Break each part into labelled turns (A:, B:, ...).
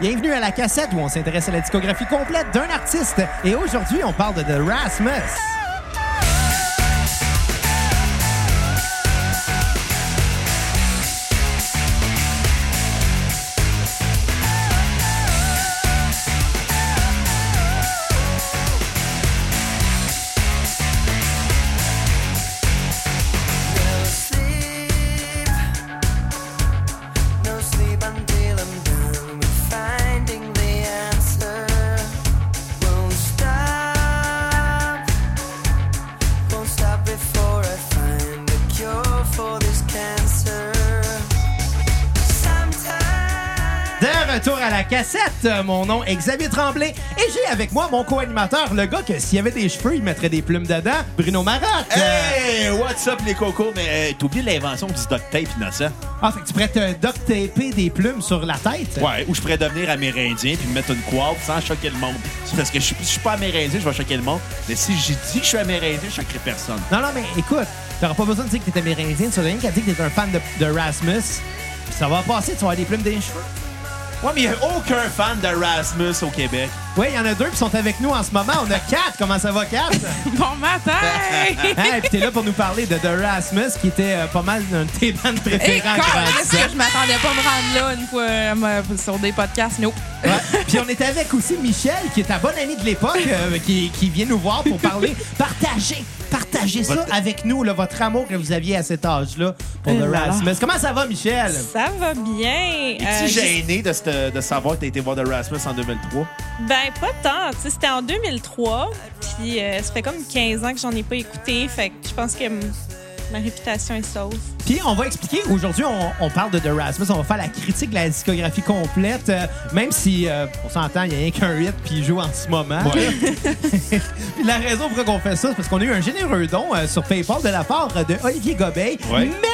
A: Bienvenue à la cassette où on s'intéresse à la discographie complète d'un artiste. Et aujourd'hui, on parle de The Rasmus. De retour à la cassette, mon nom est Xavier Tremblay et j'ai avec moi mon co-animateur, le gars que s'il y avait des cheveux, il mettrait des plumes dedans, Bruno Marotte.
B: Hey, what's up les cocos? Mais euh, t'oublies l'invention du duct tape innocent.
A: Ah, fait que tu pourrais te duct taper des plumes sur la tête.
B: Ouais. Ou je pourrais devenir amérindien puis me mettre une coiffe sans choquer le monde. C'est parce que je suis- je suis pas amérindien, je vais choquer le monde. Mais si j'ai dit que je suis amérindien, je choquerai personne.
A: Non, non, mais écoute, t'auras pas besoin de dire que t'es amérindien, tu auras rien qu'à dire que t'es un fan de, de Rasmus. Puis ça va passer, tu vas avoir des plumes des cheveux.
B: Ouais, mais il n'y a aucun fan de Rasmus au Québec.
A: Ouais, il y en a deux qui sont avec nous en ce moment. On a quatre. Comment ça va, quatre?
C: Bon matin!
A: Hein, et puis t'es là pour nous parler de The Rasmus, qui était euh, pas mal un de tes bandes
C: Et
A: préférées en
C: est-ce
A: grandissant.
C: que je m'attendais pas à me rendre là une fois euh, me- sur des podcasts? No.
A: Ouais. Puis on était avec aussi Michel, qui est ta bonne amie de l'époque, euh, qui, qui vient nous voir pour parler. Partagez, partagez ça
B: Votre-
A: avec nous, là, votre amour que vous aviez à cet âge-là pour
C: Et
A: The
C: voilà.
A: Rasmus. Comment ça va, Michel?
D: Ça va bien. Euh,
B: Es-tu gêné de, cette- de savoir que t'as été voir de Rasmus en 2003?
D: ben, pas tant. Tu sais, C'était en 2003, puis euh, ça fait comme 15 ans que j'en ai pas écouté, fait que je pense que m- ma réputation est sauve.
A: Puis on va expliquer, aujourd'hui, on, on parle de The Rasmus, on va faire la critique de la discographie complète, euh, même si, euh, on s'entend, il n'y a rien qu'un hit puis il joue en ce moment. puis la raison pour qu'on fait ça, c'est parce qu'on a eu un généreux don euh, sur PayPal de la part euh, de Olivier Gobeil.
B: Ouais.
A: Mais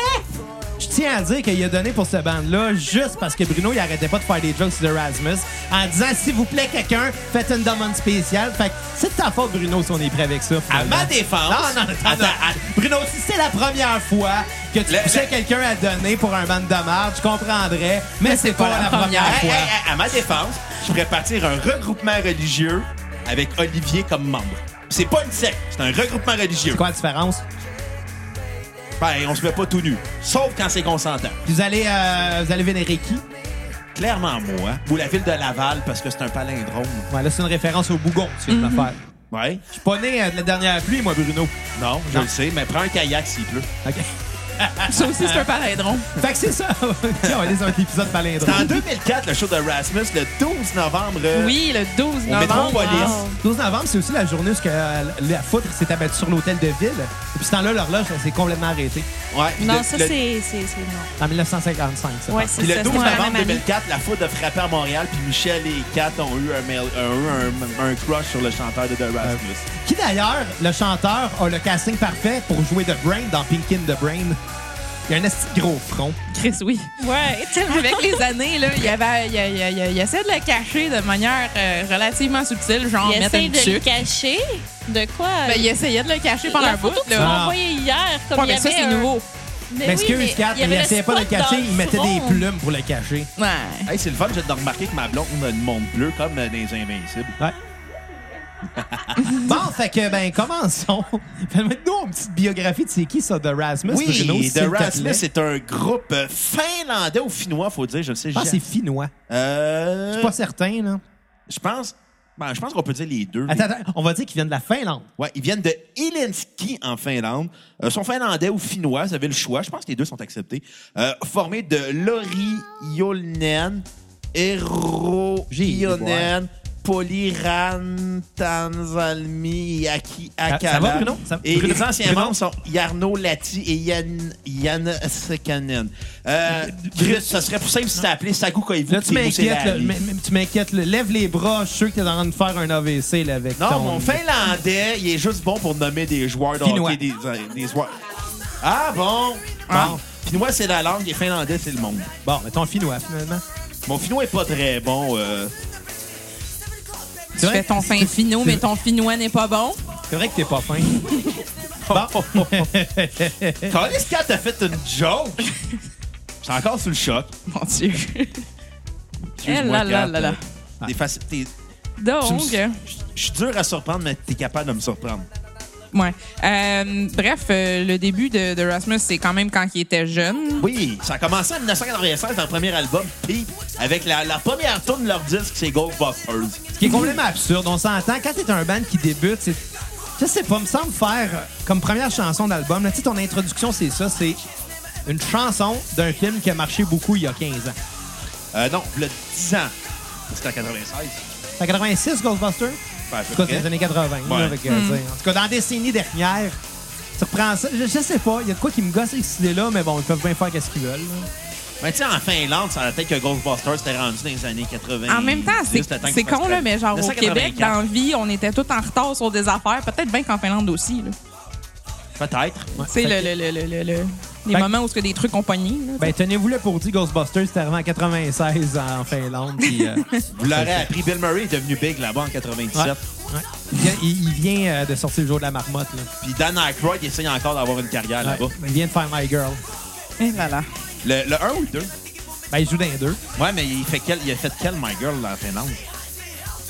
A: je tiens à dire qu'il a donné pour ce band-là juste parce que Bruno, il arrêtait pas de faire des jokes sur The Rasmus en disant, s'il vous plaît, quelqu'un, faites une demande spéciale. Fait que c'est de ta faute, Bruno, si on est prêt avec ça.
B: À
A: finalement.
B: ma défense.
A: Non, non, non, non.
B: Attends, à-
A: Bruno, si c'est la première fois que tu
B: Le-
A: poussais
B: le-
A: quelqu'un à donner pour un band de marde, je comprendrais, mais, c'est pas, la première, fois.
B: Hey, hey, hey, à ma défense, je pourrais partir un regroupement religieux avec Olivier comme membre. Puis C'est pas une secte, c'est un regroupement religieux.
A: C'est quoi la différence?
B: Ben, on se met pas tout nu. Sauf quand c'est consentant.
A: Puis Vous allez, euh, vous allez vénérer qui?
B: Clairement, moi. Ou la ville de Laval, parce que c'est un palindrome.
A: Ouais, là, c'est une référence au bougon, tu viens de
D: Mhm.
A: me faire.
B: Ouais.
A: Je suis pas né euh, de la dernière pluie, moi, Bruno.
B: Non, je
A: Non.
B: le sais, mais prends un kayak s'il pleut.
A: OK.
C: Ça aussi, c'est un palindrome.
A: Fait que c'est ça. Tiens, on va aller sur un épisode
B: C'est en
A: palindrome.
B: 2004, le show de Rasmus, le 12 novembre. euh,
C: Oui, le 12
B: Au
C: novembre.
B: Métropolis.
C: Wow.
D: Oh.
A: 12 novembre, c'est aussi la journée où ce que, euh, la foudre s'est abattue sur l'hôtel de ville. Et puis, ce temps-là, l'horloge, elle s'est complètement arrêtée.
B: Ouais.
D: Non,
B: Le-
D: ça,
B: le-
D: c'est c'est- c'est non.
A: En 1955, ça.
D: Ouais, c'est
B: Puis
D: ça.
B: le
D: c'est
B: 12
D: pas la
B: novembre
D: même année.
B: 2004, la foudre a frappé à Montréal, puis Michel et Kat ont eu un, mail- un- un- un crush sur le chanteur de The Rasmus.
A: Qui d'ailleurs, le chanteur, a le casting parfait pour jouer The Brain dans Pinkin the Brain. Il a un esti de gros front.
C: Chris, oui.
D: Ouais, tellement.
C: Avec les années, là, il, y avait, il, y a- il y a- il y a- il essaie de le cacher de manière euh, relativement subtile, genre
D: Il
C: mettre
D: essaie
C: une
D: de le
C: tuque.
D: cacher. De quoi?
C: Ben, il essayait de le cacher pendant
D: la
C: un bout.
D: photo que tu
C: là.
A: Ah.
D: m'as envoyée hier, comme
C: Ouais,
D: il y
C: mais ça,
D: avait
C: c'est
D: un- Mais
C: nouveau.
A: Mais
D: Ben oui,
A: excuse,
D: mais
A: Kat,
D: il y
A: il
D: avait le
A: essayait pas de le
D: spot dans
A: cacher, il mettait des
D: front.
A: plumes pour le cacher.
C: Ouais.
B: Hey, c'est le fun, j'ai de remarquer que ma blonde a une montre bleue comme euh, dans les Invincibles.
A: Ouais. bon, fait que, ben, commençons. Fais-nous une petite biographie de c'est qui, ça, de Rasmus? Bruno,
B: Oui,
A: s'il
B: The
A: te plaît.
B: Rasmus, c'est un groupe euh, finlandais ou finnois, faut dire, je le sais.
A: Je pense que Ah, c'est
B: jamais.
A: finnois.
B: Euh,
A: Je suis pas certain, là.
B: Je pense, ben, je pense qu'on peut dire les deux.
A: Attends, attends, on va dire qu'il vient de la Finlande.
B: Ouais, ils viennent de Helsinki en Finlande. Euh, sont finlandais ou finnois, vous avez le choix. Je pense que les deux sont acceptés. Euh, formés de Lori Jolnen, Eero
A: J'ai idée,
B: Jolnen, Poliran Tanzalmi et Aki
A: ça
B: Akala.
A: va, Bruno? Ça-
B: et
A: Bruno-
B: les anciens
A: Bruno?
B: membres sont Jarno Lati et Yann, Yann Sekanen. Euh, Chris, ça serait plus simple si t'as appelé Sagu Koivu.
A: Là,
B: puis
A: tu
B: t'es poussé
A: m'inquiètes,
B: la
A: là,
B: vie.
A: mais- mais tu m'inquiètes. là. Lève les bras, je suis sûr que t'es en train de faire un AVC, là, avec
B: Non,
A: ton...
B: mon finlandais, il est juste bon pour nommer des joueurs de
A: Finnois.
B: hockey, des, euh, des joueurs. Ah bon?
A: Ah.
B: Bon. Finnois, c'est la langue, et finlandais, c'est le monde.
A: Bon, mais ton finnois, finalement.
B: Mon finnois est pas très bon. euh.
C: Tu fais ton fin finot, mais ton finnois n'est pas bon.
A: C'est vrai que t'es pas fin. bon.
B: Quand est-ce que t'as fait une joke? J'étais encore sous le choc.
C: Mon Dieu. Eh
B: Excuse-moi,
C: là là
B: Kat.
C: là hein? là.
B: T'es faci- t'es- tu me-
C: Donc,
B: je- Je suis dur à surprendre, mais t'es capable de me surprendre.
C: ouais. Euh, bref, euh, le début de, de Rasmus, c'est quand même quand il était jeune.
B: Oui, ça a commencé en 1996, leur premier album, puis avec la, la première tourne de leur disque, c'est Goldbuffers.
A: Ce qui est complètement absurde. On s'entend, quand t'es un band qui débute, c'est. Je sais pas, me semble faire euh, comme première chanson d'album. là, Tu sais, ton introduction, c'est ça, c'est une chanson d'un film qui a marché beaucoup il y a 15 ans.
B: Euh, non, le 10 ans. C'était en 96.
A: C'est en 86, Ghostbusters?
B: Ben, à peu
A: En tout cas,
B: près.
A: c'est les années 80. là,
B: Ouais.
A: avec, euh, tu sais, En tout cas, dans la décennie dernière, tu reprends ça. Je, je sais pas, il y a de quoi qui me gosse avec cette idée-là, mais bon, ils peuvent bien faire qu'est-ce qu'ils veulent. là.
B: Mais tu sais, en Finlande, ça a peut-être que Ghostbusters c'était rendu dans les années 80.
C: En même temps, c'est
B: Ben, Juste le temps
C: c'est
B: qu'il fasse
C: con, là,
B: la-
C: mais genre au
B: 1984.
C: Québec, dans la vie, on était tous en retard sur des affaires. Peut-être bien qu'en Finlande aussi. là.
B: Peut-être.
A: Ouais.
C: Tu sais,
A: Fait
C: le,
A: que-
C: le- le- le- le- le- les
A: Fait-
C: moments où ce que des trucs ont pogné. là.
A: Ben, tenez-vous le pour dire Ghostbusters, c'était arrivé en 96 en Finlande. puis, euh,
B: Vous l'aurez appris, Bill Murray est devenu big là-bas en 97.
A: ouais. Ouais. Il vient- Il, il vient euh, de sortir le jour de la marmotte. Là.
B: Puis Dan Aykroyd il essaye encore d'avoir une carrière là-bas.
A: Ouais. Il vient de faire My Girl.
C: Eh là là.
B: Le, 1 ou le 2?
A: Ben, il joue dans les deux.
B: Ouais, mais il, fait quel, il a fait quel My Girl là, en Finlande?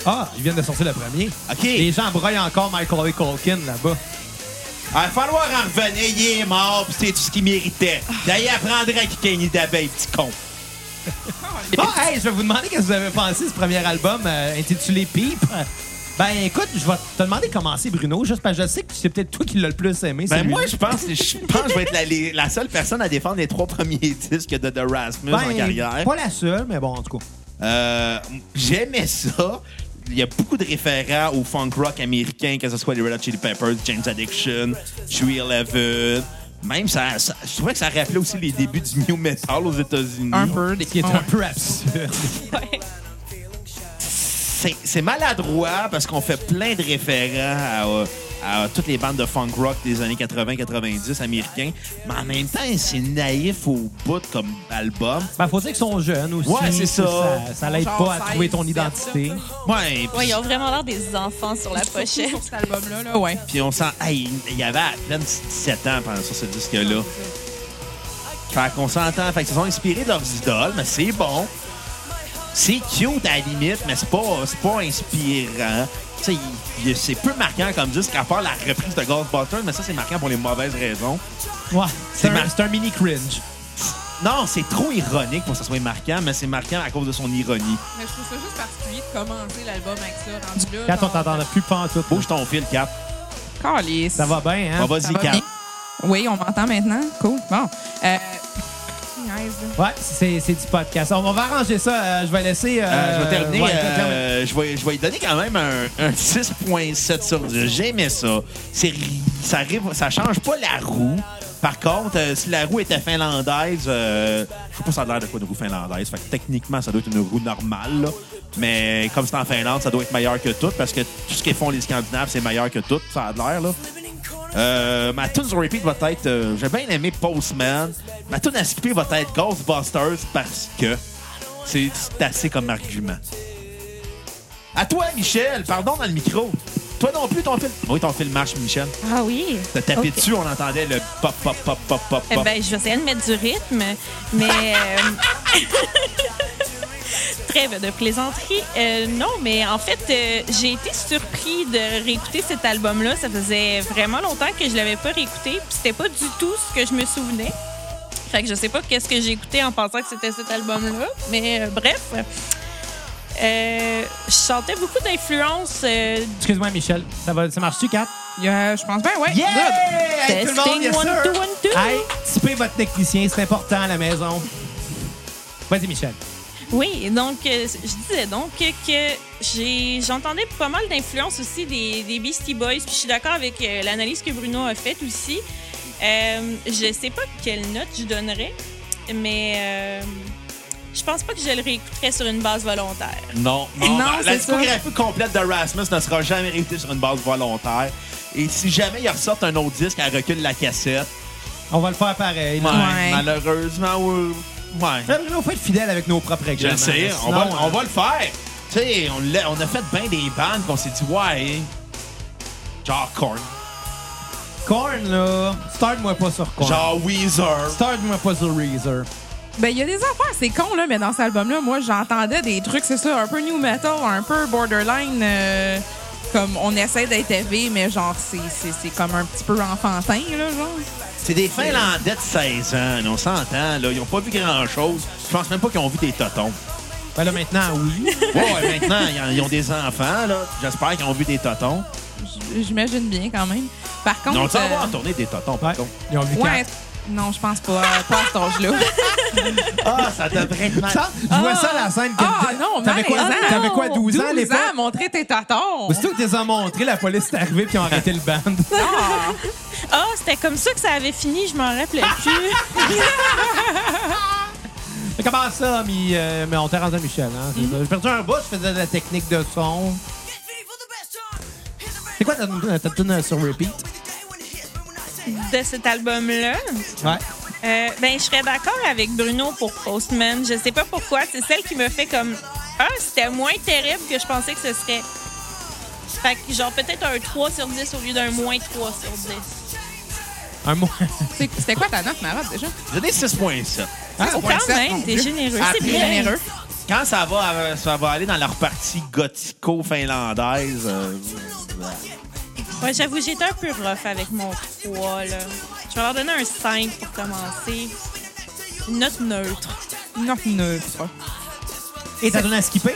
A: Ah, il vient de sortir le premier.
B: OK.
A: Les gens broyent encore Michael A. Culkin là-bas.
B: Il va falloir en revenir, il est mort, puis c'est tout ce qu'il méritait. D'ailleurs, apprendra à kicker une nid d'abeille, petit con.
A: Bon, hey, je vais vous demander qu'est-ce que vous avez pensé de ce premier album euh, intitulé Pipe. Ben, écoute, je vais te demander de commencer, Bruno, juste parce que je sais que c'est peut-être toi qui l'as le plus aimé.
B: Ben
A: celui-là.
B: moi, je pense, je pense que je vais être la, les- la seule personne à défendre les trois premiers disques de The Rasmus
A: Ben,
B: en carrière.
A: Pas la seule, mais bon, en tout cas.
B: Euh, J'aimais ça. Il y a beaucoup de référents au funk rock américain, que ce soit les Red Hot Chili Peppers, James Addiction, Chewy Eleven. Même, ça, ça- je trouvais que ça rappelait aussi les débuts du new metal aux États-Unis.
C: Un peu. Des...
A: Ce qui est
C: Ouais.
A: un peu absurde.
D: Ouais.
B: C'est c'est maladroit parce qu'on fait plein de référents à, euh, à toutes les bandes de funk rock des années 80-90 américains. Mais en même temps, c'est naïf au bout comme album.
A: Ben, faut dire qu'ils sont jeunes aussi.
B: Ouais, c'est ça.
A: Ça, ça l'aide
C: Genre
A: pas à
C: 16,
A: trouver ton
C: 17,
A: identité.
C: là.
B: Ouais, puis-
D: Ouais, ils ont vraiment l'air des enfants sur la
C: Sur
D: pochette.
C: cet album-là, là, ouais.
B: Puis on sent. Hey, il y avait à peine 17 ans pendant sur ce disque-là. Fait qu'on s'entend. Fait qu'ils se sont inspirés de leurs idoles, mais c'est bon. C'est cute à la limite, mais c'est pas, c'est pas inspirant. Tu sais, il- il- c'est peu marquant comme disque, à part la reprise de Ghostbusters, mais ça, c'est marquant pour les mauvaises raisons.
A: Ouais, c'est
B: mar-
A: un, c'est un mini cringe.
B: Non, c'est trop ironique pour que ça soit marquant, mais c'est marquant à cause de son ironie.
C: Mais je trouve ça juste particulier de commencer l'album avec ça, rendu là.
A: Quand on t'entendait plus pas en tout.
B: Bouge ton fil, Cap.
C: Calisse.
A: Ça va bien, hein?
B: Ah, vas-y,
C: Ça va
B: Cap.
C: bien? Oui, on m'entend maintenant. Cool. Bon. Euh... nice, là.
A: Ouais, c'est c'est du podcast. On, on va arranger ça. euh, je vais laisser. euh,
B: Euh, je vais terminer.
A: ouais,
B: euh,
A: termine.
B: je, vais, je vais lui donner quand même un, un 6.7 sur 10. J'aimais ça. C'est ri- ça, arrive, ça change pas la roue. Par contre, euh, si la roue était finlandaise, euh, je sais pas ça a l'air de quoi une roue finlandaise. Fait que techniquement, ça doit être une roue normale. là. Mais comme c'est en Finlande, ça doit être meilleur que tout parce que tout ce qu'ils font les Scandinaves, c'est meilleur que tout. Ça a l'air là. Euh, ma tune sur repeat va être. euh, J'ai bien aimé Postman. Ma tune à skipper va être Ghostbusters parce que c'est c'est assez comme argument. À toi, Michel, pardon dans le micro. Toi non plus, ton film. Oui, ton film marche, Michel.
D: Ah oui.
B: T'as tapé
D: Ok.
B: dessus, on entendait le pop, pop, pop, pop, pop,
D: Eh
B: pop.
D: ben, je vais essayer de mettre du rythme, mais. euh, Trêve de plaisanterie. Euh, non, mais en fait, euh, j'ai été surpris de réécouter cet album-là. Ça faisait vraiment longtemps que je l'avais pas réécouté, puis c'était pas du tout ce que je me souvenais. Fait que je sais pas qu'est-ce que j'ai écouté en pensant que c'était cet album-là, mais euh, bref. Euh, je sentais beaucoup d'influence euh,
A: Excuse-moi, Michel. Ça, va, ça marche-tu, Kat?
C: Il y a- je pense bien, ouais.
A: Yeah!
C: Good.
A: Hey, tout le monde,
D: Testing,
A: yes,
D: one,
A: sir.
D: two, one, two.
A: Hey, tipez votre technicien, c'est important à la maison. Vas-y, Michel.
D: Oui, donc euh, je disais donc que j'ai j'entendais pas mal d'influence aussi des, des Beastie Boys, puis je suis d'accord avec euh, l'analyse que Bruno a faite aussi. Euh, je sais pas quelle note je donnerais, mais euh, je pense pas que je le réécouterais sur une base volontaire.
B: Non, non,
C: Non,
B: La
C: c'est ça.
B: discographie complète de Rasmus ne sera jamais réécoutée sur une base volontaire. Et si jamais il ressort un autre disque, elle recule la cassette.
A: On va le faire pareil.
B: Ouais,
A: là.
B: Malheureusement, ouais. Ouais.
A: Là, Bruno, faut être fidèle avec nos propres règles.
B: Je le sais,
A: hein,
B: on va,
A: sinon,
B: on
A: euh,
B: va le faire. Tu sais, on, l'a- on a fait bien des bandes qu'on s'est dit, ouais, genre Korn,
A: Korn, euh, là, start-moi pas sur Korn.
B: genre Weezer.
A: Start-moi pas sur Reezer.
C: Ben, il y a des affaires, c'est con, là, mais dans cet album-là, moi, j'entendais des trucs, c'est ça, un peu new metal, un peu borderline, euh, comme on essaie d'être élevé, mais genre, c'est- c'est c'est comme un petit peu enfantin, là, genre.
B: C'est des Finlandais de 16 ans, là, on s'entend, là. Ils n'ont pas vu grand-chose. Je pense même pas qu'ils ont vu des totons.
A: Ben là, maintenant, oui.
B: Ouais, ouais, maintenant, ils en- ils ont des enfants, là. J'espère qu'ils ont vu des totons.
C: J- J'imagine bien, quand même. Par
B: Ils
C: contre...
B: ont dû
C: euh,
B: avoir tourné des totons, par
A: Ouais.
B: contre.
A: Ils ont vu
C: ouais,
A: quatre.
C: non, je pense pas, pas à cet âge-là.
B: Ah, ça devrait être mal.
A: Ça, je vois ça à la scène. que-
C: Ah, non,
A: T'avais quoi,
C: malaisant.
A: t'avais quoi, 12 ans à
C: 12
A: l'époque?
C: ans, montrer tes tatons.
A: Aussitôt que t'es en montré, la police est arrivée puis ils ont arrêté le band.
C: Ah.
D: Ah, c'était comme ça que ça avait fini, je m'en rappelais plus.
A: Mais Comment ça, mais, euh, mais on t'a rendu à Michel, hein? c'est ça. J'ai perdu un bout, je faisais de la technique de son. C'est quoi ta euh, ta tune sur repeat?
D: de cet album-là.
A: Ouais.
D: Euh, ben, je serais d'accord avec Bruno pour Postman. Je sais pas pourquoi. C'est celle qui me fait comme Ah, c'était moins terrible que je pensais que ce serait. Fait que, genre, peut-être un 3 sur 10 au lieu d'un moins 3 sur 10.
A: Un mois.
C: C'est- C'était quoi ta note, Marotte, déjà?
B: J'ai des 6,7.
C: Ah,
D: Oh, Quand même, t'es généreux.
B: Ah,
D: C'est
B: puis
D: bien.
C: généreux.
B: Quand ça va, euh, ça va aller dans leur partie gothico-finlandaise, euh,
D: Ouais, j'avoue, j'étais un peu rough avec mon 3, là. Je vais leur donner un 5 pour commencer. Une note neutre.
C: Non, neutre.
A: Et ta tune à skipper?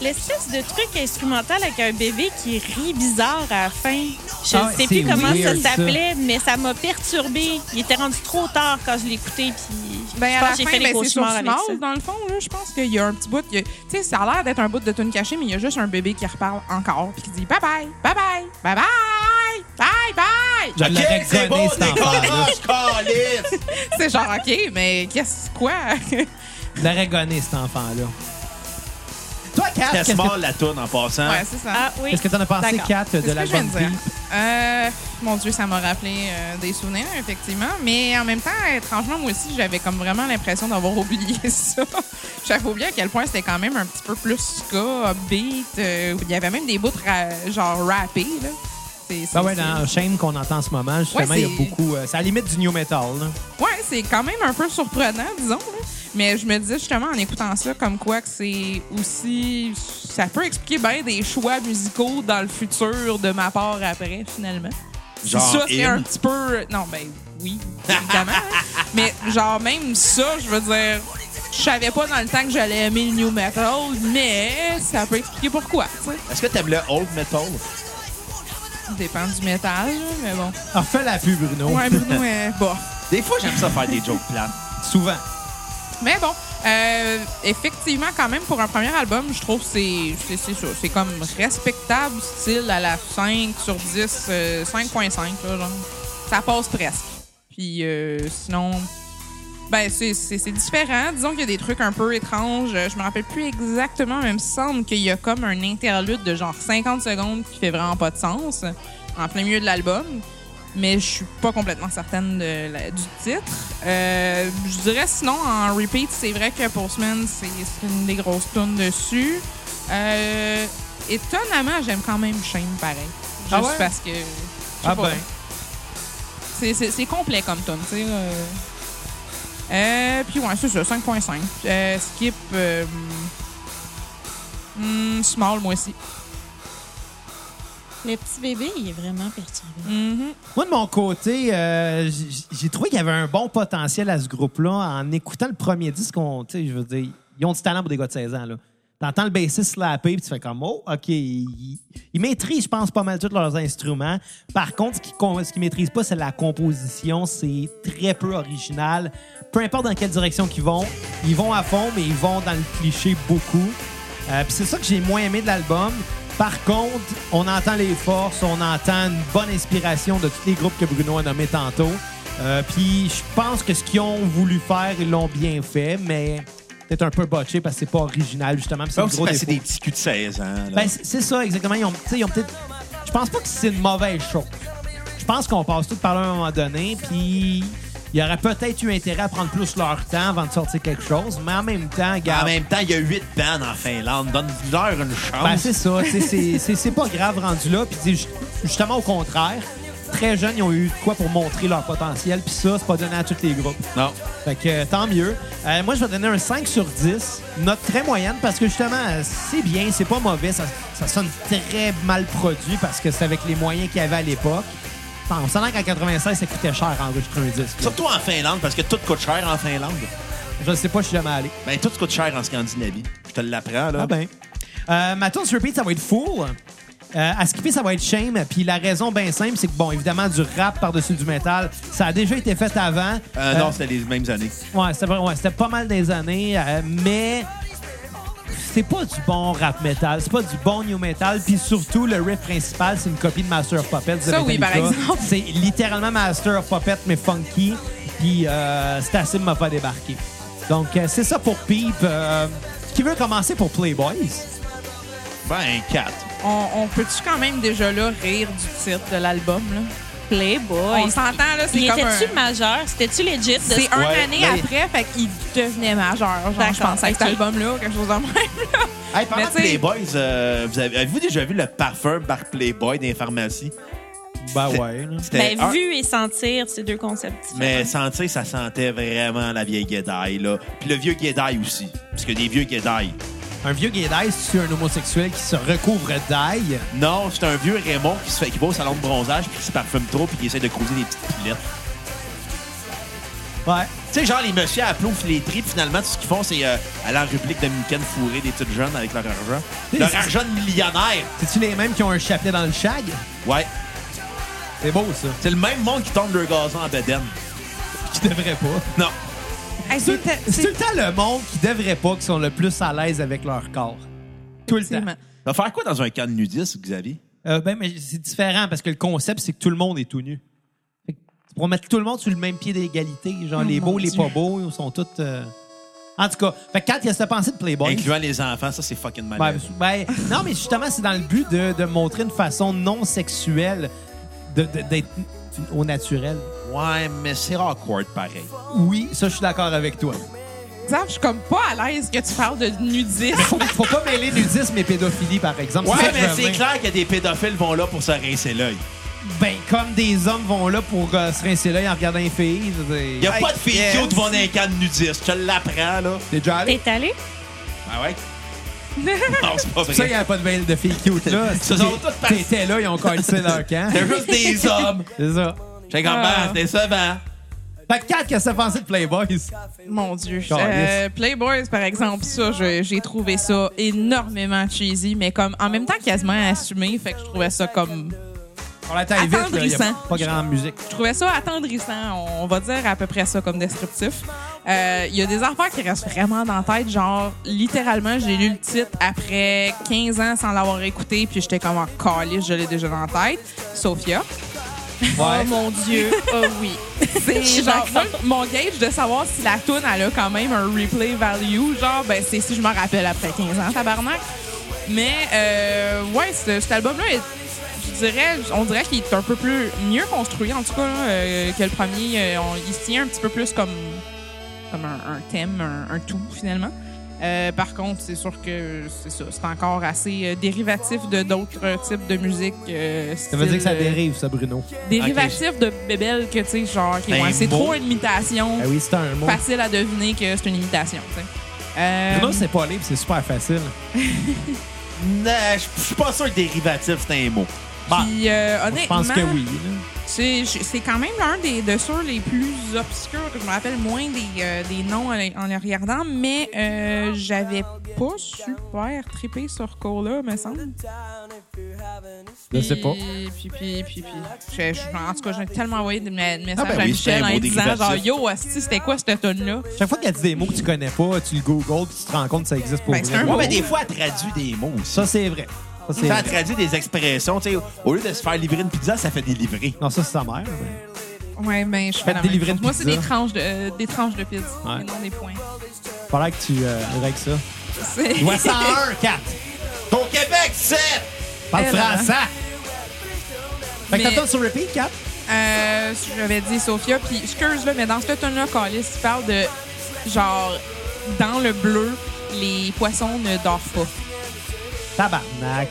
D: L'espèce de truc instrumental avec un bébé qui rit bizarre à la fin. Je
A: Ah,
D: ne sais
A: c'est
D: plus comment
A: weird,
D: ça s'appelait, mais ça m'a perturbée. Il était rendu trop tard quand je l'écoutais, puis
C: Ben,
D: je
C: à
D: pense
C: la
D: que j'ai
C: fin,
D: fait
C: ben,
D: des
C: c'est sur
D: cauchemars avec ça.
C: Smalls, dans le fond. Là, je pense qu'il y a un petit bout. il y a- Tu sais, ça a l'air d'être un bout de tune cachée, mais il y a juste un bébé qui reparle encore puis qui dit bye-bye, bye-bye, bye-bye, bye-bye.
A: Je l'aurais
B: c'est
A: gonné,
B: bon, Ah,
A: cet
B: des
A: enfant-là.
B: corages, calice!
C: C'est genre, OK, mais qu'est-ce quoi? ouais,
A: Je l'aurais gonné, cet enfant-là. Toi, Kat,
B: C'était
A: qu'est-ce
B: smart,
A: que-
B: la toune, en passant.
C: c'est ça.
D: Ah oui.
A: qu'est-ce que t'en as pensé,
C: D'accord.
A: Kat,
C: C'est ce
A: de
C: que je viens
A: l'album
C: de dire.
A: Beat?
C: Euh, mon Dieu, ça m'a rappelé euh, des souvenirs, effectivement. Mais en même temps, étrangement, moi aussi, j'avais comme vraiment l'impression d'avoir oublié ça. J'avais oublié à quel point c'était quand même un petit peu plus ska, upbeat. euh, il y avait même des bouts ra- genre rappés, là. C'est- c'est-
A: Ben ouais,
C: c'est-
A: dans Shame qu'on entend en ce moment, justement,
C: Ouais,
A: il y a
C: c'est-
A: beaucoup. euh, c'est à la limite du new metal, là.
C: Ouais, c'est quand même un peu surprenant, disons. là. Mais je me disais justement en écoutant ça, comme quoi que c'est aussi. Ça peut expliquer bien des choix musicaux dans le futur de ma part après, finalement. Si
B: Genre
C: ça, c'est
B: hymne.
C: un petit peu. Non, ben oui, évidemment. hein. mais genre, même ça, je veux dire. Je savais pas dans le temps que j'allais aimer le new metal, mais ça peut expliquer pourquoi, tu sais.
B: Est-ce que t'aimes le old metal?
C: Dépend du métal, là, mais bon.
A: Ah, fais la pub, Bruno.
C: Ouais, Bruno, euh, bah.
B: Des fois, j'aime ça faire des jokes plates.
A: Souvent.
C: Mais bon, euh, effectivement, quand même, pour un premier album, je trouve que c'est- c'est c'est ça. C'est comme respectable, style à la 5 sur 10, euh, 5.5. là, genre. Ça passe presque. Puis euh, sinon, ben c'est- c'est c'est différent. Disons qu'il y a des trucs un peu étranges. Euh, Je me rappelle plus exactement, mais il me semble qu'il y a comme un interlude de genre 50 secondes qui fait vraiment pas de sens en plein milieu de l'album. Mais je suis pas complètement certaine de la- du titre. Euh, je dirais sinon, en repeat, c'est vrai que Postman, c'est c'est une des grosses tunes dessus. Euh, étonnamment, j'aime quand même Shame pareil. Juste
A: Ah ouais?
C: parce que. je sais
A: Ah
C: pas.
A: ben.
C: C'est- C'est c'est complet comme tune, tu sais. euh. Euh, puis ouais, c'est ça, 5.5. Euh, skip. euh, hmm, small, moi aussi.
D: Le petit bébé, il est vraiment perturbé.
C: Mhm.
A: Moi, de mon côté, euh, j- j'ai trouvé qu'il y avait un bon potentiel à ce groupe-là. En écoutant le premier disque, on, tu sais, je veux dire, ils ont du talent pour des gars de 16 ans. Là. T'entends le bassiste slapper, puis tu fais comme, oh, OK, ils, ils maîtrisent, je pense, pas mal tous leurs instruments. Par contre, ce qu'ils con- ce qu'ils maîtrisent pas, c'est la composition. C'est très peu original. Peu importe dans quelle direction qu'ils vont, ils vont à fond, mais ils vont dans le cliché beaucoup. Euh, Puis c'est ça que j'ai moins aimé de l'album. Par contre, on entend les forces, on entend une bonne inspiration de tous les groupes que Bruno a nommés tantôt. Euh, Puis je pense que ce qu'ils ont voulu faire, ils l'ont bien fait, mais peut-être un peu botché parce que c'est pas original, justement. puis C'est
B: Ça
A: un
B: aussi,
A: gros
B: parce que c'est
A: défaut.
B: des petits culs de 16 ans. là.
A: Ben, c'est c'est ça, exactement. Ils ont, tu sais, ils ont peut-être. Je pense pas que c'est une mauvaise chose. Je pense qu'on passe tout par là à un moment donné, puis il y aurait peut-être eu intérêt à prendre plus leur temps avant de sortir quelque chose, mais en même temps,
B: en
A: garde.
B: même temps, il y a 8 bandes en Finlande. Donne-leur une chance.
A: Ben, c'est ça. C'est- c'est- C'est c'est pas grave rendu là. Puis dis- ju- justement, au contraire, très jeunes, ils ont eu de quoi pour montrer leur potentiel. Puis ça, c'est pas donné à tous les groupes.
B: Non.
A: Fait que euh, tant mieux. Euh, moi, je vais donner un 5 sur 10. Note très moyenne parce que justement, euh, c'est bien, c'est pas mauvais. Ça, ça sonne très mal produit parce que c'est avec les moyens qu'il y avait à l'époque. On s'entend qu'en 96, ça coûtait cher enregistrer un disque. là.
B: Surtout en Finlande, parce que tout coûte cher en Finlande.
A: Je sais pas, je suis jamais allé.
B: Ben, tout coûte cher en Scandinavie. Je te l'apprends, là.
A: Ah ben. Euh, ma tune sur repeat, ça va être Fool. Euh, à skipper, ça va être Shame. Puis la raison bien simple, c'est que, bon, évidemment, du rap par-dessus du métal, ça a déjà été fait avant.
B: Euh, non,
A: Euh,
B: c'était les mêmes années.
A: Ouais, c'était vrai- ouais, c'était pas mal des années, euh, mais c'est pas du bon rap metal, c'est pas du bon new metal, puis surtout le riff principal, c'est une copie de Master of Puppets. de
C: Ça, oui,
A: Metallica.
C: par exemple.
A: C'est littéralement Master of Puppets, mais funky, puis euh, Stasim m'a pas débarqué. Donc, euh, c'est ça pour Peep. Euh, qui veut commencer pour Playboys?
B: Ben, 4.
C: On, on peut-tu quand même déjà là rire du titre de l'album? là?
D: Playboy.
C: On s'entend, là, c'est
D: Il
C: comme
D: était-tu
C: un-
D: majeur? C'était-tu legit? de
C: C'est
D: ce-
C: un
B: Ouais,
C: année
B: mais-
C: après, fait qu'il devenait majeur, genre,
D: D'accord,
C: je pense, avec
D: ok.
C: cet album-là ou quelque chose de même. là.
B: Hey, parlant
C: Mais
B: de
C: tu sais-
B: Playboys, euh, vous avez, avez-vous déjà vu le parfum par Playboy dans les pharmacies?
A: Ben
B: C'est-
A: ouais. là.
B: C'était
D: Ben,
B: un-
D: vu et sentir, ces deux concepts.
B: Mais sentir, ça sentait vraiment la vieille guédaille, là. Puis le vieux guédaille aussi. Parce que des vieux guédailles.
A: Un vieux gay d'ail, c'est un homosexuel qui se recouvre d'ail.
B: Non, c'est un vieux Raymond qui, se fait, qui va au salon de bronzage, puis qui se parfume trop, puis qui essaie de croiser des petites pilettes.
A: Ouais.
B: Tu sais, genre, les messieurs à plouf les tripes, finalement, tout ce qu'ils font, c'est euh, aller en République dominicaine fourrer des petites jeunes avec leur argent. Leur argent de millionnaire!
A: C'est-tu les mêmes qui ont un chapelet dans le shag?
B: Ouais.
A: C'est beau, ça.
B: C'est le même monde qui tombe leur gazon en bedaine.
A: Qui devrait pas.
B: Non.
C: Hey,
A: C'est
C: c'était-
A: c'est tout le temps le monde qui devrait pas, qui sont le plus à l'aise avec leur corps. Tout le temps.
C: Effectivement.
B: Ça va faire quoi dans un camp de nudistes, Xavier?
A: Euh, ben, mais c'est différent parce que le concept, c'est que tout le monde est tout nu. Fait que C'est pour mettre tout le monde sur le même pied d'égalité. Genre,
C: Oh
A: les
C: mon
A: beaux, les
C: Dieu.
A: pas beaux, ils sont tous. euh, En tout cas, fait que quand il y a cette pensée de Playboy.
B: Incluant les enfants, ça, c'est fucking
A: Ouais,
B: malade.
A: ben, non, mais justement, c'est dans le but de, de montrer une façon non sexuelle de- de- d'être au naturel.
B: Ouais, mais c'est awkward, pareil.
A: Oui, ça, je suis d'accord avec toi.
C: Xav, je suis comme pas à l'aise que tu parles de nudisme.
A: Faut, faut pas mêler nudisme et pédophilie, par exemple.
B: Ouais,
A: C'est ça que je
B: mais
A: veux
B: c'est
A: dire.
B: clair que des pédophiles vont là pour se rincer l'œil.
A: Ben, comme des hommes vont là pour euh, se rincer l'œil en regardant les filles. c'est-
B: Il a
A: Hey,
B: pas de filles
A: yes.
B: cute qui vont dans un camp de nudistes. Je te l'apprends, là.
A: T'es déjà allé?
D: T'es allé?
B: Ah ouais? non, c'est pas
A: C'est ça, il n'y
B: vrai.
A: avait pas de veille de filles cute, là.
B: Ce sont toutes par-
A: T'étais là, ils ont collé leur camp.
B: C'est juste des hommes.
A: C'est ça.
B: J'ai comme,
A: Ah.
B: ben, c'est décevant.
A: Fait que 4, qu'est-ce que t'as pensé de Playboys?
C: Mon Dieu.
A: Caliste.
C: Euh, Playboys, par exemple, ça, je- j'ai trouvé ça énormément cheesy, mais comme en même temps quasiment assumé, fait que je trouvais ça comme...
A: On l'attend vite, là. Il y a
C: Attendrissant.
A: pas grand musique.
C: Je trouvais ça attendrissant, on va dire à peu près ça comme descriptif. Euh, Il y a des affaires qui restent vraiment dans la tête, genre, littéralement, j'ai lu le titre après 15 ans sans l'avoir écouté, puis j'étais comme en calice, je l'ai déjà dans la tête. Sophia.
A: Ouais.
D: Oh mon Dieu. Oh oui.
C: C'est
D: suis
C: genre,
D: d'accord.
C: moi, mon gauge de savoir si la toune, elle a quand même un replay value, genre, ben, c'est si je m'en rappelle après 15 ans, tabarnak. Mais, euh, ouais, ce- cet album-là, est- je dirais, on dirait qu'il est un peu plus mieux construit, en tout cas, là, euh, que le premier. Euh, on- il se tient un petit peu plus comme, comme un, un thème, un, un tout, finalement. Euh, par contre, c'est sûr que c'est ça, c'est encore assez euh, dérivatif de d'autres types de musique. euh,
A: Ça veut dire que ça
C: style, euh,
A: dérive, ça, Bruno.
C: dérivatif de bébelle que tu sais genre ok,
B: Un
C: ouais, c'est
B: mot.
C: trop une imitation
A: Ah Ben, oui, c'est un mot.
C: facile à deviner que c'est une imitation tu sais. Euh,
A: Bruno, c'est pas libre, c'est super facile.
B: Non, je je suis pas sûr que dérivatif, c'est un mot.
A: Bah,
C: puis, euh,
A: je
C: honnêtement
A: pense que oui. là.
C: c'est c'est quand même l'un des de ceux les plus obscurs je me rappelle moins des, euh, des noms en, en les regardant mais euh, j'avais pas super trippé sur Cola me semble
A: Je sais pas.
C: Puis, puis, puis, puis, puis. Je- je- en tout cas, j'ai tellement envoyé des me- messages
B: Ah, ben oui,
C: à
B: c'est
C: Michel
B: un
C: en
B: mot
C: disant genre,
B: dérivatif.
C: yo, asti, c'était quoi cette tonne-là?
A: Chaque fois qu'elle dit des mots que tu connais pas, tu le googles puis tu te rends compte que ça existe pour
C: Ben, c'est
A: vrai.
C: un
B: Ouais,
C: mot.
B: mais des fois, elle traduit des mots aussi.
A: Ça, c'est vrai. Ça, c'est
B: Ça a
A: vrai.
B: traduit des expressions. tu sais, au lieu de se faire livrer une pizza, ça fait délivrer.
A: Non, ça, c'est sa mère. mais-
C: Ouais, ben, je fais
A: Faites
C: la
A: délivrer
C: même
A: une
C: chose. Moi, c'est
A: pizza.
C: des tranches de, euh, des tranches de pizza,
A: Ouais.
C: et non des points.
A: Faudrait que tu euh, règles ça.
C: C'est-
A: Ouais, 101, 4.
B: Ton Québec, c'est...
A: Parle
C: Elle, hein.
A: français. Eh, Fait que
C: Mais-
A: t'attends sur repeat, 4.
C: Euh, J'avais dit Sophia, puis excuse là, mais dans ce tonne-là, Calis, il parle de genre dans le bleu, les poissons ne dorment pas.
A: Tabarnak.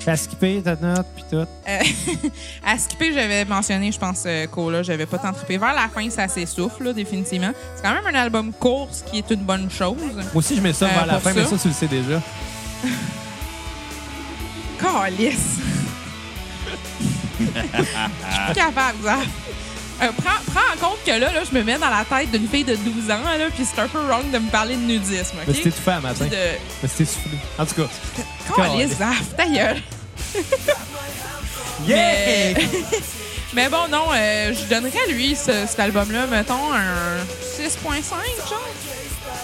A: Fais skipper ta note, puis tout.
C: Euh, à skipper, j'avais mentionné, je pense, euh, Cola, j'avais pas tant trippé. Vers la fin, ça s'essouffle, là, définitivement. C'est quand même un album court, ce qui est une bonne chose.
A: Moi aussi, je mets ça
C: Euh,
A: vers la
C: pour
A: fin,
C: ça.
A: mais ça, tu le sais déjà.
C: Calice! Je suis plus capable, Xav. Euh, prends, prends en compte que là, là, je me mets dans la tête d'une fille de 12 ans, là, puis c'est un peu wrong de me parler de nudisme,
A: Mais
C: OK?
A: c'était tout fait à matin.
C: Puis de...
A: Mais c'était soufflé. En tout cas.
C: Calice, Xav, ta gueule!
A: Yeah!
C: Mais- Mais bon, non, euh, je donnerais à lui ce- cet album-là, mettons, un 6.5, genre.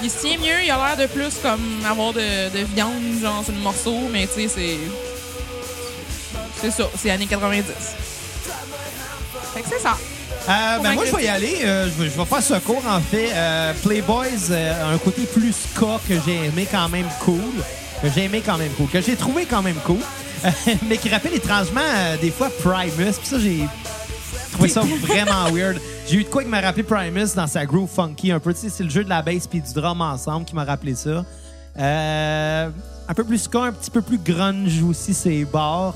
C: Il se tient mieux, il a l'air de plus comme avoir de, de viande, genre, sur le morceau, mais tu sais, c'est. C'est ça, c'est années 90. Fait que c'est ça.
A: Euh, ben,
C: Convaincre
A: moi, je vais y
C: le-
A: aller. Euh, je, vais, je vais faire secours, en fait. Euh, Playboys euh, a un côté plus ska que j'ai aimé quand même cool. Que j'ai aimé quand même cool. Que j'ai trouvé quand même cool. Euh, mais qui rappelle étrangement, euh, des fois, Primus. Puis ça, j'ai trouvé ça vraiment weird. J'ai eu de quoi qui m'a rappelé Primus dans sa groove funky un peu. Tu sais, c'est le jeu de la bass puis du drum ensemble qui m'a rappelé ça. Euh, un peu plus ska, un petit peu plus grunge aussi, ses bars.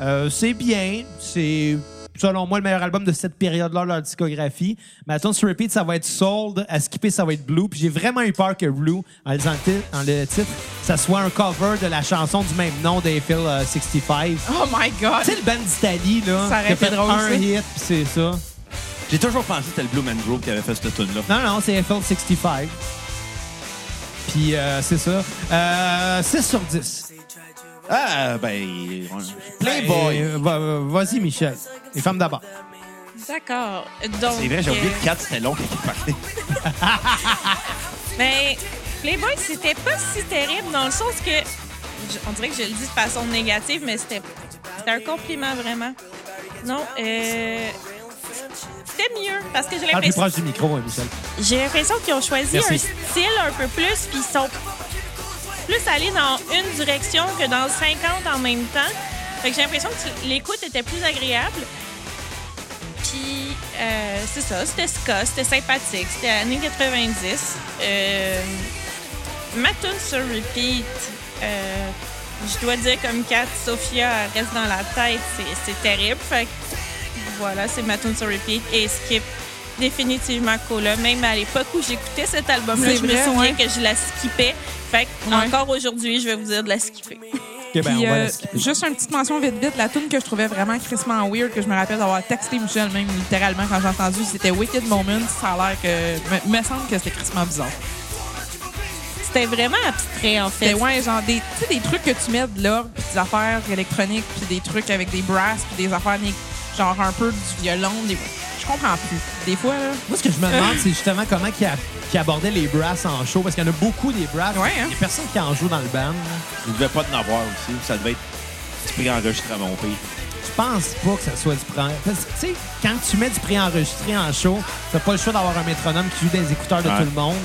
A: Euh, c'est bien. C'est, selon moi, le meilleur album de cette période-là, leur discographie. Mais attends, sur Repeat, ça va être Sold. À Skipper, ça va être Blue. Puis j'ai vraiment eu peur que Blue, en lisant le, titre- en le titre, ça soit un cover de la chanson du même nom d'Eiffel 65.
C: Oh my god!
A: Tu sais, le band d'Italie, là,
C: Ça aurait
A: qui a
C: été
A: fait
C: drôle,
A: un
C: ça.
A: hit, puis c'est ça.
B: J'ai toujours pensé que c'était le Blue Man Group qui avait fait cette tune là
A: Non, non, c'est Eiffel 65. Puis euh, c'est ça. Euh, 6 sur 10.
B: Ah, ben. ouais.
A: Playboy. Vas-y, Michel. Les femmes d'abord.
D: D'accord. Donc.
B: C'est vrai, j'ai oublié
D: euh,
B: que 4, c'était long quand il parlait.
D: Mais Playboy, Ben, c'était pas si terrible dans le sens que. je- on dirait que je le dis de façon négative, mais c'était c'était un compliment vraiment. Non, euh, c'était mieux parce que j'ai
A: Parle plus
D: l'impression
A: proche du micro, hein, Michel.
D: j'ai l'impression qu'ils ont choisi
A: Merci.
D: un style un peu plus, puis ils sont plus allés dans une direction que dans 50 en même temps. Fait que j'ai l'impression que l'écoute était plus agréable. Puis, euh, c'est ça, c'était ska, c'était sympathique, c'était années 90. Euh, ma tune sur repeat, euh, je dois dire comme Kat, Sophia elle reste dans la tête, c'est- c'est terrible. Fait que voilà, c'est ma tune sur repeat et skip définitivement Cola. Même à l'époque où j'écoutais cet album-là,
C: C'est
D: je me
C: vrai,
D: souviens
C: ouais.
D: que je la skippais. Fait que
C: Ouais.
D: encore aujourd'hui, je vais vous dire de la skipper.
A: OK, ben,
C: Puis,
A: on va
C: euh,
A: la skipper.
C: juste une petite mention vite vite, la tune que je trouvais vraiment crissement weird, que je me rappelle d'avoir texté Michel même littéralement quand j'ai entendu, c'était Wicked Moment. Ça a l'air que. Me, me semble que c'était crissement bizarre.
D: C'était vraiment abstrait en fait.
C: C'était ouais, genre des, tu sais, des trucs que tu mets de l'orgue, puis des affaires électroniques, puis des trucs avec des brasses, puis des affaires né- genre un peu du violon. Des... Je comprends plus. Des fois, là.
A: Moi, ce que je me demande, c'est justement comment qui abordait les brasses en show, parce qu'il y en a beaucoup des brasses.
C: Ouais, hein.
A: Il n'y a personne qui en joue dans le band. là.
B: Il devait pas en avoir aussi. Ça devait être un petit prix enregistré à mon pire.
A: Je pense pas que ça soit du pré Parce que, tu sais, quand tu mets du pré-enregistré en show, t'as pas le choix d'avoir un métronome qui joue dans les écouteurs de
B: Ouais.
A: tout le monde.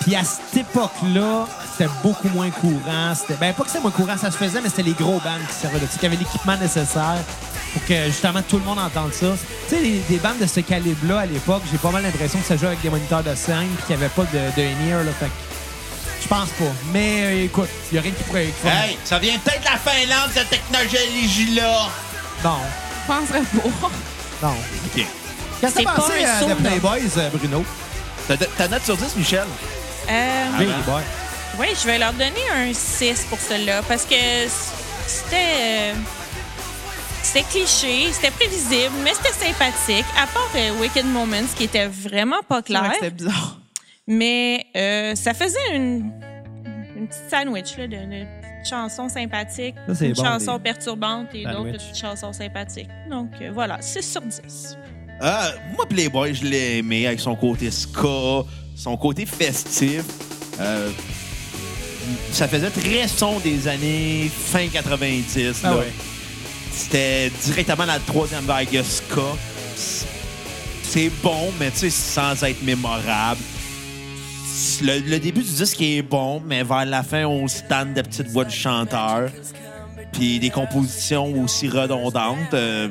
A: Puis à cette époque-là, c'était beaucoup moins courant. C'était ben pas que c'était moins courant, ça se faisait, mais c'était les gros bands qui servaient de ça, qui avaient l'équipement nécessaire pour que justement tout le monde entende ça. Tu sais, les- des bandes de ce calibre-là à l'époque, j'ai pas mal l'impression que ça jouait avec des moniteurs de scène puis qu'il n'y avait pas de, de in-ear. là. Fait que Je pense pas. Mais euh, écoute, il y a rien qui pourrait. qui pourrait-
B: Hey, ça vient peut-être de la Finlande, cette technologie-là.
A: Non,
C: Je penserais pas.
A: non.
B: OK.
A: Qu'est-ce que
D: C'est
A: t'as
D: pas
A: pensé
D: un
A: euh,
D: saut,
A: de
D: non.
A: Playboys, euh, Bruno?
B: Ta, ta note sur 10, Michel?
D: Euh,
B: Ah ben.
A: Playboy.
D: Oui, je vais leur donner un 6 pour cela parce que c'était. euh, C'était cliché, c'était prévisible, mais c'était sympathique. À part euh, Wicked Moments, qui était vraiment pas
C: C'est vrai
D: clair,
C: que C'était bizarre.
D: mais euh, ça faisait une, une petite sandwich là, de, de petites chansons sympathiques,
A: Ça, c'est
D: une
A: bon,
D: chanson
A: des-
D: perturbante et d'autres
A: sandwich.
D: petites chansons sympathiques. Donc euh, voilà, 6 sur 10.
B: Ah, moi, Playboy, je l'ai aimé avec son côté ska, son côté festif. Euh, ça faisait très son des années fin 90.
A: Ah
B: là.
A: ouais.
B: C'était directement la troisième vague de ska. C'est bon, mais tu sais, sans être mémorable. Le, le début du disque est bon, mais vers la fin, on se tanne des petites voix du chanteur. Puis des compositions aussi redondantes. Euh,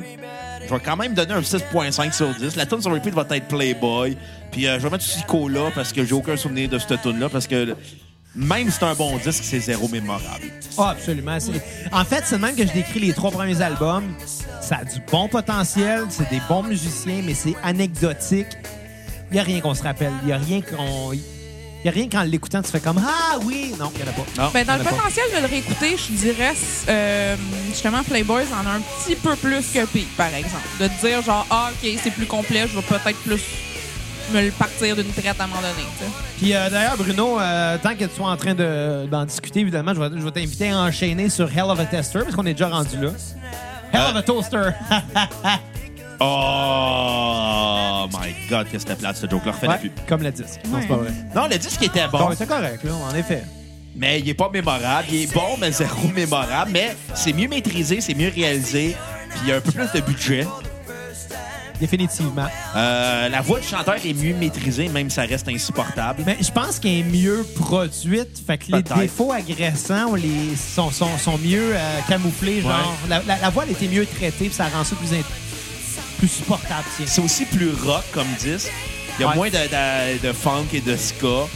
B: je vais quand même donner un 6.5 sur 10. La tune sur repeat va être Playboy. Puis euh, je vais mettre aussi Cola parce que j'ai aucun souvenir de cette tune là parce que Même si c'est un bon disque, c'est zéro mémorable.
A: Ah, absolument. C'est- En fait, c'est le même que je décris les trois premiers albums. Ça a du bon potentiel, c'est des bons musiciens, mais c'est anecdotique. Il n'y a rien qu'on se rappelle. Il n'y a rien qu'on. Il y a rien qu'en l'écoutant, tu fais comme Ah oui! Non, il n'y en a pas.
B: Non.
C: Ben, dans
A: il y en
C: le
A: a pas.
C: potentiel de le réécouter, je dirais, euh, justement, Playboys en a un petit peu plus que P, par exemple. De te dire, genre, ah, OK, c'est plus complet, je vais peut-être plus me le partir d'une traite à un moment donné. tu sais.
A: Puis euh, d'ailleurs, Bruno, euh, tant que tu sois en train de- d'en discuter, évidemment, je vais, je vais t'inviter à enchaîner sur Hell of a Tester, parce qu'on est déjà rendu là. Hell of a Toaster!
B: Oh my god, que c'était plate ce joke-là. Refais-la
A: Ouais,
B: plus.
A: comme le disque. Non, c'est pas vrai.
B: Non, le disque était bon,
A: Bon, c'est correct, là, en effet.
B: mais il est pas mémorable. Il est bon, mais zéro mémorable. Mais c'est mieux maîtrisé, c'est mieux réalisé, puis il y a un peu plus de budget.
A: Définitivement.
B: Euh, la voix du chanteur est mieux maîtrisée, même si ça reste insupportable.
A: Mais je pense qu'elle est mieux produite. Fait que les
B: Peut-être.
A: défauts agressants on les, sont, sont, sont mieux euh, camouflés. Genre,
B: Ouais.
A: la, la, la voix, elle était mieux traitée, puis ça rend ça plus, int- plus supportable. tiens.
B: C'est aussi plus rock comme disque. Il y a
A: Ouais.
B: moins de, de- de funk et de ska.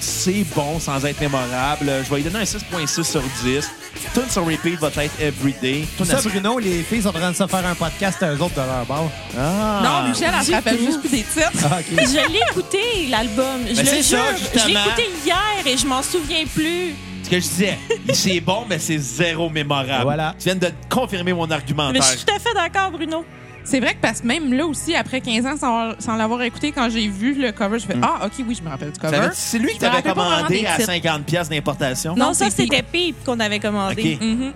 B: C'est bon sans être mémorable. Je vais lui donner un 6.6 sur 10. Tune sur repeat va être Everyday. Tune
A: Ça,
B: à-
A: Bruno, les filles sont en train de se faire un podcast à eux autres de leur bord.
B: Ah.
C: Non, Michel, elle se
D: du
C: rappelle
D: tout.
C: juste plus des titres.
A: Ah, OK.
D: Je l'ai écouté, l'album. Je
B: Ben,
D: le
B: c'est
D: jure.
B: ça,
D: je l'ai
B: justement.
D: écouté hier et je m'en souviens plus.
B: Ce que je disais, c'est bon, mais c'est zéro mémorable.
A: Voilà.
B: Tu viens de confirmer mon
D: Mais
B: argumentaire.
D: je suis tout à fait d'accord, Bruno.
C: C'est vrai que parce que même là aussi, après 15 ans sans, avoir- sans l'avoir écouté, quand j'ai vu le cover, je fais Ah, OK, oui, je me rappelle du
B: Ça
C: cover.
B: veut dire- Mm. C'est lui qui
C: Je me
B: t'avait
C: rappelle pas vraiment
B: commandé
C: des
B: à
C: titres.
B: 50$ piastres d'importation.
D: Non,
C: Non,
D: ça,
C: c'est
D: c'était Pipe qu'on avait commandé.
B: OK.
C: Mhm.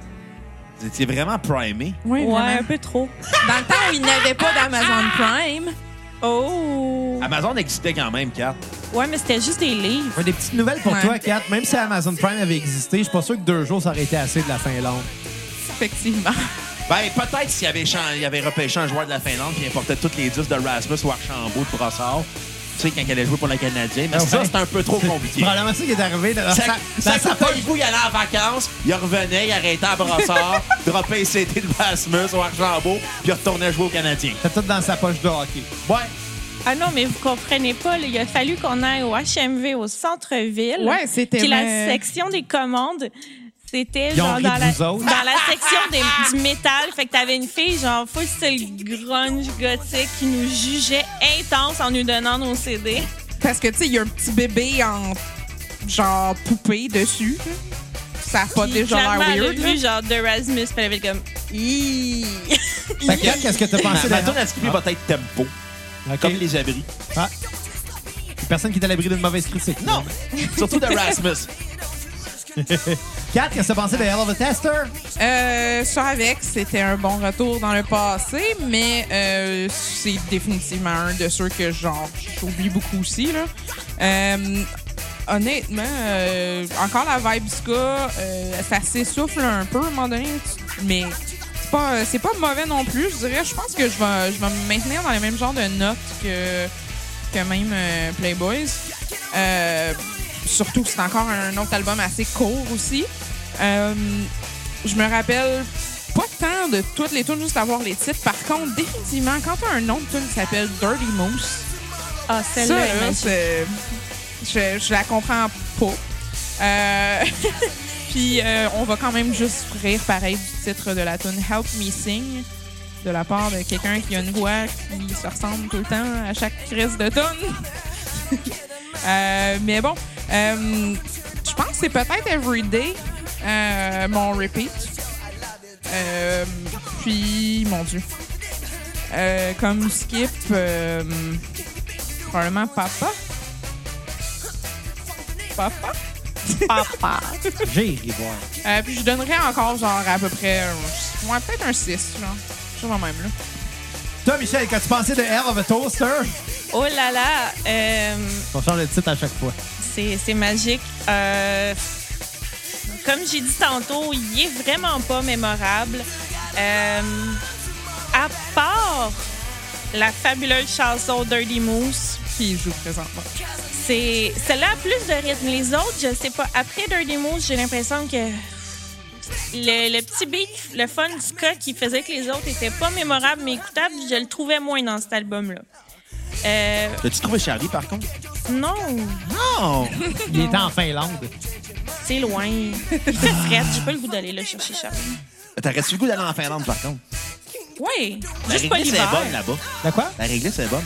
B: Vous étiez vraiment primé.
C: Oui,
D: Ouais,
C: vraiment.
D: un peu trop.
C: Dans le temps où il n'avait pas d'Amazon Prime,
D: Oh!
B: Amazon existait quand même, Kat.
D: Ouais, mais c'était juste des livres.
A: Ouais, Des petites nouvelles pour
C: Ouais.
A: toi, Kat. Même si Amazon Prime avait existé, je suis pas sûr que deux jours, ça aurait été assez de la Finlande.
C: effectivement.
B: Ben, peut-être s'il avait, chan- il avait repêché un joueur de la Finlande qui importait toutes les 10 de Rasmus ou Archambault de Brossard. Tu sais, quand il allait jouer pour le Canadien. Mais
A: Ah ouais.
B: ça, c'est un peu trop
A: C'est
B: compliqué.
A: probablement ça qui est arrivé. dans-
B: Ça,
A: dans-
B: ça,
A: dans sa
B: coûtait
A: poche.
B: le goût, il allait en vacances, il revenait, il arrêtait à Brossard, droppait un CT de Rasmus ou Archambault, puis il retournait jouer au Canadien.
A: C'est tout dans sa poche de hockey.
B: Ouais.
D: Ah non, mais vous comprenez pas, là, il a fallu qu'on aille au HMV, au centre-ville.
C: Ouais, c'était.
D: Puis la
C: mais-
D: section des commandes, c'était
A: Ils ont
D: genre
A: ri
D: dans
A: de
D: la,
A: vous autres.
D: dans la section des- du métal. Fait que t'avais une fille, genre full style grunge gothique, qui nous jugeait intense en nous donnant nos CD.
C: Parce que, tu sais, il y a un petit bébé en genre poupée dessus. là. Ça a pas
D: Puis
C: déjà
D: clairement,
C: l'air
D: elle a
C: weird. là.
D: vu, genre de Rasmus, puis elle avait comme. Hi.
A: Fait que, Kat, qu'est-ce que t'as pensé
B: Ma
A: de-
B: tourne à skipper va être tempo,
A: OK.
B: comme les abris.
A: Ah. Personne qui est à l'abri d'une mauvaise critique.
B: Non! Surtout de Rasmus.
A: Kat, qu'est-ce que t'as pensé de Hell of a Tester?
C: Euh, ça avec, c'était un bon retour dans le passé, mais euh, c'est définitivement un de ceux que genre j'oublie beaucoup aussi là. Euh, honnêtement, euh, encore la vibe ska, euh, ça s'essouffle un peu à un moment donné, tu- mais c'est pas euh, c'est pas mauvais non plus. Je dirais, je pense que je vais je vais me maintenir dans le même genre de notes que que même euh, Playboys. Euh, surtout que c'est encore un autre album assez court aussi. Euh, je me rappelle pas tant de toutes les tunes, juste avoir les titres. Par contre, définitivement, quand t'as un nom de tune qui s'appelle Dirty Moose,
D: Ah,
C: ça,
D: celle-là,
C: là,
D: elle m'a-
C: c'est- je, je la comprends pas. Euh, Puis euh, on va quand même juste rire pareil du titre de la tune Help Me Sing de la part de quelqu'un qui a une voix qui se ressemble tout le temps à chaque crise de tune. Euh, mais bon, euh, je pense que c'est peut-être Everyday, euh, mon repeat. Euh, puis, mon Dieu. Euh, comme skip, euh, probablement Papa. Papa. Papa.
A: J'ai ri voir.
C: Euh, puis je donnerais encore, genre, à peu près, un- ouais, peut-être un 6, genre. Je suis même, là.
A: Toi, Michel, qu'as-tu pensé de Hell of a Toaster?
D: Oh là là, euh,
A: On change de titre à chaque fois.
D: c'est c'est magique. Euh, comme j'ai dit tantôt, il est vraiment pas mémorable. Euh, à part la fabuleuse chanson Dirty Moose,
C: Qui joue présentement.
D: c'est celle-là a plus de rythme. Les autres, je sais pas. Après Dirty Moose, j'ai l'impression que le, le petit beat, le fun du cas qui faisait que les autres étaient pas mémorables mais écoutables, je le trouvais moins dans cet album-là. Euh,
B: L'as-tu trouvé Charlie, par contre?
D: non,
B: Non!
A: Il était en Finlande.
D: c'est loin. Il fait fret, j'ai pas le goût d'aller le chercher, Charlie.
B: T'aurais-tu le goût d'aller en Finlande, par contre?
D: Oui,
B: La
D: juste pas
B: réglisse est bonne
D: l'hiver.
B: là-bas.
A: De quoi?
B: La réglisse est bonne.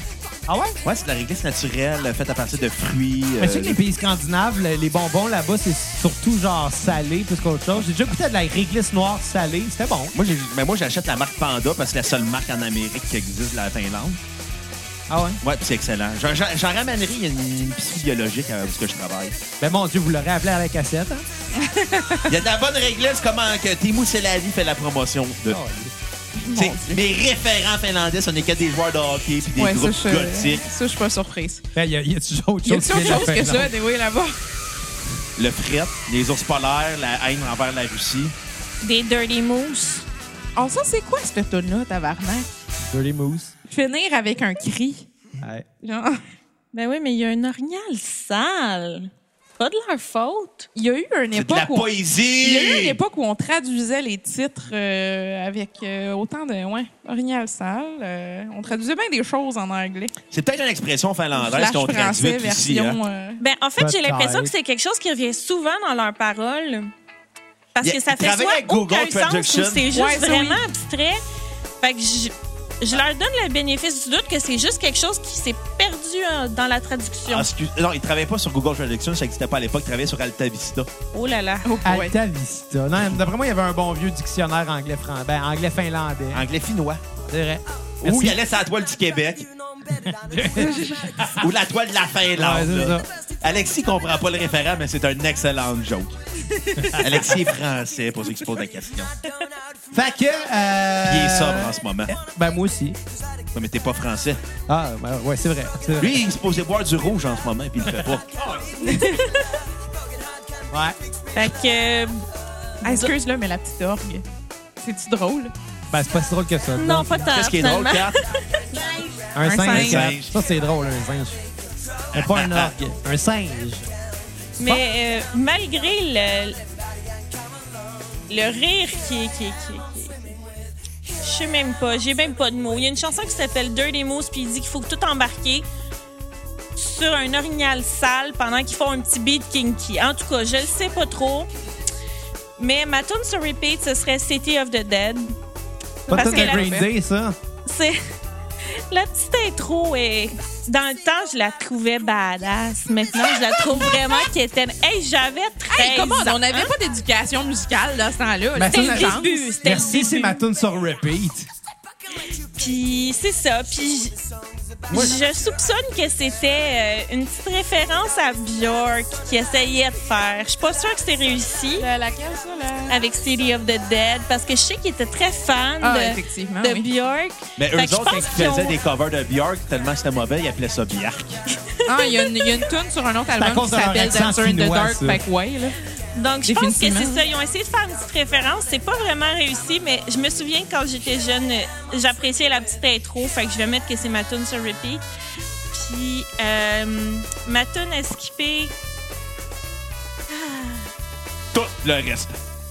A: Ah ouais?
B: Ouais, c'est de la réglisse naturelle euh, faite à partir de fruits. euh,
A: Mais tu sais que les pays scandinaves, le- les bonbons là-bas, c'est surtout genre salé plus qu'autre chose. J'ai déjà goûté à de la réglisse noire salée. C'était bon.
B: Moi, j'ai- mais moi, j'achète la marque Panda parce que c'est la seule marque en Amérique qui existe, la Finlande.
A: Ah ouais?
B: Ouais, puis c'est excellent. J'en- J'en j'en ramènerai il y a une, une piscine biologique euh, où que je travaille.
A: Ben mon Dieu, vous l'aurez appelé à la cassette. Hein?
B: Il y a de la bonne réglisse, comment que Timo Selavi fait la promotion de.
A: Oh,
B: Tu sais, mes référents finlandais, ce n'est que des joueurs de hockey puis des
C: Ouais, ça,
B: groupes
C: je,
B: gothiques.
C: ça, je suis pas surprise.
A: ben, y a, y a toujours autre
C: Y a
A: chose,
C: autre
A: qui vient de
C: chose
A: la
C: que ça,
A: Finlande?
C: anyway, là-bas?
B: Le fret, les ours polaires, la haine envers la Russie.
D: Des Dirty Moose.
C: Oh, ça, c'est quoi, cette tonne-là, tabarnak?
A: Dirty Moose.
C: Finir avec un cri.
A: Ouais.
C: Genre,
D: Ben oui, mais il y a un orignal sale. Pas de leur faute.
C: il y a eu une
B: C'est de
C: époque
B: la
C: où... Il y a eu une
B: poésie!
C: époque où on traduisait les titres euh, avec euh, autant de. Ouais, Orignal Sale. euh, on traduisait bien des choses en anglais.
B: C'est peut-être une expression finlandaise
C: Flash
B: qu'on traduit
C: français,
B: ici. hein.
C: version. euh,
D: Ben en fait, j'ai
A: Peut-être.
D: l'impression que c'est quelque chose qui revient souvent dans leurs paroles. Parce
B: Il-
D: que ça
B: il
D: fait
B: travaille
D: soit
B: avec Google
D: aucun sens
B: Traduction.
D: ou c'est juste
C: Ouais, ça,
D: vraiment
C: oui.
D: abstrait. Fait que je, je leur donne le bénéfice du doute que c'est juste quelque chose qui s'est perdu hein, dans la traduction.
B: Ah, excuse- non, il travaillait pas sur Google Traduction, ça n'existait pas à l'époque. Il travaillait sur Alta Vista.
D: oh là là.
C: oh, ouais.
A: Alta Vista. Non, d'après moi, il y avait un bon vieux dictionnaire anglais-finlandais. Ben, anglais-finlandais.
B: Anglais-finnois.
A: C'est vrai.
B: Ou
A: Merci.
B: il allait sur la toile du Québec. Ou la toile de la Finlande.
A: Ouais, c'est
B: là.
A: ça.
B: Alexis comprend pas le référent, mais c'est un excellent joke. Alexis est français, pour ceux qui se posent la question.
A: Fait que. euh,
B: Il est sobre en ce moment.
A: Ben, moi aussi.
B: Ouais, mais t'es pas français.
A: Ah, ben, ouais, c'est vrai. C'est vrai.
B: Lui, il se posait boire du rouge en ce moment, puis il le fait pas.
A: Ouais.
D: Fait que euh,
C: Ah, Excuse-le, mais la petite orgue. C'est-tu drôle?
A: Ben, c'est pas si drôle que ça.
D: non, pas tant.
B: Qu'est-ce qui est drôle,
D: finalement.
B: Kat?
A: Un, singe.
B: singe.
A: Ça, c'est drôle, un singe. Mais pas un orgue. Un singe.
D: Mais euh, malgré le, le rire qui est. Qui, qui, qui- je sais même pas, j'ai même pas de mots. Il y a une chanson qui s'appelle Dirty Moose, puis il dit qu'il faut tout embarquer sur un orignal sale pendant qu'ils font un petit beat kinky. En tout cas, je le sais pas trop. Mais ma tune sur repeat, ce serait City of the Dead.
A: Pas
D: Parce
A: tout
D: que
A: de
D: la-
A: Green Day, ça.
D: C'est. La petite intro est. Dans le temps, je la trouvais badass. Maintenant, je la trouve vraiment quétaine. Hey, hein? j'avais 13
C: Hey, comment?
D: ans.
C: On n'avait pas d'éducation musicale dans ce temps-là.
A: Ben,
D: C'était
A: ça,
D: le
A: ça-
D: début. C'était le
A: Merci, c'est
D: début.
A: ma tune sur repeat.
D: Puis c'est ça. Puis j- je soupçonne que c'était euh, une petite référence à Bjork qui essayait de faire. Je suis pas sûre que c'est réussi
C: La- Euh, laquelle, ça? La...
D: avec City of the Dead parce que je sais qu'il était très fan
C: Ah,
D: de,
C: effectivement.
D: de
C: oui.
D: Bjork.
B: Mais
D: Fait que
B: eux
D: je
B: autres, quand
D: pense
B: ils faisaient des
D: qu'ils ont-
B: covers de Bjork, tellement c'était mauvais, ils appelaient ça Bjork.
C: Ah, il y a une, il y a une tune sur un autre
A: à
C: album
A: cause de
C: qui
A: leur
C: s'appelle
A: accent
C: Dancer in the
A: finnois,
C: Dark.
A: ça.
C: Fait que ouais, là.
D: Donc je pense que c'est
C: Définitivement.
D: ça. Ils ont essayé de faire une petite référence. C'est pas vraiment réussi, mais je me souviens que quand j'étais jeune, euh, j'appréciais la petite intro. Fait que je vais mettre que c'est ma tune sur repeat. Puis euh, ma tune à skipper.
B: Tout le reste.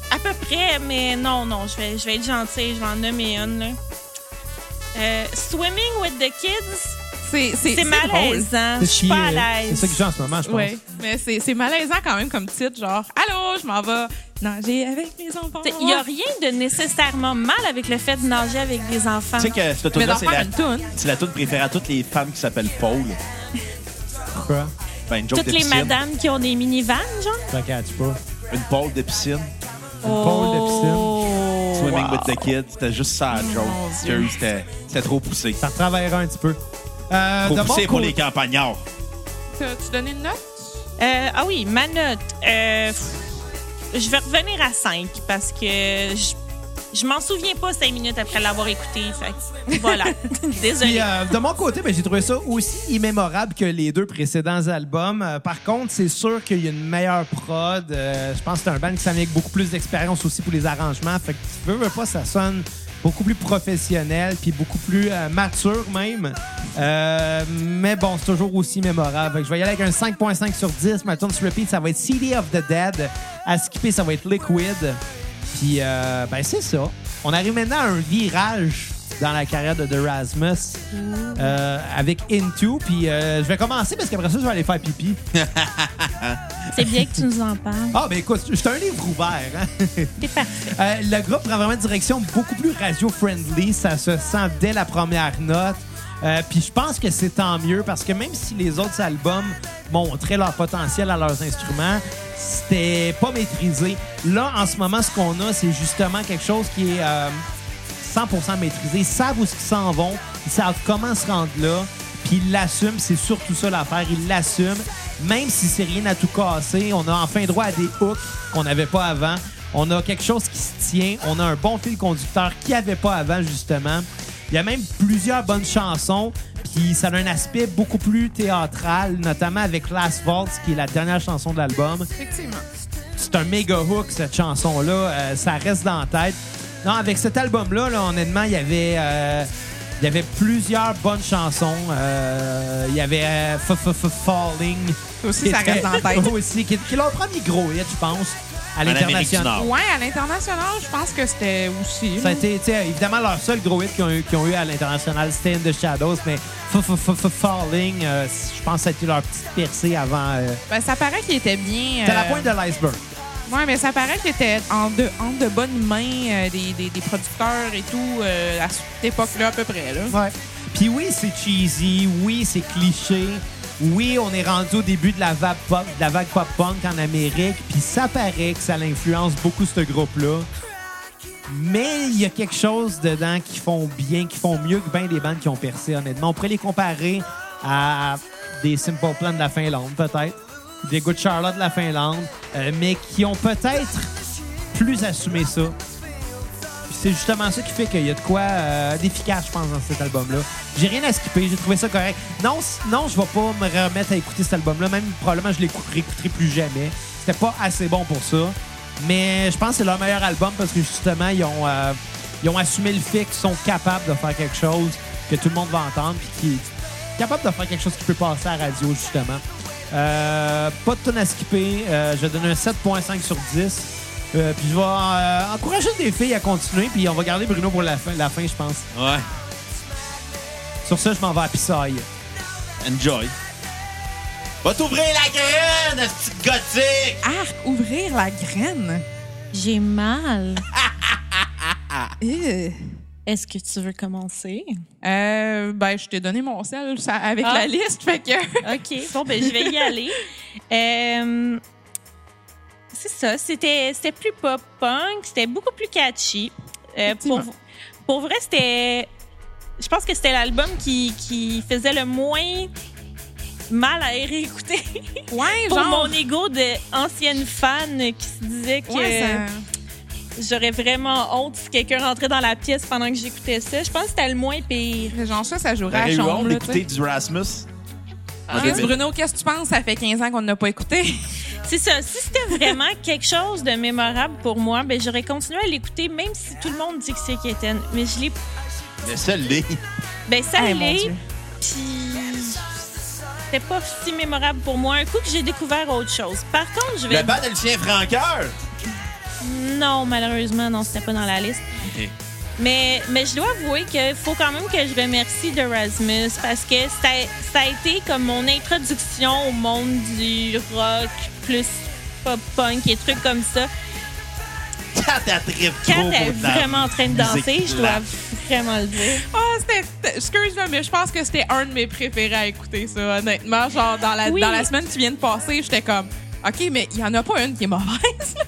D: À peu près, mais non, non, je vais, je vais être gentille, je vais en nommer une. Là. Euh, swimming with the kids,
C: C'est
D: c'est
C: c'est- c'est drôle.
D: malaisant. Je suis
A: qui,
D: pas à
A: euh, C'est
D: l'aise.
A: ça que j'ai en ce moment, je pense.
C: Oui, mais c'est c'est malaisant quand même comme titre, genre « Allô, je m'en vais nager avec mes enfants. »
D: Il n'y a rien de nécessairement mal avec le fait de nager avec des enfants.
B: Tu sais que cette
C: Mais
B: tune-là,
C: d'en
B: c'est
C: faire
B: la,
C: une toune.
B: c'est la tune préférée à toutes les femmes qui s'appellent Paul.
A: Pourquoi?
B: Ben, une joke
D: Toutes
B: de
D: les
B: piscine.
D: madames qui ont des minivans, genre.
A: Ça catch pas.
B: Une pole de piscine.
A: pôle de piscine.
D: Oh.
B: Swimming with the kids. C'était juste ça, la joke.
C: mon Dieu.
B: Sérieux, C'était c'était trop poussé.
A: Ça travaillera un petit peu. Euh,
B: Trop
A: de mon
B: poussé pour
A: côté-
B: les campagnards.
C: T'as- Tu donnes une note?
D: Euh, ah oui, ma note. Euh, pff, je vais revenir à 5 parce que je, je m'en souviens pas 5 minutes après l'avoir écouté. Fait que voilà. Désolée.
A: Puis, euh, de mon côté, ben, j'ai trouvé ça aussi immémorable que les deux précédents albums. Euh, par contre, c'est sûr qu'il y a une meilleure prod. Euh, je pense que c'est un band qui s'en vient avec beaucoup plus d'expérience aussi pour les arrangements. Fait que tu veux, veux pas, ça sonne beaucoup plus professionnel puis beaucoup plus euh, mature même. Euh, mais bon, c'est toujours aussi mémorable. Fait que je vais y aller avec un 5.5 sur 10. Ma tune sur repeat, ça va être City of the Dead. À skipper, ça va être Liquid. Puis, euh, ben, c'est ça. On arrive maintenant à un virage dans la carrière de The Rasmus
D: Mm.
A: euh, avec Into. Puis euh, je vais commencer parce qu'après ça, je vais aller faire pipi.
D: C'est bien que tu nous en parles.
A: Ah, ben écoute, je suis un livre ouvert. hein.
D: C'est parfait.
A: Euh, le groupe prend vraiment une direction beaucoup plus radio-friendly. Ça se sent dès la première note. Euh, Puis je pense que c'est tant mieux parce que même si les autres albums montraient leur potentiel à leurs instruments, c'était pas maîtrisé. Là, en ce moment, ce qu'on a, c'est justement quelque chose qui est euh, 100% maîtrisé. Ils savent où ils s'en vont, ils savent comment se rendre là, puis ils l'assument. C'est surtout ça l'affaire. Ils l'assument. Même si c'est rien à tout casser, on a enfin droit à des hooks qu'on n'avait pas avant. On a quelque chose qui se tient. On a un bon fil conducteur qu'il n'y avait pas avant, justement. Il y a même plusieurs bonnes chansons, puis ça a un aspect beaucoup plus théâtral, notamment avec Last Waltz, qui est la dernière chanson de l'album
C: Effectivement.
A: c'est un méga hook, cette chanson-là. Euh, ça reste dans la tête. Non, avec cet album-là, là, honnêtement, il y avait. euh, il y avait plusieurs bonnes chansons. Euh, Il y avait euh, F- F- F- Falling.
C: Ça aussi,
A: qui
C: ça
A: était-
C: reste dans la tête.
A: aussi, qui, qui est leur premier gros hit, je pense, à
B: Amérique du
A: l'international.
B: Nord. Ah.
C: Ouais, à l'international, je pense que c'était aussi.
A: Ça a été, tu sais, évidemment, leur seul gros hit qu'ils ont, eu- qu'ils ont eu à l'international, c'était In the Shadows, mais F- F- F- F- Falling, euh, je pense que ça a été leur petite percée avant. euh,
C: Ben, ça paraît qu'il était bien.
A: C'était la
C: euh,
A: pointe de l'iceberg.
C: Ouais, mais ça paraît qu'il était en de, en de bonnes mains euh, des, des, des producteurs et tout euh, à cette époque-là, à peu près. Là.
A: Ouais. Puis oui, c'est cheesy. Oui, c'est cliché. Oui, on est rendu au début de la vague pop, de la vague pop punk en Amérique. Puis ça paraît que ça l'influence beaucoup ce groupe-là. Mais il y a quelque chose dedans qui font bien, qui font mieux que bien des bandes qui ont percé, honnêtement. On pourrait les comparer à des Simple Plan de la Finlande, peut-être. Des Good Charlotte de la Finlande. euh, mais qui ont peut-être plus assumé ça. Puis c'est justement ça qui fait qu'il y a de quoi euh, d'efficace, je pense, dans cet album-là. J'ai rien à skipper, j'ai trouvé ça correct. Non, c- non je vais pas me remettre à écouter cet album-là, même probablement je l'écou- réécouterai plus jamais. C'était pas assez bon pour ça. Mais je pense que c'est leur meilleur album parce que justement, ils ont, euh, ils ont assumé le fait qu'ils sont capables de faire quelque chose que tout le monde va entendre, puis qui est capable de faire quelque chose qui peut passer à la radio, justement. Euh, pas de tonne à skipper. Euh, je donne un 7.5 sur 10. Euh, puis je vais euh, encourager les filles à continuer. Puis on va garder Bruno pour la fin, la fin je pense.
B: Ouais.
A: Sur ça, je m'en vais à Pissaille.
B: Enjoy. Va t'ouvrir la graine, ce petit gothique!
C: Arc, ouvrir la graine.
D: J'ai mal.
C: Euh,
D: Est-ce que tu veux commencer?
C: Euh, ben, je t'ai donné mon sel ça- avec
D: Ah.
C: la liste, fait que.
D: OK. Bon, ben, je vais y aller. Euh, c'est ça. C'était, c'était plus pop-punk. C'était beaucoup plus catchy. Euh, pour,
C: Effectivement.
D: pour vrai, c'était. Je pense que c'était l'album qui, qui faisait le moins mal à réécouter
C: Ouais,
D: pour
C: genre.
D: mon ego d'ancienne fan qui se disait que
C: Ouais, ça-
D: j'aurais vraiment honte si quelqu'un rentrait dans la pièce pendant que j'écoutais ça. Je pense que c'était le moins pire.
C: Mais genre ça, ça jouerait à
B: T'aurais
C: la
B: eu
C: chambre.
B: honte
C: là, tu
B: d'écouter
C: sais.
B: du Rasmus? En
D: Ah,
C: Chris,
B: début.
C: Bruno, qu'est-ce que tu penses? Ça fait 15 ans qu'on n'a pas écouté.
D: C'est ça. Si c'était vraiment quelque chose de mémorable pour moi, ben j'aurais continué à l'écouter, même si tout le monde dit que c'est quétaine. Mais je l'ai.
B: Mais ça l'est.
D: Ben ça
C: Hey, Eh, mon
D: l'est.
C: Dieu.
D: Puis c'était pas si mémorable pour moi. Un coup que j'ai découvert autre chose. Par contre, je vais.
B: Le band de Lucien Francoeur!
D: Non, malheureusement, non, c'était pas dans la liste.
B: Ok.
D: Mais, mais je dois avouer qu'il faut quand même que je remercie de Rasmus parce que ça, ça a été comme mon introduction au monde du rock plus pop-punk et trucs comme ça.
B: Quand t'as trip trop
D: Quand
B: pour
D: elle est
B: de la
D: vraiment en train de danser,
B: musique
D: je
B: là.
D: dois vraiment le dire.
C: Oh, c'était. c'était- Excuse-moi, mais je pense que c'était un de mes préférés à écouter, ça, honnêtement. Genre, dans la,
D: Oui.
C: dans la semaine qui vient de passer, j'étais comme. OK, mais il n'y en a pas une qui est mauvaise, là.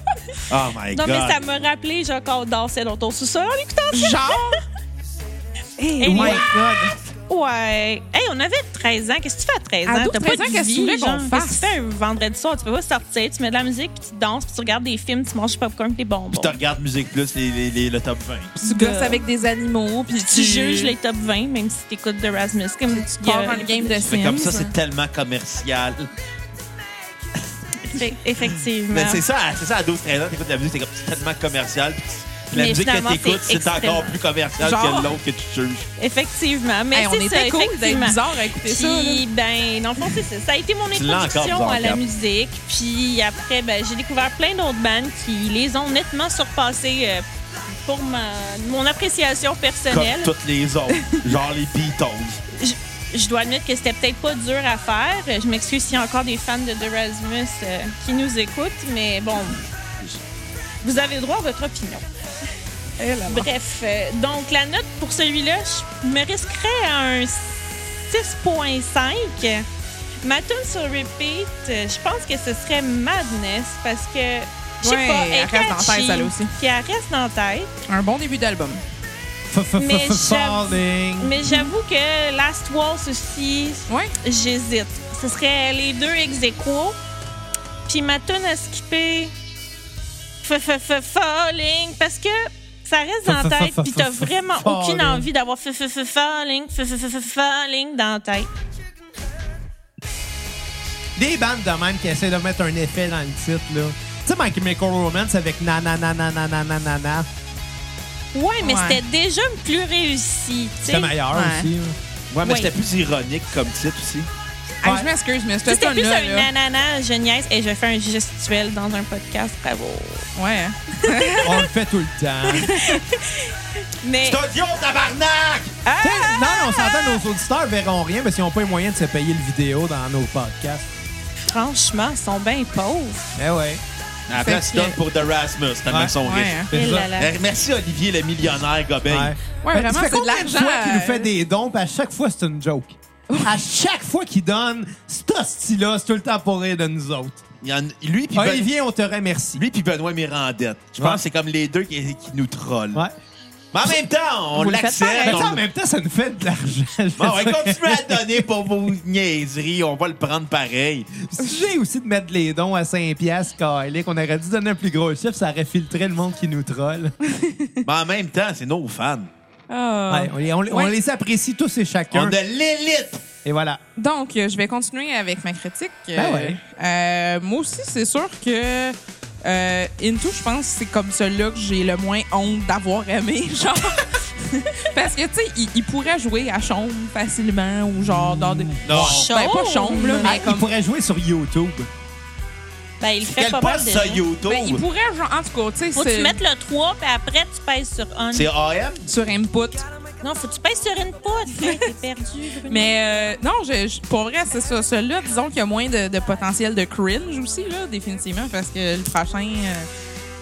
B: Oh my
D: Non,
B: god.
D: mais ça m'a rappelé, genre, quand on dansait dans ton sous-sol en écoutant ça.
C: Genre.
D: Et
A: Oh my
D: ouais.
A: God!
D: ouais. Hey, on avait 13 ans. Qu'est-ce que tu fais à 13
C: À
D: ans?
C: 12,
D: T'as
C: 13
D: pas
C: ans,
D: de
C: qu'est-ce que tu
D: vie,
C: voulais qu'on
D: genre.
C: fasse?
D: Qu'est-ce que tu fais un vendredi soir? Tu peux pas sortir, tu mets de la musique, puis tu danses, puis tu regardes des films, tu manges du popcorn, puis des bonbons.
B: Puis tu regardes Musique Plus, les, les- les- le top 20.
C: Puis tu gosses avec des animaux, puis
D: tu juges les top 20, même si t'écoutes de Rasmus. Comme
C: Tu pars un game de
B: Mais
C: Sims.
B: comme ça, c'est tellement commercial.
D: Effe- Effectivement.
B: Mais c'est ça, à- c'est ça à 12 13 ans, t'écoutes la musique, c'est comme- c'est tellement commercial. puis la
D: Mais
B: musique que
D: finalement,
B: t'écoutes,
D: c'est
B: c'est encore
D: extrêmement-
B: plus commercial
C: Genre.
B: que l'autre que tu juges.
D: Effectivement. Mais
C: Hey, on
D: c'est ça,
C: était cool d'être
D: effectivement.
C: bizarre à écouter ça. là.
D: Puis, ben, dans le fond, c'est ça. Ça a été mon
B: l'as encore,
D: introduction
B: bizarre,
D: à la
B: Cap.
D: musique. Puis après, ben, j'ai découvert plein d'autres bandes qui les ont nettement surpassées euh, pour ma- mon appréciation
B: Comme
D: personnelle.
B: toutes les autres. genre les Beatles.
D: Je, je dois admettre que c'était peut-être pas dur à faire. Je m'excuse s'il y a encore des fans de The Rasmus euh, qui nous écoutent, mais bon, je- vous avez droit à votre opinion.
C: Eh là là.
D: Bref, euh, donc la note pour celui-là, je me risquerais à un 6.5. Ma tune sur repeat, euh, je pense que ce serait Madness parce que je sais
C: Ouais,
D: pas, est
C: elle reste dans la tête,
D: catchy,
C: elle aussi.
D: Puis elle reste dans la tête.
C: Un bon début d'album.
D: Mais j'avoue-
A: Falling.
D: Mais
C: Mhm.
D: j'avoue que Last Waltz aussi,
C: Ouais.
D: j'hésite. Ce serait les deux ex aequo. Puis ma tune à skipper, fa- fa- fa- Falling, parce que ça reste dans la tête. Puis t'as vraiment aucune
A: Falling.
D: envie d'avoir fa- fa- fa- Falling, fa- fa- fa- fa- Falling dans la tête.
A: Des bandes de même qui essaient de mettre un effet dans le titre, là. Tu sais, My Chemical Romance avec na na na na na na na na na.
D: Ouais, mais
C: Ouais.
D: c'était déjà plus réussi. tu sais.
A: C'était meilleur
C: ouais.
A: aussi. là.
B: Ouais, mais
D: Oui.
B: c'était plus ironique comme titre aussi.
C: Hey,
A: Ouais.
C: je m'excuse, mais
D: Tu sais,
C: cette
D: C'était plus
C: tune-là.
D: un
C: là-
D: nanana, je niaise, et je fais un gestuel dans un podcast, bravo.
C: Ouais. hein.
A: On le fait tout le temps.
C: Eh.
D: Mais
B: Studio tabarnak!
A: Tu sais, non, on s'entend, nos auditeurs verront rien parce qu'ils n'ont pas les moyens de se payer le vidéo dans nos podcasts.
D: franchement, ils sont bien pauvres.
A: Eh ouais.
B: À la place,
C: Fait
B: ils donnent
C: que-
B: pour The Rasmus, tellement
A: Ouais.
B: ils sont
C: Ouais,
B: riches.
C: hein.
A: C'est
D: Eh
A: ça.
D: là là.
B: Euh, Merci Olivier le millionnaire Gobin.
A: Ouais,
C: Ouais,
A: Ben,
C: vraiment,
A: ça fait
C: c'est de
A: combien
C: l'argent,
A: fois qu'il nous
C: euh,
A: fait des dons, puis à chaque fois, c'est une joke. à chaque fois qu'il donne, cet hostie-là, c'est tout le temps pour rire de nous autres.
B: Il y en- Lui puis Ben-
A: Olivier, on te remercie.
B: lui puis Benoît Mirandette. Je
A: Ouais.
B: pense que c'est comme les deux qui, qui nous trollent.
A: Ouais.
B: Mais en même temps, on
C: Vous le faites
B: l'accepte.
A: Mais ça,
B: on-
A: en même temps, ça nous fait de l'argent. je
B: Bon, on va
A: sais.
B: continuer à donner pour vos niaiseries. On va le prendre pareil.
A: Si j'ai aussi de mettre les dons à 5 piastres, calique, on aurait dû donner un plus gros chiffre, ça aurait filtré le monde qui nous troll.
B: Mais en même temps, c'est nos fans.
C: Ah.
A: Ouais, on, les- on les- on
C: Ouais.
A: les apprécie tous et chacun.
B: On a l'élite.
A: Et voilà.
C: Donc, euh, je vais continuer avec ma critique.
A: Ben ouais.
C: euh, moi aussi, c'est sûr que euh, Into, je pense que c'est comme celui-là que j'ai le moins honte d'avoir aimé. Genre. Parce que, tu sais, il, il pourrait jouer à Chaume facilement ou genre dans des.
B: Non.
C: Ben, pas Chaume, là,
D: Chaume.
A: Ah,
C: mais comme.
A: Il pourrait jouer sur YouTube.
D: Ben, il le fait
B: Quel
D: pas mal
B: poste ça,
D: déjà.
B: YouTube?
C: ben, il pourrait, genre, en tout cas, tu sais,
D: Faut que
C: c'est-
D: tu mettes le 3, puis après, tu pèses sur on.
B: C'est AM?
C: sur input.
D: Non, faut que tu pèses sur une poudre. Là, T'es perdu, Bruno.
C: Mais euh, non, je, je- pour vrai, c'est ça. Celui-là, disons qu'il y a moins de, de potentiel de cringe aussi, là, définitivement, parce que le prochain, euh,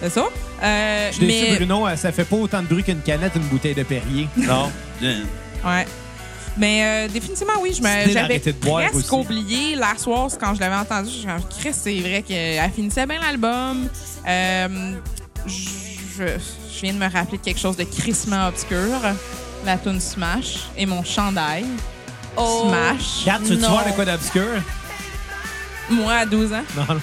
C: c'est ça. Euh,
A: Je suis déçu,
C: mais,
A: Bruno, euh, ça fait pas autant de bruit qu'une canette, une bouteille de Perrier.
B: Non.
C: ouais. mais euh, définitivement, oui, je me-
A: Décidé
C: j'avais
A: d'arrêter de boire
C: presque
A: aussi.
C: oublié la soirée quand je l'avais entendu. Je me suis dit, Chris, c'est vrai qu'elle finissait bien l'album. Euh, je, je viens de me rappeler de quelque chose de crissement obscur. La tune Smash et mon chandail
D: Oh.
C: Smash.
A: Kat, tu veux
D: Non.
A: voir de quoi d'obscur?
C: Moi, à 12 ans.
A: Non.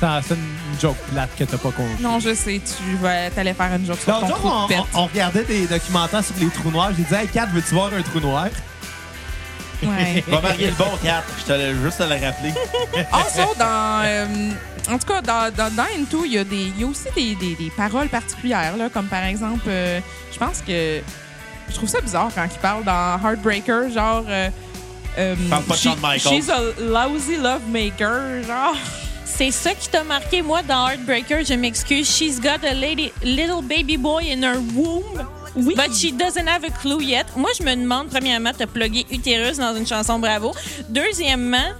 A: Ça, C'est une joke plate que t'as pas compris.
C: Non, je sais, tu vas t'allais faire une joke sur ton
A: L'autre jour,
C: trou de
A: on,
C: pète.
A: on- on regardait des documentaires sur les trous noirs. J'ai dit, hey, Kat, veux-tu voir un trou noir?
C: Ouais.
B: Va marier le bon 4. Je te l'ai juste à le rappeler.
C: Also, Ah, dans, euh, en tout cas, dans, dans, dans Into, il y, a des- il y a aussi des, des- des paroles particulières, là, comme par exemple, euh, je pense que. Je trouve ça bizarre quand il parle dans Heartbreaker, genre. euh, euh,
B: Parle pas de Shawn Michaels.
C: She's a lousy lovemaker, genre.
D: C'est ça qui t'a marqué, moi, dans Heartbreaker. Je m'excuse. She's got a lady, little baby boy in her womb.
C: Oui.
D: But she doesn't have a clue yet. Moi, je me demande, premièrement, t'as plugué utérus dans une chanson Bravo. Deuxièmement,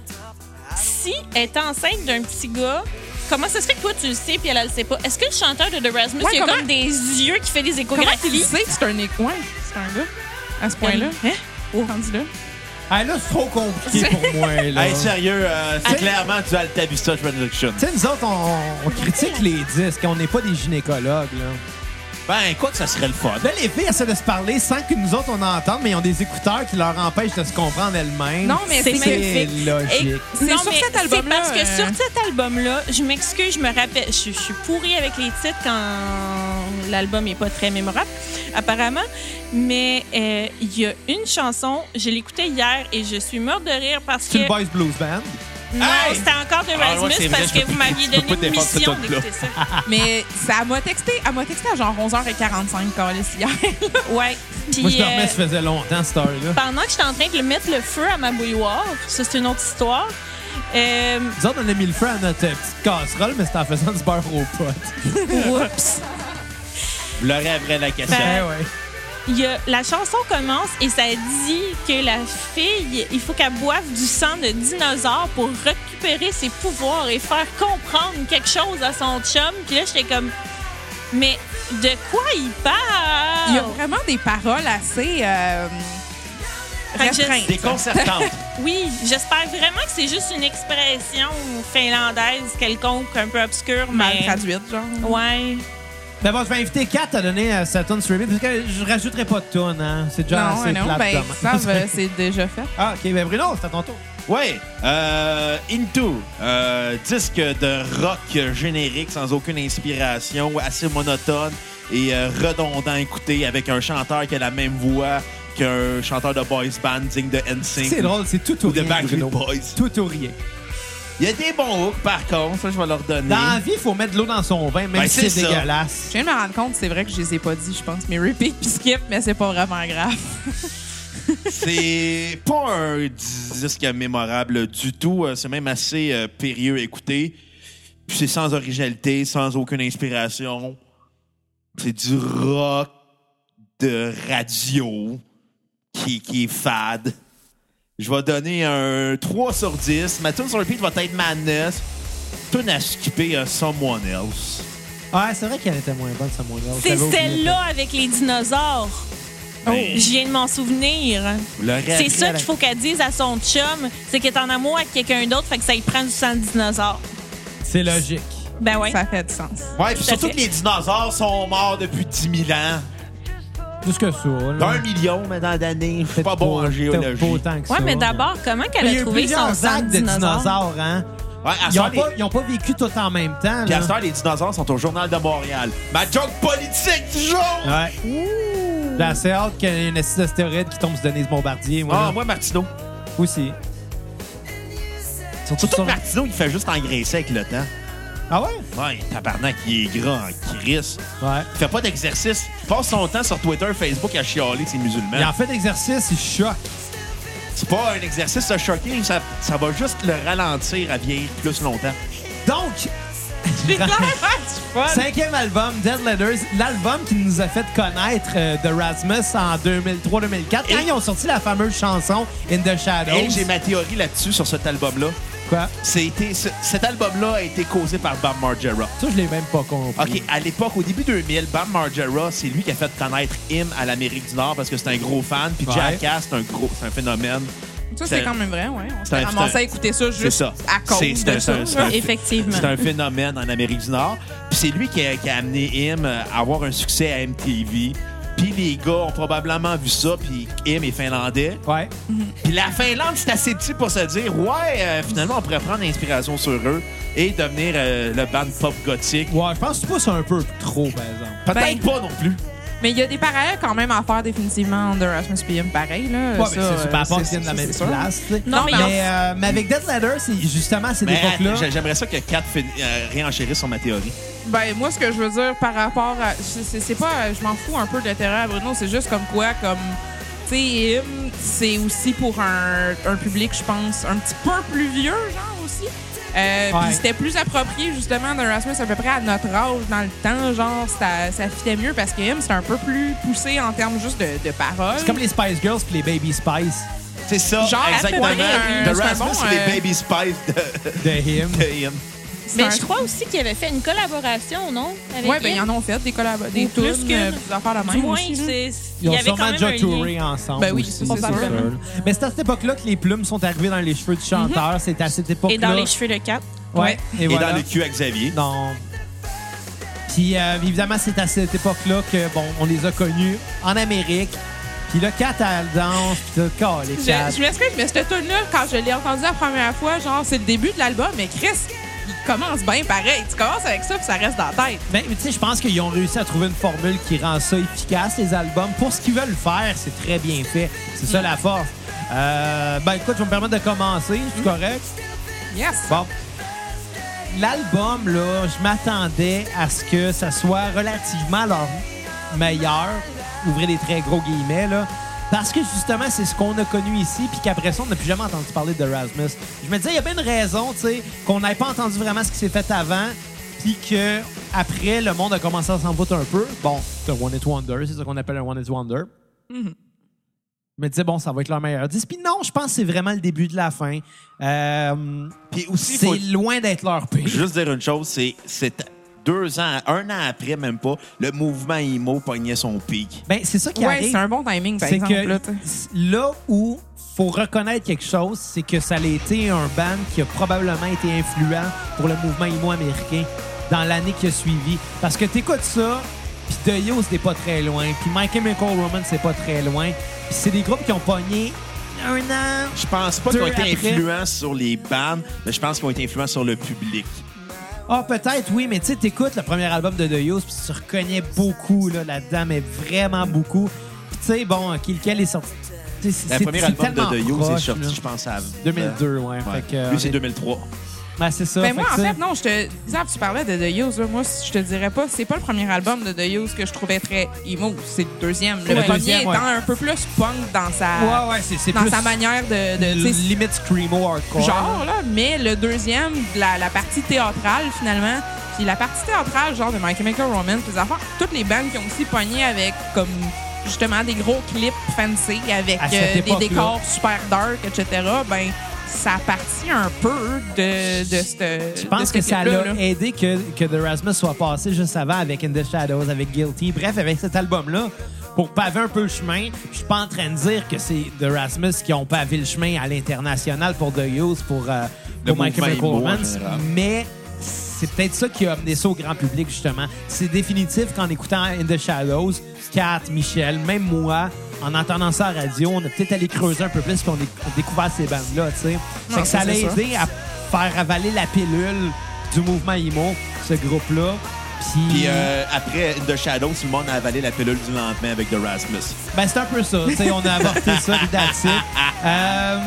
D: si elle est enceinte d'un petit gars, comment ça se fait que toi, tu le sais puis elle, elle le sait pas? Est-ce que le chanteur de The Rasmus,
C: Ouais,
D: il a
C: comment-
D: comme des yeux qui fait des
C: Comment tu le
D: échographies?
C: sais que c'est un é- Ouais, c'est un gars. À ce point-là.
D: Hein?
C: Oh, rendu là.
A: Ah, là, c'est trop compliqué pour moi. Là.
B: Hey, sérieux, euh, c'est
A: Hey.
B: clairement du Altavista Production.
A: Tu sais, nous autres, on, on critique les disques, on n'est pas des gynécologues. Là,
B: Ben, quoi que ça serait le fun.
A: là les filles essaient de se parler sans que nous autres, on entende, mais ils ont des écouteurs qui leur empêchent de se comprendre elles-mêmes.
C: Non, mais c'est
A: c'est
D: magnifique.
A: logique.
D: Et-
C: C'est
D: non,
C: sur
D: mais
C: cet album-là,
D: C'est parce que
C: euh,
D: sur cet album-là, je m'excuse, je me rappelle. Je, je suis pourrie avec les titres quand l'album n'est pas très mémorable, apparemment. Mais euh, il y a une chanson, je l'écoutais hier et je suis morte de rire parce que.
A: C'est le Boys Blues Band.
D: Non,
B: Hey!
D: c'était encore de
B: Ah ouais,
D: Rasmus
B: c'est vrai,
D: parce
B: je peux
D: que vous
B: pas-
D: m'aviez
B: je peux
D: donné
B: pas
D: une
B: défendre ce
D: mission
B: truc-là.
D: d'écouter ça.
C: Mais ça m'a texté, elle m'a texté à genre 11h45 quand elle est hier.
D: Ouais. Puis,
A: Moi, je
D: euh,
A: dormais, ça faisait longtemps, cette heure-là.
D: pendant que j'étais en train de le mettre le feu à ma bouilloire, ça c'est une autre histoire. Euh,
A: Nous autres, on a mis le feu à notre euh, petite casserole, mais c'était en faisant du beurre aux potes.
D: Oups.
B: Vous l'aurez après la question.
D: Ben,
C: Eh
A: Ouais, ouais.
D: Il y a- la chanson commence et ça dit que la fille, il faut qu'elle boive du sang de dinosaure pour récupérer ses pouvoirs et faire comprendre quelque chose à son chum. Puis là, j'étais comme, mais de quoi il
C: Il y a
D: parle?
C: vraiment des paroles assez euh,
D: Fait que je-
C: restreintes.
B: Déconcertante.
D: Oui, j'espère vraiment que c'est juste une expression finlandaise quelconque, un peu obscure,
C: Mal
D: mais.
C: traduites, genre.
D: Ouais.
A: Ben bon, je vais inviter Kat à donner euh, sa tune streaming, parce que je rajouterai pas de tune, hein. C'est déjà
C: non,
A: assez
C: non,
A: plate
C: ben,
A: comme-
C: ça, ben, c'est déjà fait.
A: Ah, OK, ben Bruno, c'est à ton tour.
B: Ouais, euh, Into, euh, disque de rock générique sans aucune inspiration, assez monotone et euh, redondant à écouter avec un chanteur qui a la même voix qu'un chanteur de boys band digne de NSYNC.
A: C'est drôle, c'est tout
B: Ou
A: ou
B: de
A: rien,
B: Backstreet
A: Bruno.
B: Boys.
A: Tout ou rien.
B: Il y a des bons hooks par contre, ça je vais leur donner.
A: Dans la vie, il faut mettre de l'eau dans son vin, même
B: Ben,
A: si
B: c'est
A: c'est
B: ça.
A: dégueulasse.
C: Je viens de me rendre compte, c'est vrai que je les ai pas dit, je pense, mais repeat puis skip, mais c'est pas vraiment grave.
B: C'est pas un disque mémorable du tout. Euh, C'est même assez euh, périlleux à écouter. Puis c'est sans originalité, sans aucune inspiration. C'est du rock de radio qui, qui est fade. Je vais donner un 3 sur 10. Ma tune sur repeat va être Madness. Tune à skipper euh, Someone Else.
A: Ah, c'est vrai qu'elle était moins bonne, ça, mon gars.
D: C'est
A: J'avais oublié.
D: celle-là avec les dinosaures.
B: Ben,
D: Je viens de m'en souvenir.
B: vous l'aurez
D: Oh. C'est
B: appris à
D: ça
B: la-
D: qu'il faut qu'elle dise à son chum, c'est qu'elle est en amour avec quelqu'un d'autre, fait que ça lui prend du sang de dinosaure.
A: C'est logique.
D: Ben ouais.
C: Ça fait du sens.
B: Ouais, puis
D: Tout à
B: surtout
D: fait.
B: que les dinosaures sont morts depuis 10 000 ans.
A: Plus que ça, là.
B: D'un million maintenant d'années. Je suis pas
A: Peut-être
B: bon en
A: peut-être pas
B: géologie.
A: autant que
D: Ouais,
A: ça,
D: mais d'abord, comment
A: Il
D: qu'elle
A: y
D: a
A: eu
D: trouvé son
A: plusieurs
D: sang
A: actes
D: de
A: de
D: dinosaure?
A: dinosaures, hein?
B: Ouais, à
A: Ils ont,
B: soir, les...
A: pas, ils ont pas vécu tout en même temps.
B: Puis à
A: Là.
B: soir, les dinosaures sont au journal de Montréal. Ma joke politique du jour!
A: Ah, Ouais. Là, c'est hâte qu'il y ait une assise d'astéroïde qui tombe sur Denise Bombardier. Moi,
B: Ah,
A: là.
B: moi, Martineau.
A: aussi. Surtout
B: Surtout que
A: sur-
B: Martineau, il fait juste engraisser avec le temps.
A: Ah ouais?
B: Ouais, tabarnak, il est gras en crise.
A: Ouais.
B: Il fait pas d'exercice. Il passe son temps sur Twitter, Facebook à chialer ses
A: Il
B: musulmans.
A: en fait d'exercice, il choque.
B: C'est pas un exercice de shocking. Ça, ça va juste le ralentir à vieillir plus longtemps.
A: Donc,
C: C'est clair, du fun.
A: cinquième album, Dead Letters, l'album qui nous a fait connaître euh, de Rasmus en 2003-2004, quand
B: Et-
A: ils ont sorti la fameuse chanson In the Shadows.
B: Et j'ai ma théorie là-dessus sur cet album-là.
A: Quoi?
B: C'était- ce- Cet album-là a été causé par Bob Margera.
A: Ça, je l'ai même pas compris.
B: OK, à l'époque, au début 2000, Bam Margera, c'est lui qui a fait connaître Him à l'Amérique du Nord parce que c'est un gros fan. Puis
A: Ouais.
B: Jackass, c'est un gros, c'est un phénomène.
C: Ça,
B: c'est-
C: c'est quand même vrai, ouais. On
B: c'est un-
C: s'est ramassé
B: c'est un-
C: à écouter ça
B: C'est
C: juste
B: ça.
C: à cause
B: C'est- c'est un-
C: de ça.
B: c'est un- c'est un-
D: Effectivement.
B: C'est un phénomène en Amérique du Nord. Puis c'est lui qui a, qui a amené Him à avoir un succès à MTV. Puis les gars ont probablement vu ça. Puis Him est finlandais.
A: Ouais.
B: Puis la Finlande, c'est assez petit pour se dire, ouais, euh, finalement, on pourrait prendre l'inspiration sur eux et devenir euh, le band pop gothique.
A: Ouais, je pense que tu pousses un peu trop, par exemple.
B: Peut-être
C: Ben-
B: pas non plus.
C: Mais il y a des parallèles quand même à faire définitivement de Rasmus PM, pareil. Là.
A: Ouais,
C: Ça,
A: mais c'est
C: euh,
A: super fort
C: c'est-
A: qu'ils viennent de la
C: c'est-
A: même
C: c'est sûr.
A: place. tu sais.
D: Non, mais-
A: mais, euh, mais avec Dead Letters, c'est- justement, c'est
B: Mais
A: l'époque-là.
B: j'a- j'aimerais ça que Kat fin- euh, réenchérisse sur ma théorie.
C: Ben, moi, ce que je veux dire par rapport à. c'est- C'est c'est pas. euh, Je m'en fous un peu de l'intérêt à Bruno. C'est juste comme quoi, comme. Tu sais, hymne, c'est aussi pour un, un public, je pense, un petit peu plus vieux, genre aussi. Euh,
A: Ouais.
C: Puis c'était plus approprié, justement, d'un Rasmus à peu près à notre âge dans le temps. Genre, ça, ça fitait mieux parce que hymne, c'est un peu plus poussé en termes juste de, de paroles.
A: C'est comme les Spice Girls puis les Baby Spice
B: C'est ça,
C: Genre,
B: exactement.
C: à peu
A: hein.
C: près, euh,
B: The
C: c'est un
B: Rasmus,
C: bon,
B: c'est les
C: euh,
B: Baby Spice de,
A: de Him.
B: de him.
C: C'est
D: Mais
C: un-
D: Ben, je crois aussi qu'il avait fait une collaboration, non? Avec
C: Ouais, ben,
D: elle?
C: ils en ont fait des collaborations, des
D: Ou plus
C: tunes,
D: qu'une.
C: euh, des affaires de
D: Du
C: même.
D: moins,
C: aussi, là.
D: c'est- il
A: Ils
D: y
A: ont
D: avait quand
A: sûrement
D: même un
A: déjà
D: lien.
A: touré ensemble.
C: Ben oui,
A: aussi,
C: c'est
A: c'est
C: probablement.
A: sûr. Mais c'est à cette époque-là que les plumes sont arrivées dans les cheveux du chanteur. C'est à cette époque-là.
D: Mhm. Et dans les cheveux de cap.
A: Ouais. Et,
B: Et
A: voilà.
B: dans le cul à Xavier.
A: Non. Puis euh, évidemment, c'est à cette époque-là que bon, on les a connus en Amérique. Puis là, Kat, elle danse. Puis t'as oh, les
C: Je,
A: Kat.
C: je m'excuse, mais cette tune-là, quand je l'ai entendue la première fois, genre, c'est le début de l'album, mais Chris, il commence bien pareil. Tu commences avec ça, puis ça reste dans la tête.
A: Ben, tu sais, je pense qu'ils ont réussi à trouver une formule qui rend ça efficace, les albums. Pour ce qu'ils veulent faire, c'est très bien fait. C'est ça la force. Euh, ben, écoute, je vais me permettre de commencer. Je suis correct?
C: Yes!
A: Bon. L'album, là, je m'attendais à ce que ça soit relativement leur meilleur, ouvrez les très gros guillemets, là. Parce que justement, c'est ce qu'on a connu ici, puis qu'après ça, on n'a plus jamais entendu parler de Rasmus. Je me disais, il y a bien une raison, tu sais, qu'on n'ait pas entendu vraiment ce qui s'est fait avant, puis que après, le monde a commencé à s'en foutre un peu. Bon, C'est un One It Wonder, c'est ça qu'on appelle un One It Wonder. Je me disais, bon, ça va être leur meilleur disque. Puis non, je pense que c'est vraiment le début de la fin. Euh,
B: Puis aussi,
A: c'est
B: faut
A: loin d'être leur pire.
B: juste dire une chose, c'est c'est deux ans, un an après, même pas, le mouvement IMO pognait son pic.
A: Ben, c'est ça qui
C: Ouais,
A: arrive.
C: c'est un bon timing, par
A: c'est
C: exemple.
A: que
C: là, tu sais.
A: là où faut reconnaître quelque chose, c'est que ça a été un band qui a probablement été influent pour le mouvement emo américain dans l'année qui a suivi. Parce que t'écoutes ça, puis The Yo, c'était pas très loin, puis My Chemical Romance, c'est pas très loin. Puis c'est des groupes qui ont pogné un an.
B: Je pense pas
A: Deux
B: qu'ils ont été
A: après.
B: influents sur les bandes, mais je pense qu'ils ont été influents sur le public.
A: Ah, peut-être, oui, mais tu sais, t'écoutes le premier album de The Used, puis tu reconnais beaucoup là, là-dedans, mais vraiment beaucoup. Puis tu sais, bon, Kill Kill est sorti. tu sais, c'est-
B: Le
A: c'est-
B: premier
A: c'est
B: album de
A: tellement
B: The Yo, c'est
A: proche,
B: sorti,
A: là.
B: je pense, à
A: 2002, ouais.
B: Ouais.
A: Fait que, euh,
B: Lui, c'est
A: on est-
B: 2003.
A: Ben, c'est ça.
C: Ben moi,
A: que
C: en
A: ça-
C: fait, non, je te. Zab, tu parlais de The Used. là. Moi, je te dirais pas, c'est pas le premier album de The Used que je trouvais très emo. C'est le deuxième. Le
A: Le
C: premier
A: deuxième,
C: étant
A: ouais.
C: un peu plus punk dans sa,
A: Ouais, ouais, c'est, c'est
C: dans
A: plus
C: sa manière de. de tu sais,
A: limite screamo hardcore.
C: genre, là. Mais le deuxième, la, la partie théâtrale, finalement. Puis la partie théâtrale, genre de My Chemical Romance, les affaires, toutes les bandes qui ont aussi pogné avec, comme, justement, des gros clips fancy, avec
A: À cette
C: euh, des
A: époque-là.
C: décors super dark, etc., ben. Ça partit un peu de, de cette.
A: Je pense que ça
C: là
A: l'a aidé que, que The Rasmus soit passé juste avant avec In the Shadows, avec Guilty, bref, avec cet album-là. Pour paver un peu le chemin, je suis pas en train de dire que c'est The Rasmus qui ont pavé le chemin à l'international pour The Use, pour, euh,
B: Le
A: pour My
B: mouvement
A: Chemical
B: emo en
A: Romance,
B: général.
A: mais c'est peut-être ça qui a amené ça au grand public, justement. C'est définitif qu'en écoutant In the Shadows, Kat, Michel, même moi, en entendant ça à la radio, on a peut-être allé creuser un peu plus puis on a découvert ces bandes-là, tu sais.
C: Non,
A: Fait que ça
C: ça,
A: l'a
C: c'est
A: aidé à faire avaler la pilule du mouvement IMO, ce groupe-là. Puis,
B: Puis euh, après The Shadow, tout le monde a avalé la pilule du lendemain avec The Rasmus.
A: ben, c'est un peu ça. tu sais, on a avorté ça, puis that's it. Euh,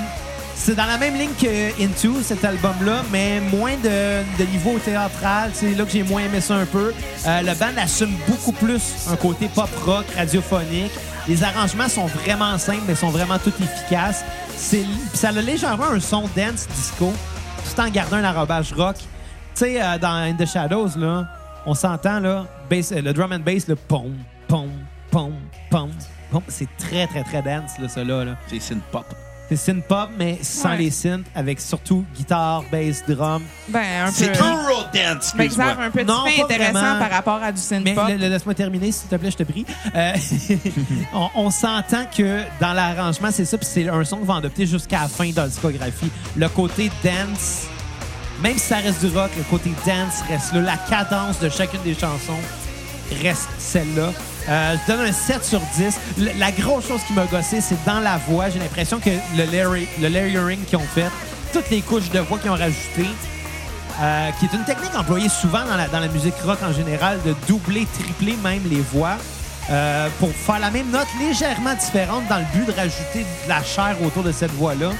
A: c'est dans la même ligne que Into, cet album-là, mais moins de, de niveau théâtral. C'est là que j'ai moins aimé ça un peu. Euh, le band assume beaucoup plus un côté pop-rock, radiophonique. Les arrangements sont vraiment simples, mais sont vraiment tout efficaces. C'est- Ça a légèrement un son dance disco, tout en gardant un arrobage rock. Tu sais, euh, dans In the Shadows, là, on s'entend, là, bass- euh, le drum and bass, le pom, pom, pom, pom, pom. C'est très, très, très dance, là, ça, là. là.
B: C'est c'est une pop.
A: C'est synth pop, mais sans
C: Ouais.
A: les synths, avec surtout guitare, bass, drum.
C: Ben, un
B: C'est
C: peu.
B: Eurodance,
C: Par exemple,
B: excuse-moi.
C: un petit
A: Non,
C: peu
A: pas
C: intéressant
A: vraiment.
C: par rapport à du
A: Mais
C: synth-pop.
A: le- le- laisse-moi terminer, s'il te plaît, je te prie. Euh, on on s'entend que dans l'arrangement, c'est ça, puis c'est un son qu'on va adopter jusqu'à la fin de la discographie. Le côté dance, même si ça reste du rock, le côté dance reste là. La cadence de chacune des chansons reste celle-là. Euh, je donne un 7 sur 10. Le- la grosse chose qui m'a gossé, c'est dans la voix. J'ai l'impression que le, layering- le layering qu'ils ont fait, toutes les couches de voix qu'ils ont rajoutées, euh, qui est une technique employée souvent dans la, dans la musique rock en général, de doubler, tripler même les voix euh, pour faire la même note légèrement différente dans le but de rajouter de la chair autour de cette voix-là.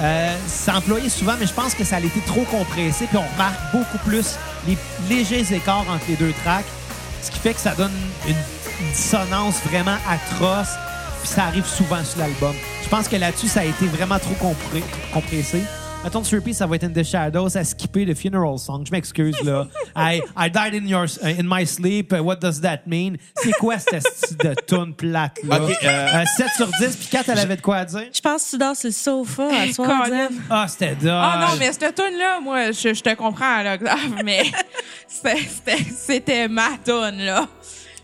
A: Euh, c'est employé souvent, mais je pense que ça a été trop compressé, puis on remarque beaucoup plus les légers écarts entre les deux tracks, ce qui fait que ça donne une, une dissonance vraiment atroce, puis ça arrive souvent sur l'album. Je pense que là-dessus, ça a été vraiment trop compré- compressé. Mettons, Trippy, ça va être In the Shadows, à skipper le funeral song. Je m'excuse, là. I, I died in, your, uh, in my sleep. What does that mean? C'est quoi cette esti de tune plate, là?
B: Ok, euh,
A: Euh, 7 sur 10, puis 4, elle avait de quoi à dire?
D: Je pense que tu dors sur le sofa à soir,
C: Colin.
D: Zeb.
A: Ah, c'était dingue.
C: Ah non, mais cette tune là moi, je, je te comprends, là, Xav, mais c'était- c'était c'était ma tune là.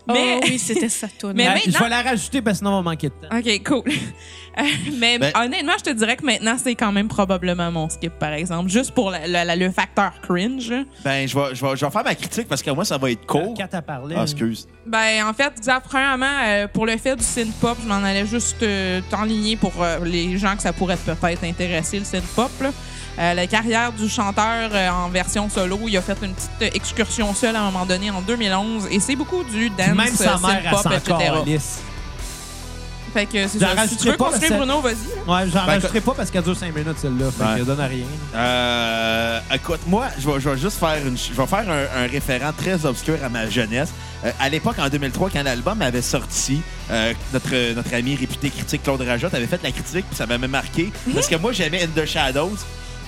C: Mais,
D: Mais oui, c'était ça, toi.
C: Mais
A: Ah, Je
C: maintenant- Hein?
A: vais la rajouter parce que sinon, on va manquer de temps.
C: OK, cool. Euh, mais
B: Ben-
C: honnêtement, je te dirais que maintenant, c'est quand même probablement mon skip, par exemple, juste pour la- la- la- le facteur cringe. là.
B: Ben, je vais, je, vais, je vais faire ma critique parce que moi, ça va être court.
A: 4 à parler.
B: Ah, excuse.
C: Ben, en fait, Xav, premièrement, euh, pour le fait du synth-pop, je m'en allais juste euh, t'enligner pour euh, les gens que ça pourrait peut-être intéresser, le synth-pop. là. Euh, la carrière du chanteur euh, en version solo, il a fait une petite euh, excursion seule à un moment donné en 2011, et c'est beaucoup du dance,
A: Même sa
C: euh,
A: mère, elle
C: synth-pop,
A: s'en
C: etc.
A: calisse.
C: Fait que c'est
A: J'en
C: ça. Si tu
A: rajouterai
C: veux
A: pas,
C: continuer,
A: parce que-
C: Bruno, vas-y. là.
A: Ouais, j'en
B: Ben,
A: rajouterai pas parce qu'elle dure 5 minutes, celle-là. Fait
B: Ouais.
A: qu'elle donne à rien.
B: Euh, écoute, moi, je vais, je vais juste faire, une, ch- je vais faire un, un référent très obscur à ma jeunesse. Euh, à l'époque, en 2003, quand l'album avait sorti, euh, notre, notre ami réputé critique Claude Rajotte avait fait la critique, puis ça m'avait marqué. Parce que moi, j'aimais In the Shadows.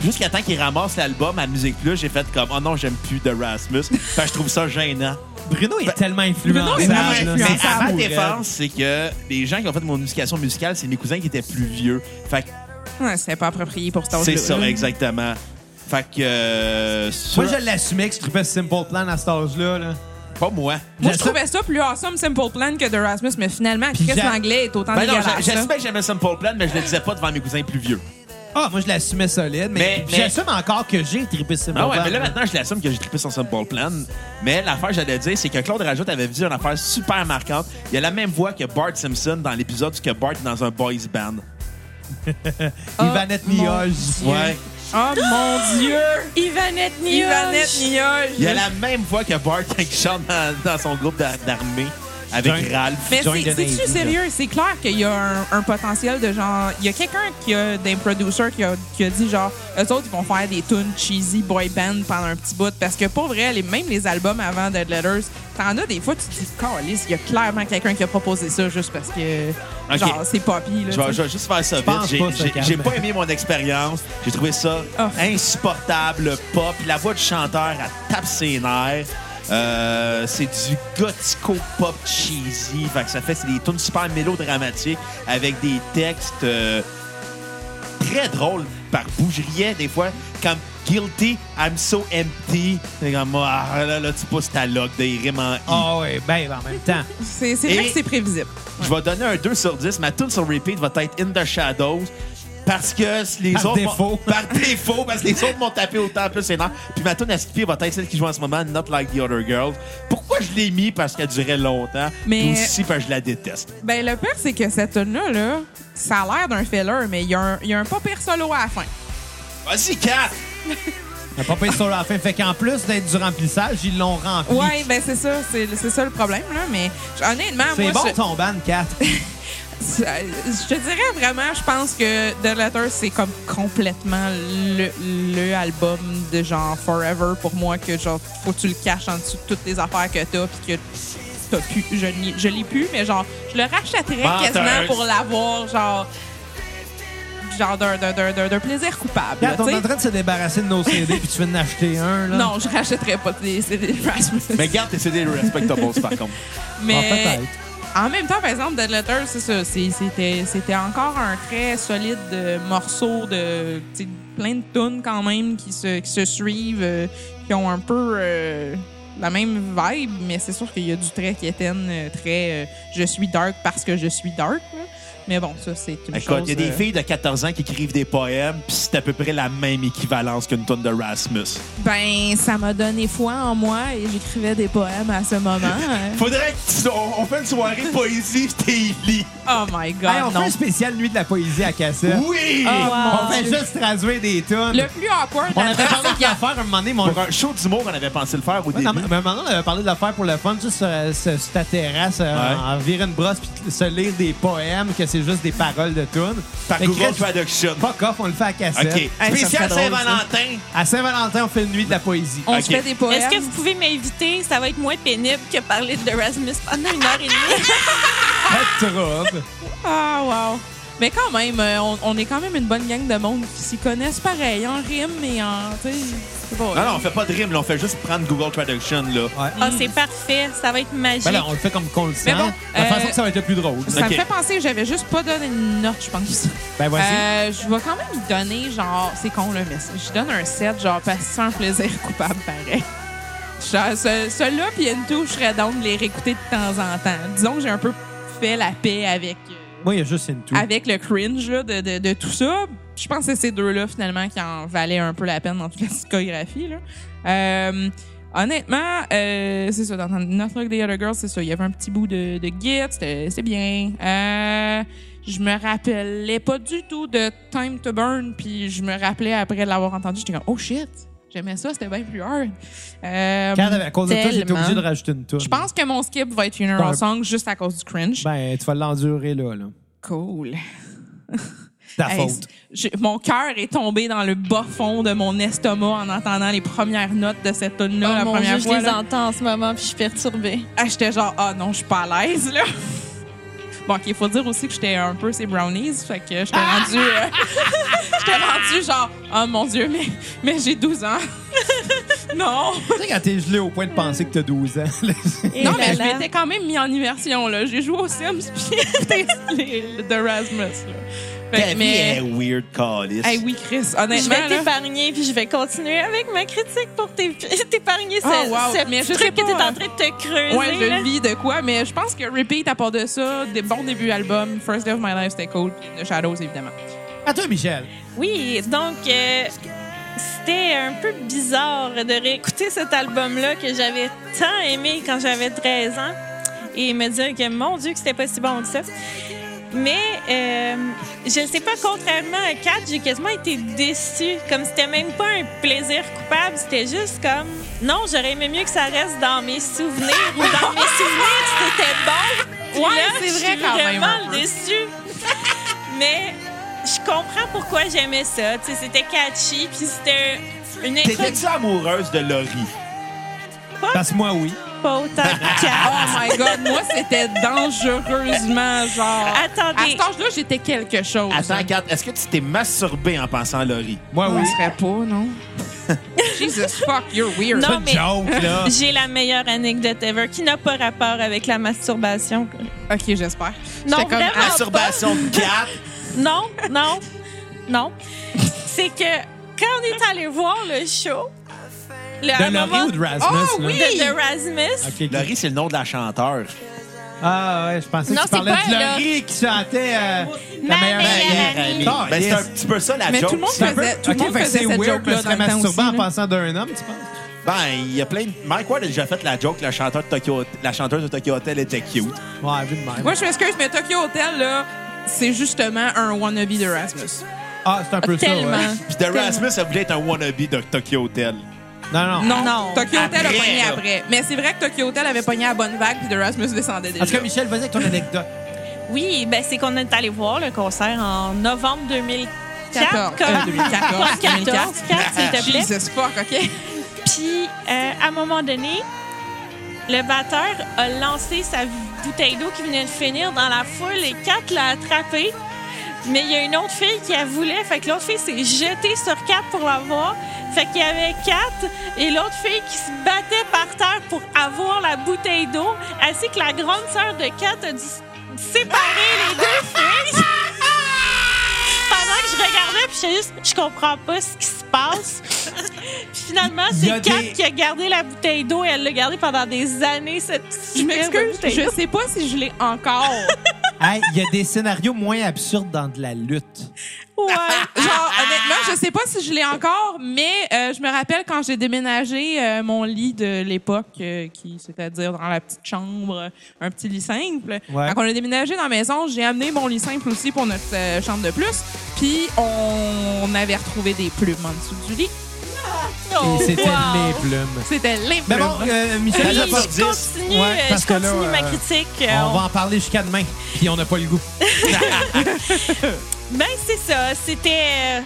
B: Jusqu'à temps qu'il ramasse l'album à Musique Plus, j'ai fait comme « Oh non, j'aime plus The Rasmus. » Fait que je trouve ça gênant.
A: Bruno est
B: Ben,
A: tellement influençable.
C: Bruno est vraiment
A: là.
B: Mais
C: influençable.
A: C'est
B: à
A: pour
B: ma
A: elle.
B: défense, c'est que les gens qui ont fait mon éducation musicale, c'est mes cousins qui étaient plus vieux. Fait que
C: Ouais, c'est pas approprié pour cet âge-là.
B: c'est ça,
C: là.
B: exactement. Fait que. euh, sur-
A: Moi, je l'assumais que je tripais Simple Plan à cet âge-là. là.
B: Pas moi.
C: Moi, je
A: J'assume-
C: trouvais ça plus awesome Simple Plan que de Rasmus, mais finalement, Chris
A: j'a-
C: l'anglais est autant
B: Ben non,
C: dégueulasse. là.
B: j'assumais que j'aimais Simple Plan, mais je le disais pas devant mes cousins plus vieux.
A: Ah, moi, je l'assumais solide. Mais,
B: Mais- mais-
A: j'assume encore que j'ai trippé Simple
B: Ah ouais,
A: Plan.
B: mais
C: ben,
B: là maintenant, je l'assume que j'ai trippé sur Simple Plan. Mais l'affaire, j'allais dire, c'est que Claude Rajoute avait dit une affaire super marquante. Il a la même voix que Bart Simpson dans l'épisode où que Bart est dans un boys band.
A: Yvanette
C: Oh, mon
A: Mioge.
C: Dieu. Oh mon Dieu!
D: Yvanette Nioche.
C: Yvanette Nioche.
B: Il a la même voix que Bart quand il chante dans, dans son groupe d'a- d'armée avec
A: Dingue.
B: Ralph.
C: Mais
A: Join
C: c'est-
A: the Navy, là.
C: c'est-tu sérieux? C'est clair qu'il y a un, un potentiel de genre. Il y a quelqu'un qui a des producers qui a, qui a dit genre, eux autres, ils vont faire des tunes cheesy boy band pendant un petit bout. Parce que pour vrai, les, même les albums avant Dead Letters, t'en as des fois, tu te dis, Calice, il y a clairement quelqu'un qui a proposé ça juste parce que.
B: Ok.
C: Genre, c'est poppy. Là,
B: Je vais,
C: tu sais.
B: je vais juste faire ça vite.
A: pense
B: J'ai-
A: pas, ça,
B: J'ai
A: Cam.
B: j'ai pas aimé mon expérience. J'ai trouvé ça
C: Oh.
B: insupportable, pop. La voix du chanteur, elle tape ses nerfs. Euh, c'est du gothico pop cheesy. Fait que ça fait c'est des tunes super mélodramatiques avec des textes euh, très drôles par bout. Je riais des fois comme Guilty, I'm so empty. C'est comme ah, là, là, tu pousses ta loque, des rimes en I.
A: Ah ouais, ben en même temps.
C: C'est c'est vrai
B: Et-
C: que c'est prévisible.
B: Je vais donner un 2 sur 10. Ma tune sur repeat va être In the Shadows. Parce que si les
A: Par
B: autres.
A: défaut.
B: m'ont- Par défaut, parce que les autres m'ont tapé autant plus c'est énorme. Puis ma tune à skipper va être celle qui joue en ce moment, Not Like the Other Girls. Pourquoi je l'ai mis? Parce qu'elle durait longtemps. Mais.
C: Mais-
B: aussi parce que je la déteste.
C: Ben, le pire, c'est que cette tune-là, là, ça a l'air d'un filler, mais il y, a un- il y a un pas pire solo à la fin.
B: Vas-y, Kat!
A: On pas payé sur la fin. Fait qu'en plus d'être du remplissage, ils l'ont rempli.
C: Ouais, ben c'est ça, c'est c'est ça le problème là. Mais j- honnêtement,
A: C'est
C: moi,
A: bon
C: je,
A: ton ban, 4.
C: je- je te dirais vraiment, je pense que The Letter c'est comme complètement le, le album de genre Forever pour moi que genre faut que tu le caches en dessous de toutes les affaires que t'as puis que t'as plus, je n'y- je l'ai plus, mais genre je le rachèterais
B: Menteuse.
C: quasiment pour l'avoir genre genre d'un d'un- d'un- d'un- d'un plaisir coupable. là,
A: Quand on
C: tu
A: est
C: sais.
A: en train de se débarrasser de nos CD puis tu viens d'en acheter un, là.
C: Non, je rachèterais pas des CD Rasmus.
B: Mais garde tes CD Respectables, par contre.
A: Ah,
C: Mais
A: peut-être.
C: En même temps, par exemple, Dead Letter, c'est ça. c'est- C'était, c'était encore un très solide euh, morceau de tu sais, plein de tunes quand même qui se, qui se suivent, euh, qui ont un peu euh, la même vibe, mais c'est sûr qu'il y a du très quétaine, euh, très euh, je suis dark parce que je suis dark. là. Mais bon, ça, c'est une
B: Écoute,
C: chose...
B: il y a des
C: euh,
B: filles de 14 ans qui écrivent des poèmes, puis c'est à peu près la même équivalence qu'une tonne de Rasmus.
C: Ben, ça m'a donné foi en moi et j'écrivais des poèmes à ce moment. hein.
B: Faudrait que tu- on, on fait une soirée poésie, puis t'es lit.
C: oh my God,
A: Hey, on
C: non.
A: fait une spéciale Nuit de la poésie à cassette.
B: Oui!
A: On fait juste traduire des tonnes.
C: Le plus awkward...
A: On
C: là-
A: avait parlé de l'affaire un moment donné, mon
B: Pour un show d'humour qu'on avait pensé le faire au
A: Ouais, non,
B: début.
A: mais mais maintenant, on avait parlé de l'affaire pour le fun, juste sur, sur- sur ta terrasse, euh,
B: Ouais.
A: en virer une brosse, puis se lire des poèmes, que c'est juste des paroles de tunes.
B: Par
A: Fait que
B: Google
A: reste-
B: Traduction.
A: Fuck off, on le fait à cassette.
B: OK.
A: Hey, ça serait
B: Spécial
A: drôle,
B: Saint-Valentin.
A: ça. À Saint-Valentin, on fait une nuit de la poésie.
C: On
B: Ok.
C: se fait des poèmes.
D: Est-ce que vous pouvez m'inviter? Ça va être moins pénible que parler de Rasmus pendant une heure et demie.
A: Pas de trouble.
C: Ah, wow. Mais quand même, euh, on, on est quand même une bonne gang de monde qui s'y connaissent pareil, en rime et en. Tu sais, c'est
B: Non,
C: pas.
B: non, on fait pas de rime, là, on fait juste prendre Google Traduction, là.
A: Ouais.
D: Ah, c'est parfait. Ça va être magique.
A: Ben là, on le fait comme qu'on le sent.
C: bon,
A: de toute
C: euh,
A: façon que ça va être le plus drôle.
C: Ça
B: Ok. Ah,
C: me fait penser que j'avais juste pas donné une note, je pense.
A: Ben voici.
C: Euh, je vais quand même donner, genre, c'est con le message. Je donne un 7, genre, parce que c'est un plaisir coupable pareil. Genre, ce- Celui-là, puis Into, je serais donc de les réécouter de temps en temps. Disons que j'ai un peu fait la paix avec. euh,
A: Moi, il y a juste une toux.
C: avec le cringe là, de, de- de tout ça. Je pense que c'est ces deux-là, finalement, qui en valaient un peu la peine dans toute la psychographie. Là. Euh, honnêtement, euh, c'est ça. Dans dans Not Like the Other Girls, c'est ça. Il y avait un petit bout de, de git. C'était c'était bien. Euh, je me rappelais pas du tout de Time to Burn. Puis je me rappelais après l'avoir entendu. J'étais comme, oh shit, j'aimais ça. C'était bien plus hard. Euh,
A: Quand, à cause de toi, j'étais
C: tellement.
A: obligé de rajouter une toux.
C: Je pense que mon skip va être Funeral
A: Ouais.
C: Song juste à cause du cringe.
A: Ben, tu vas l'endurer, là. là.
C: Cool.
A: Ta
C: Hey,
A: faute.
C: j'ai- mon cœur est tombé dans le bas fond de mon estomac en entendant les premières notes de cette tune là Oh, la
D: Oh mon
C: première
D: Dieu,
C: fois.
D: je les
C: là.
D: entends en ce moment, puis je suis perturbée.
C: Ah, j'étais genre ah non, je suis pas à l'aise là. Bon, il faut dire aussi que j'étais un peu ces brownies, fait que j'étais rendue euh, j'étais rendue genre oh mon dieu, mais mais j'ai 12 ans. Non!
A: Tu sais, quand t'es gelé au point de penser que t'as 12 ans. là, c'est-
D: Et
C: Non,
D: là
C: mais je
D: là.
C: m'étais quand même mis en immersion, là. J'ai joué aux Sims, puis j'ai écouté les- le- de Rasmus, là.
B: Ta
C: Fait,
B: vie
C: que, mais...
B: est weird, Calis.
C: Hey, oui, Chris,
D: Je
C: honnêtement,
D: vais
C: là...
D: t'épargner, puis je vais continuer avec ma critique pour t'é- t'épargner ce,
C: Oh, wow.
D: ce
C: Mais je sais
D: truc que
C: pas.
D: t'es en train de te creuser.
C: Ouais, je
D: là.
C: le vis de quoi, mais je pense que Repeat, à part de ça, des bons débuts albums. First Day of My Life, c'était cool. puis The Shadows, évidemment.
A: À toi, Michel.
D: Oui, donc euh, c'était un peu bizarre de réécouter cet album-là que j'avais tant aimé quand j'avais 13 ans et me dire que mon Dieu, que c'était pas si bon que ça. Mais euh, je ne sais pas, contrairement à Kat, j'ai quasiment été déçue. Comme c'était même pas un plaisir coupable, c'était juste comme non, j'aurais aimé mieux que ça reste dans mes souvenirs ou dans mes souvenirs, c'était bon. Puis
C: Ouais,
D: là,
C: c'est
D: je suis
C: vrai quand même, un
D: vraiment
C: peu.
D: déçue. Mais je comprends pourquoi j'aimais ça. Tu sais, c'était catchy, puis c'était une intro
B: T'étais-tu amoureuse de Laurie?
A: Parce que Ah, moi, oui.
D: pas autant que Kat.
C: Oh my God, moi, c'était dangereusement, genre...
D: Attendez.
C: À cet âge-là, j'étais quelque chose.
B: Attends,
C: hein.
B: Kat, est-ce que tu t'es masturbé en pensant à Laurie?
A: Moi,
C: On
A: oui.
C: serait pas, non? Jesus fuck, you're weird.
A: C'est
D: Non,
A: une
D: mais-
A: joke, là.
D: J'ai la meilleure anecdote ever qui n'a pas rapport avec la masturbation.
C: OK, j'espère.
D: Non,
C: J'étais comme,
D: vraiment.
C: ah,
B: Masturbation de Kat?
D: Non, non, non. C'est que quand on est allé voir le show, le à un
A: De Laurie
D: moment-
A: ou de Rasmus,
C: Oh,
A: là?
C: oui!
D: de, de Rasmus,
A: Ok, ok.
B: Laurie, c'est le nom de la chanteure.
A: Ah, ouais, je pensais
D: Non,
A: que tu
D: c'est
A: parlais
D: pas
A: de
D: elle,
A: Laurie qui chantait euh,
D: Ma
A: Ta meilleure
D: meilleure
A: amie.
D: amie.
A: Ah,
B: Ben, c'est un
A: yes.
B: petit peu ça, la
C: Mais
B: joke.
C: tout le monde
A: Ça
C: faisait-
A: peut-
C: tout le
A: ok,
C: monde
A: fait que
C: faisait
A: c'est
C: cette
A: weird
C: joke-là
A: parce que
C: dans le temps
A: masturbant
C: aussi,
A: en
C: là.
A: pensant d'un homme, tu penses?
B: Ben, il y a plein de... Mike Ward a déjà fait la joke que la chanteuse de Tokyo, la chanteuse de Tokyo Hotel était cute.
A: Ouais, vu de même.
C: Moi, je m'excuse, mais Tokyo Hotel, là, c'est justement un wannabe de Rasmus.
A: Ah, c'est un peu
D: tellement.
A: ça, ouais.
B: Puis The Rasmus a voulu être un wannabe de Tokyo Hotel.
A: Non, non.
C: Non,
D: Non.
C: Tokyo Hotel
B: Après,
C: a pogné
B: là.
C: après. Mais c'est vrai que Tokyo Hotel avait pogné à la bonne vague, puis de Rasmus descendait déjà.
A: En tout cas, Michel, vas-y avec ton anecdote.
D: Oui, ben c'est qu'on est allé voir le concert en novembre 2004.
C: 14,
D: comme-
C: euh, 2014,
D: 14, 4, s'il te plaît.
C: Jesus fuck, OK?
D: Puis, euh, à un moment donné, le batteur a lancé sa bouteille d'eau qui venait de finir dans la foule et Kat l'a attrapée. Mais il y a une autre fille qui la voulait. Fait que l'autre fille s'est jetée sur Kat pour l'avoir. Fait qu'il y avait Kat et l'autre fille qui se battait par terre pour avoir la bouteille d'eau, ainsi que la grande sœur de Kat a dû s- séparer les deux
A: Ah!
D: filles. Pendant que je regardais, puis j'étais juste, je comprends pas ce qui se passe. Puis finalement,
A: Il y a
D: c'est Kat
A: des-
D: qui a gardé la bouteille d'eau et elle l'a gardée pendant des années, cette petite
C: Je m'excuse,
D: bouteille d'eau.
C: je sais pas si je l'ai encore.
A: Hey, Il y a des scénarios moins absurdes dans de la lutte.
D: Ouais.
C: Genre,
D: ah.
C: honnêtement, je sais pas si je l'ai encore, mais euh, je me rappelle quand j'ai déménagé euh, mon lit de l'époque, euh, qui c'est-à-dire dans la petite chambre, un petit lit simple.
A: Ouais.
C: Quand on a déménagé dans la maison, j'ai amené mon lit simple aussi pour notre euh, chambre de plus. Puis on avait retrouvé des plumes en dessous du lit.
D: Oh,
A: Et c'était
D: wow.
A: les plumes.
C: C'était limp.
A: Mais bon, euh,
D: Puis
A: Michel,
B: Dans
A: ça
B: le top
A: passe-
D: je
B: 10.
D: continue,
A: Ouais,
D: euh,
A: parce
D: je
A: que là,
D: continue ma
A: euh,
D: critique. euh,
A: on va en parler jusqu'à demain. Puis on n'a pas le goût.
D: Ben, c'est ça. C'était. euh,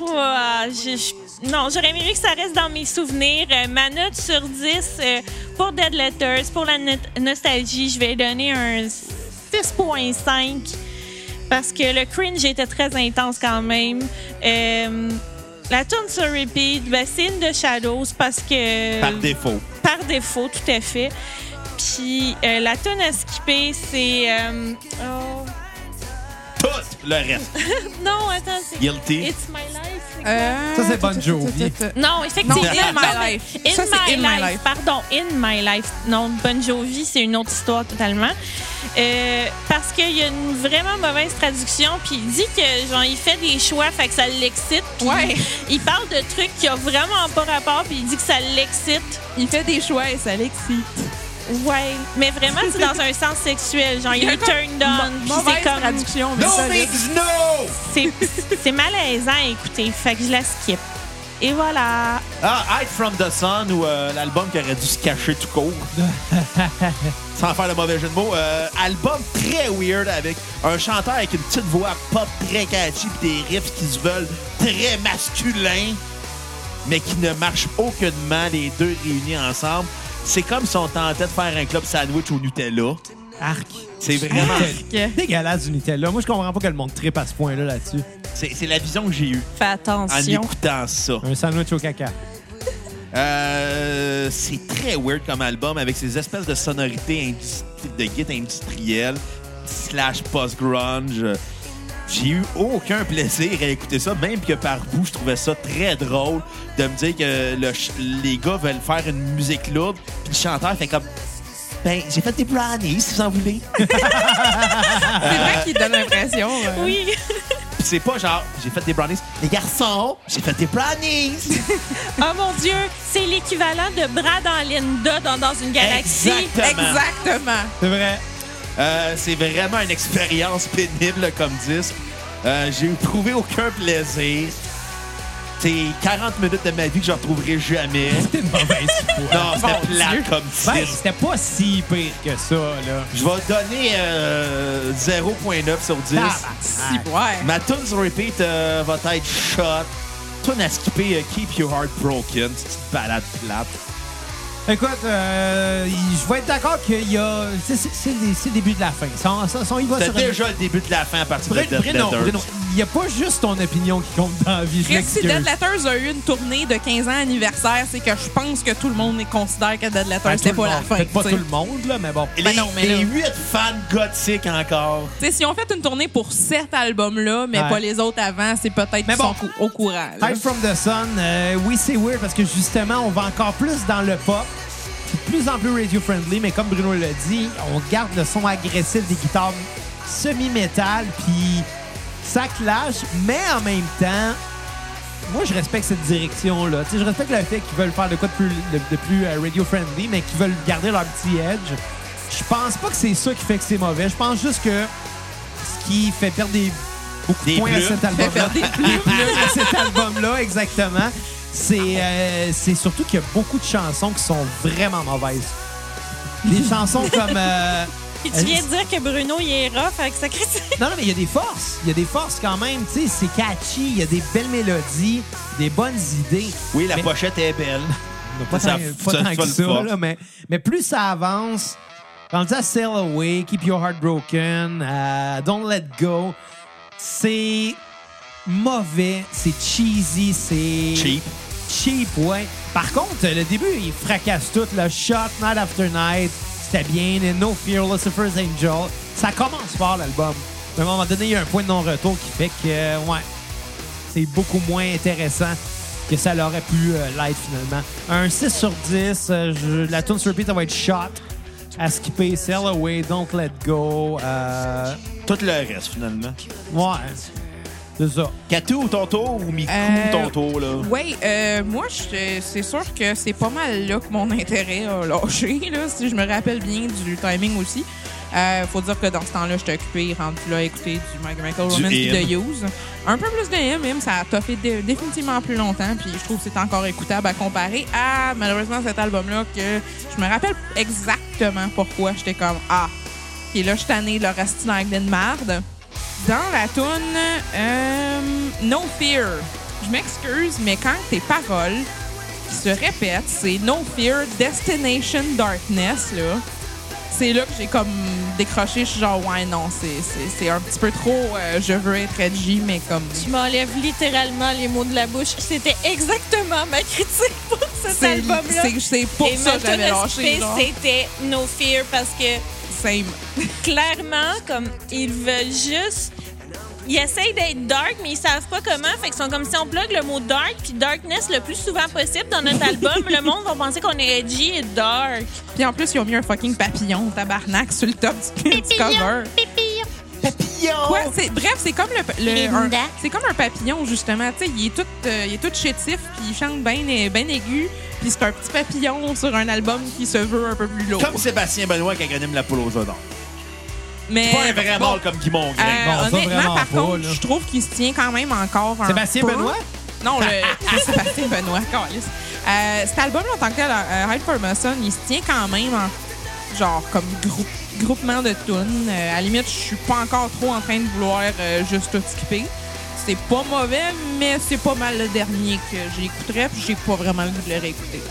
D: ouah, je- je- non, j'aurais aimé mieux que ça reste dans mes souvenirs. Euh, ma note sur 10 euh, pour Dead Letters, pour la no- nostalgie, je vais donner un 6,5 parce que le cringe était très intense quand même. Euh, la tune sur repeat, ben, c'est une de Shadows parce que
B: Par défaut.
D: par défaut, tout à fait. Puis euh, la tune à skipper, c'est euh, oh,
B: Tout le reste.
D: non, attends, c'est
B: Guilty.
D: It's My Life. c'est quoi?
C: Euh,
A: Ça, c'est Bon Jovi.
D: Non, effectivement.
C: Non, In My
D: Pardon.
C: Life.
D: In,
C: Ça,
D: my,
C: c'est In My
D: life.
C: Life.
D: Pardon, In My Life. Non, Bon Jovi, c'est une autre histoire totalement. Euh, parce qu'il y a une vraiment mauvaise traduction, puis il dit que genre il fait des choix, fait que ça l'excite. puis
C: Ouais.
D: Il parle de trucs qui ont vraiment pas rapport, puis il dit que ça l'excite.
C: Il fait des choix et ça l'excite.
D: Ouais. Mais vraiment, c'est dans un sens sexuel. Genre, il est turned on, puis
C: Mauvaise
D: c'est comme.
C: traduction, mais
B: No
C: ça, là,
B: means no!
D: C'est c'est malaisant à écouter, fait que je la skip. Et voilà.
B: Ah, Hide from the Sun ou euh, l'album qui aurait dû se cacher tout court. Sans faire le mauvais jeu de mots. Euh, album très weird avec un chanteur avec une petite voix pop très catchy pis des riffs qui se veulent très masculins, mais qui ne marchent aucunement les deux réunis ensemble. C'est comme si on tentait de faire un club sandwich au Nutella.
A: Arc.
B: C'est vraiment.
A: Dégalasse du Nutella. Moi, je comprends pas que le monde tripe à ce point-là là-dessus.
B: C'est c'est la vision que j'ai eue
D: Fais
B: en
D: attention.
B: écoutant ça.
A: Un sandwich au caca.
B: Euh, c'est très weird comme album avec ces espèces de sonorités industri- de guitare industrielle slash post-grunge. Euh, J'ai eu aucun plaisir à écouter ça, même que par bout, je trouvais ça très drôle de me dire que le ch- les gars veulent faire une musique lourde, puis le chanteur fait comme Ben, j'ai fait des brownies, si vous en voulez.
C: C'est vrai qu'il donne l'impression. euh,
D: Oui.
B: Puis c'est pas genre, j'ai fait des brownies. Les garçons, j'ai fait des brownies.
D: Oh mon Dieu, c'est l'équivalent de Brad en Linda dans, dans une galaxie.
B: Exactement.
C: Exactement.
A: C'est vrai.
B: Euh, c'est vraiment une expérience pénible comme disque. Euh, j'ai trouvé aucun plaisir. C'est 40 minutes de ma vie que je retrouverai jamais.
A: C'était une mauvaise foi.
B: Non, c'était
A: Mon
B: plate
A: Dieu.
B: comme
A: Ben,
B: disque.
A: c'était pas si pire que ça, là.
B: Je vais donner euh, 0.9 sur 10.
A: Ah,
C: Si, ouais.
B: Ma tune sur repeat euh, va être Shot. Tune à skipper euh, Keep Your Heart Broken. C'est une petite balade plate.
A: Écoute, euh, je vais être d'accord qu'il y a. C'est- C'est c'est le c'est le début de la fin. Ça, ça, ça, on y va
B: C'était
A: sur une-
B: déjà le début de la fin à partir de
A: Bré-
B: Death
A: Brénon,
B: Letters.
A: Brénon, Il n'y a pas juste ton opinion qui compte dans la vie. je
C: Christy, Dead
A: m'excuse.
C: Letters a eu une tournée de 15 ans anniversaire. C'est que je pense que tout le monde considère que Dead
A: Ben,
C: Letters,
A: tout
C: c'était
A: le
C: pas la
A: monde.
C: fin.
A: Peut-être pas
C: tu
A: tout
C: sais.
A: le monde, là, mais bon.
B: Les,
C: Ben non, mais là-
B: les 8 fans gothiques encore.
C: Tu sais, si on fait une tournée pour cet album-là, mais
A: Ouais.
C: pas les autres avant, c'est peut-être
A: Mais
C: qu'ils
A: bon.
C: sont cou- au courant. là.
A: Hide from the Sun, euh, oui, c'est weird parce que justement, on va encore plus dans le pop. C'est de plus en plus radio-friendly, mais comme Bruno l'a dit, on garde le son agressif des guitares semi-métal, puis ça clash, mais en même temps, moi, je respecte cette direction-là. Tu sais, je respecte le fait qu'ils veulent faire de quoi de plus, de, de plus euh, radio-friendly, mais qu'ils veulent garder leur petit edge. Je pense pas que c'est ça qui fait que c'est mauvais. Je pense juste que ce qui fait perdre des, beaucoup de
B: Des
A: points à
B: plumes.
A: cet
C: Fait
A: album-là,
C: faire des plumes.
A: à cet album-là, exactement. C'est euh, c'est surtout qu'il y a beaucoup de chansons qui sont vraiment mauvaises. Des chansons comme. euh,
D: Puis tu viens de dire que Bruno, il est rough avec sa critique.
A: non, non, mais il y a des forces. Il y a des forces quand même. Tu sais, c'est catchy. Il y a des belles mélodies, des bonnes idées.
B: Oui, la
A: Mais-
B: pochette est belle.
A: Pas
B: Ça,
A: tant,
B: ça,
A: pas
B: ça,
A: tant
B: ça
A: que
B: le
A: ça,
B: force.
A: là, mais, mais plus ça avance, rendu à Sail Away, Keep Your Heart Broken, à Don't Let Go, c'est mauvais, c'est cheesy, c'est...
B: Cheap.
A: Cheap, ouais. Par contre, le début, il fracasse tout. Le Shot, Night After Night, c'était bien. et No Fear, Lucifer's Angel. Ça commence fort, l'album. Mais à un moment donné, il y a un point de non-retour qui fait que, euh, ouais, c'est beaucoup moins intéressant que ça l'aurait pu euh, l'être, finalement. Un 6 sur 10. euh, je- la tune sur repeat, ça va être Shot. À skipper, Sail Away, Don't Let Go. euh,
B: Tout le reste, finalement.
A: ouais, c'est ça.
B: Catou, ton tour, ou Mikou,
C: Euh,
B: ton tour, là?
C: Oui, euh, moi, je- c'est sûr que c'est pas mal là que mon intérêt a lâché, là, si je me rappelle bien du timing aussi. Euh, faut dire que dans ce temps-là, j'étais occupée, rendu là, à écouter du My Chemical
B: Du
C: Romance et
B: M.
C: de Hughes. Un peu plus de M, M, ça a toffé dé- définitivement plus longtemps, puis je trouve que c'est encore écoutable à comparer à, malheureusement, cet album-là, que je me rappelle exactement pourquoi j'étais comme « Ah! » Et là, je suis tannée de leur rester avec de marde. Dans la toune, euh, No Fear. Je m'excuse, mais quand tes paroles qui se répètent, c'est No Fear, Destination Darkness, là. C'est là que j'ai comme décroché. Je suis genre, ouais, non, c'est- c'est c'est un petit peu trop. euh, je veux être edgy, mais comme.
D: Je m'enlève littéralement les mots de la bouche. C'était exactement ma critique pour cet
C: C'est
D: album-là.
C: c'est- c'est pour
D: Et
C: ça
D: ma
C: que j'avais
D: tune à
C: lâché.
D: skipper,
C: genre.
D: C'était No Fear parce que
C: Same.
D: clairement, comme ils veulent juste. Ils essayent d'être dark, mais ils savent pas comment. Fait qu'ils sont comme si on plug le mot dark puis darkness le plus souvent possible dans notre album. le monde va penser qu'on est edgy et dark.
C: Puis en plus, ils ont mis un fucking papillon, tabarnak, sur le top du, du cover. Ouais, c'est bref, c'est comme le, le-
D: Linda.
C: un- c'est comme un papillon justement, tu sais, il est tout euh, il est tout chétif, puis il chante bien ben aigu, puis c'est un petit papillon sur un album qui se veut un peu plus lourd.
B: Comme Sébastien Benoît qui anime la poule aux odons.
C: mais
B: Pas un vrai
C: bon,
B: mâle comme Guy Mongrain.
C: euh,
A: Bon, ça,
C: honnêtement
A: vraiment
C: par
A: pas,
C: contre,
A: là.
C: je trouve qu'il se tient quand même encore un
A: Sébastien
C: peu.
A: Benoît?
C: Non, le Sébastien Benoît, câlisse. euh, cet album en tant que tel, euh, Hide for Mason, il se tient quand même en genre comme groupe groupement de tunes. Euh, à la limite, je suis pas encore trop en train de vouloir euh, juste tout skipper. C'est pas mauvais, mais c'est pas mal le dernier que j'écouterais, puis j'ai pas vraiment le goût de le réécouter.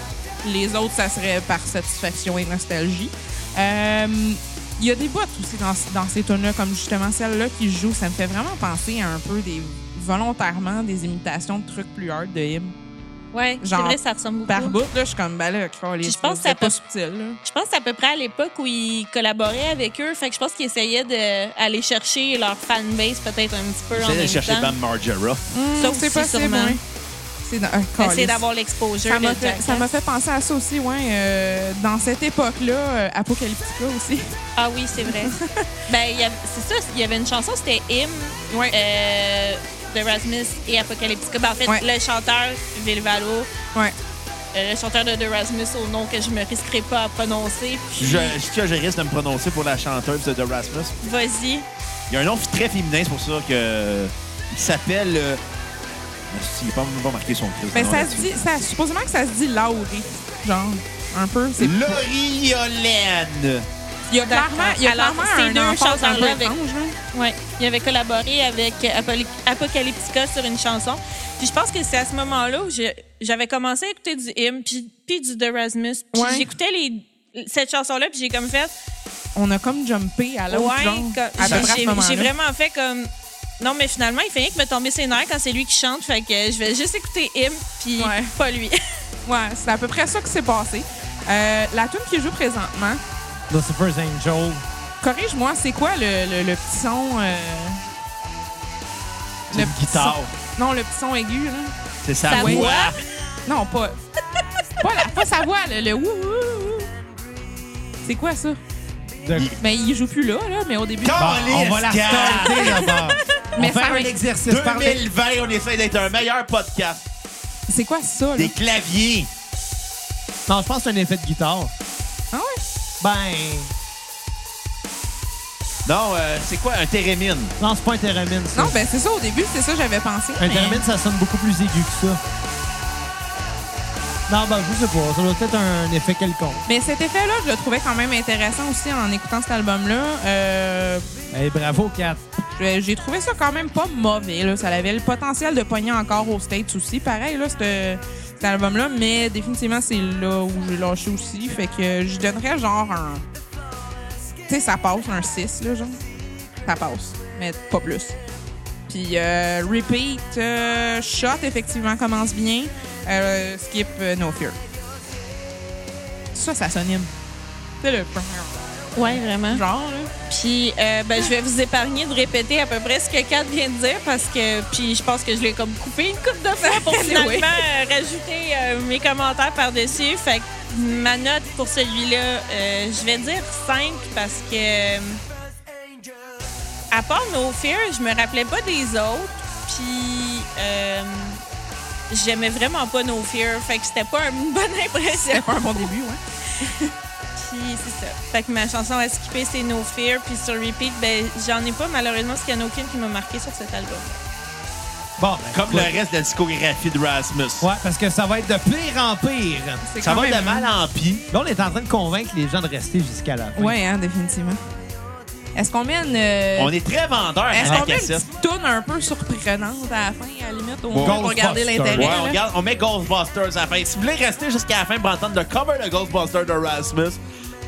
C: Les autres, ça serait par satisfaction et nostalgie. Euh, Il y a des boîtes aussi dans, dans ces tunes-là, comme justement celle-là qui joue. Ça me fait vraiment penser à un peu des volontairement des imitations de trucs plus hard de him.
D: Ouais, c'est
C: Genre,
D: vrai, ça ressemble beaucoup.
C: Par bout, là, je suis comme, ben là, câlisse,
D: Je pense
C: là,
D: que
C: c'est
D: ça
C: pas
D: peut-
C: subtil, là.
D: Je pense que c'est à peu près à l'époque où ils collaboraient avec eux. Fait que je pense qu'ils essayaient d'aller chercher leur fanbase peut-être un petit peu en
B: J'essaie
D: même
B: de chercher
D: temps.
B: Bam Margera.
D: Ça aussi,
C: c'est possible,
D: sûrement.
C: ouais. C'est dans- ah,
D: Essayer
C: câlisse.
D: hein. d'avoir l'exposure.
C: Ça
D: de
C: m'a fait,
D: Jackass.
C: ça m'a fait penser à ça aussi, ouais. euh, dans cette époque-là, euh, Apocalyptica aussi.
D: Ah oui, c'est vrai. ben, il y avait- c'est ça, il y avait une chanson, c'était Hymn
C: Ouais.
D: euh, de Rasmus et Apocalyptica. Ben, en fait,
C: Ouais.
D: le chanteur Villevalo,
C: Ouais.
D: euh, le chanteur de The Rasmus au nom que je me risquerai pas à prononcer.
B: Je-
D: Puis,
B: Est-ce que je risque de me prononcer pour la chanteuse de The Rasmus?
D: vas-y.
B: Il y a un nom très féminin, c'est pour ça que. Il s'appelle. euh, Merci, il n'a pas, même pas marqué son Christ de
D: Ah,
C: Ben,
B: nom
C: ça se
B: là-dessus.
C: dit, ça, supposément que ça se dit Laurie, genre, un peu.
D: Mm.
C: C'est
B: Loriolaine.
C: Il y a clairement, il y a
D: Alors,
C: clairement
D: ces
C: un
D: deux
C: emphase un peu
D: chanteurs-là avec-
C: étrange, hein.
D: Ouais, il avait collaboré avec Apoly- Apocalyptica sur une chanson. Puis je pense que c'est à ce moment-là où j'ai- j'avais commencé à écouter du hymne, puis, puis du The Rasmus. Puis
C: Ouais.
D: j'écoutais les, cette chanson-là, puis j'ai comme fait,
C: On a comme jumpé à l'autre,
D: ouais,
C: genre,
D: comme-
C: à peu près à ce
D: j'ai- j'ai
C: moment-là.
D: vraiment fait comme, non, mais finalement, il fait rien que me tomber ses nerfs quand c'est lui qui chante, fait que je vais juste écouter hymne, puis
C: Ouais.
D: pas lui.
C: Ouais, c'est à peu près ça qui s'est passé. Euh, la tune qui joue présentement,
A: Lucifer's Angel.
C: corrige-moi, c'est quoi le, le- le petit son... euh,
B: C'est une
C: petit
B: guitare.
C: son- Non, le petit son aigu, là.
B: C'est sa,
D: Sa
B: voix.
D: voix.
C: Non, pas... pas, la, pas sa voix, le, le ouh, ouh, ouh. C'est quoi ça?
A: De-
C: Ben, il joue plus là, là, mais au début...
B: Quand-
A: Bon,
B: Caliste,
A: on va la
B: gars.
A: starter d'abord. On
C: Mais
A: va
C: ça
A: faire un
C: m'est-
A: exercice. Parlez-
B: 2020, on essaie d'être un meilleur podcast.
C: C'est quoi ça, là?
B: Des claviers.
A: Non, je pense que c'est un effet de guitare.
C: Ah ouais?
A: Ben,
B: Non, euh, c'est quoi un thérémine?
A: non, c'est pas un theremin, ça.
C: Non, ben c'est ça, au début, c'est ça que j'avais pensé.
A: Un
C: mais-
A: theremin, ça sonne beaucoup plus aigu que ça. Non, ben, je sais pas. Ça doit être un effet quelconque.
C: Mais cet effet-là, je le trouvais quand même intéressant aussi en écoutant cet album-là. Euh,
A: Eh, bravo, Kat.
C: j'ai j'ai trouvé ça quand même pas mauvais. Là. Ça avait le potentiel de pogner encore aux States aussi. Pareil, là, cet, cet album-là. Mais définitivement, c'est là où j'ai lâché aussi. Fait que je donnerais genre un... Tu sais, ça passe, un 6, là, genre. Ça passe, mais pas plus. Puis euh, Repeat, euh, Shot, effectivement, commence bien. Euh, skip, euh, No Fear. Ça, ça s'anime. C'est le
D: Ouais, vraiment.
C: genre, là.
D: Puis euh, ben, je vais vous épargner de répéter à peu près ce que Kat vient de dire parce que puis je pense que je l'ai comme coupé une coupe de fois pour finalement
C: Oui.
D: euh, rajouter euh, mes commentaires par-dessus. Fait que ma note pour celui-là, euh, je vais dire 5 parce que euh, à part No Fear, je me rappelais pas des autres. Puis euh, j'aimais vraiment pas No Fear. Fait que c'était pas une bonne impression.
C: C'était pas un bon début, ouais.
D: Puis c'est ça. Fait que ma chanson à skipper, c'est No Fear. Puis sur Repeat, ben, j'en ai pas malheureusement parce qu'il n'y en a aucune qui m'a marqué sur cet album.
A: Bon, ben,
B: Comme
A: écoute.
B: le reste de la discographie de Rasmus.
A: Ouais, parce que ça va être de pire en pire.
C: C'est
B: Ça
C: quand
B: va de
C: même-
B: mal en pis.
A: Là, on est en train de convaincre les gens de rester jusqu'à la fin.
C: Ouais, hein, définitivement. Est-ce qu'on met une. euh,
B: On est très vendeur à
C: Est-ce
B: la
C: qu'on met une
B: cassette.
C: petite toune un peu surprenante à la fin, à la limite, au moins
A: Bon.
C: pour garder
A: Ghostbusters.
C: l'intérêt?
B: Ouais,
C: là?
B: on, garde- on met Ghostbusters à la fin. Si vous voulez rester jusqu'à la fin pour entendre le cover de Ghostbusters de Rasmus,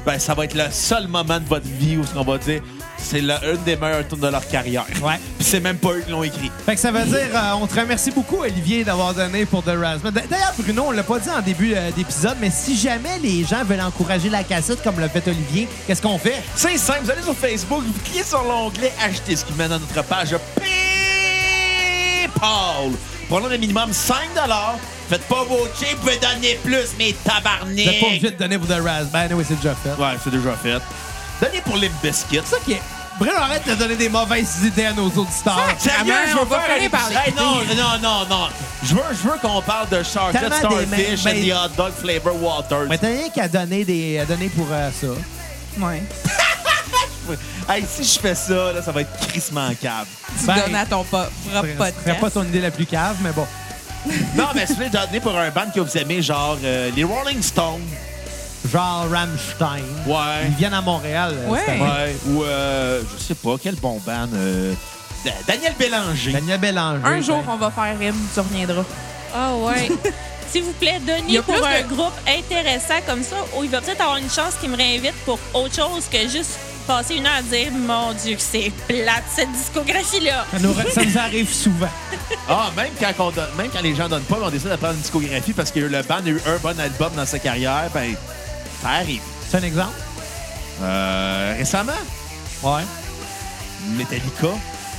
B: ben ça va être le seul moment de votre vie où ce qu'on va dire c'est la- une des meilleures tours de leur carrière.
A: Ouais.
B: Puis c'est même pas eux qui l'ont écrit.
A: Fait que ça veut dire, euh, on te remercie beaucoup, Olivier, d'avoir donné pour The Rasmus. D- D'ailleurs, Bruno, on l'a pas dit en début euh, d'épisode, mais si jamais les gens veulent encourager la cassette comme le fait Olivier, qu'est-ce qu'on fait?
B: C'est simple, vous allez sur Facebook, vous cliquez sur l'onglet Acheter, ce qui mène à notre page PayPal. Prenons le minimum 5 Faites pas vos chips, vous pouvez donner plus, mais tabarnak.
A: Vous êtes pas obligé de donner pour The Rasmus. Ben, oui, c'est déjà fait.
B: Ouais, c'est déjà fait. Donnez pour les biscuits.
A: C'est ça qui est. Bruno, arrête de donner des mauvaises idées à nos auditeurs.
B: Sérieux,
C: Sacrément,
B: Ah, je veux
C: on va
B: faire
C: finir par
B: Hey, non, non, non, non. Je veux, je veux qu'on parle de Charlotte
A: Tellement des
B: Starfish
A: mêmes-
B: and the Hot Dog Flavor Water.
A: Mais t'as rien qu'à donner, des, à donner pour euh, ça.
C: Ouais.
B: Hey, si je fais ça, là, ça va être crissement cave.
C: Tu
A: Ben,
C: donnes à ton po- propre
A: Ce serait
C: podcast.
A: pas ton idée la plus cave, mais bon.
B: non, mais si vous voulez donner pour un band que vous aimez, genre euh, les Rolling Stones.
A: Genre Rammstein.
B: Ouais.
A: Ils viennent à Montréal. euh,
C: Ouais.
A: cette année.
B: Ouais. Ou, euh, je sais pas, quel bon band. euh, Da- Daniel Bélanger.
A: Daniel Bélanger.
C: Un jour,
A: ben.
C: on va faire Rime, tu reviendras.
D: Ah ouais. S'il vous plaît,
C: Il y
D: donnez
C: a
D: pour
C: plus
D: un
C: de-
D: groupe intéressant comme ça, ou il va peut-être avoir une chance qu'il me réinvite pour autre chose que juste passer une heure à dire Mon Dieu, que c'est plate cette discographie-là.
A: Ça nous, ça nous arrive souvent.
B: Ah, même quand, on donne- même quand les gens donnent pas, mais on décide de prendre une discographie parce que le band a eu un bon album dans sa carrière, ben, ça arrive.
A: C'est un exemple?
B: Euh, récemment,
A: Ouais.
B: Metallica.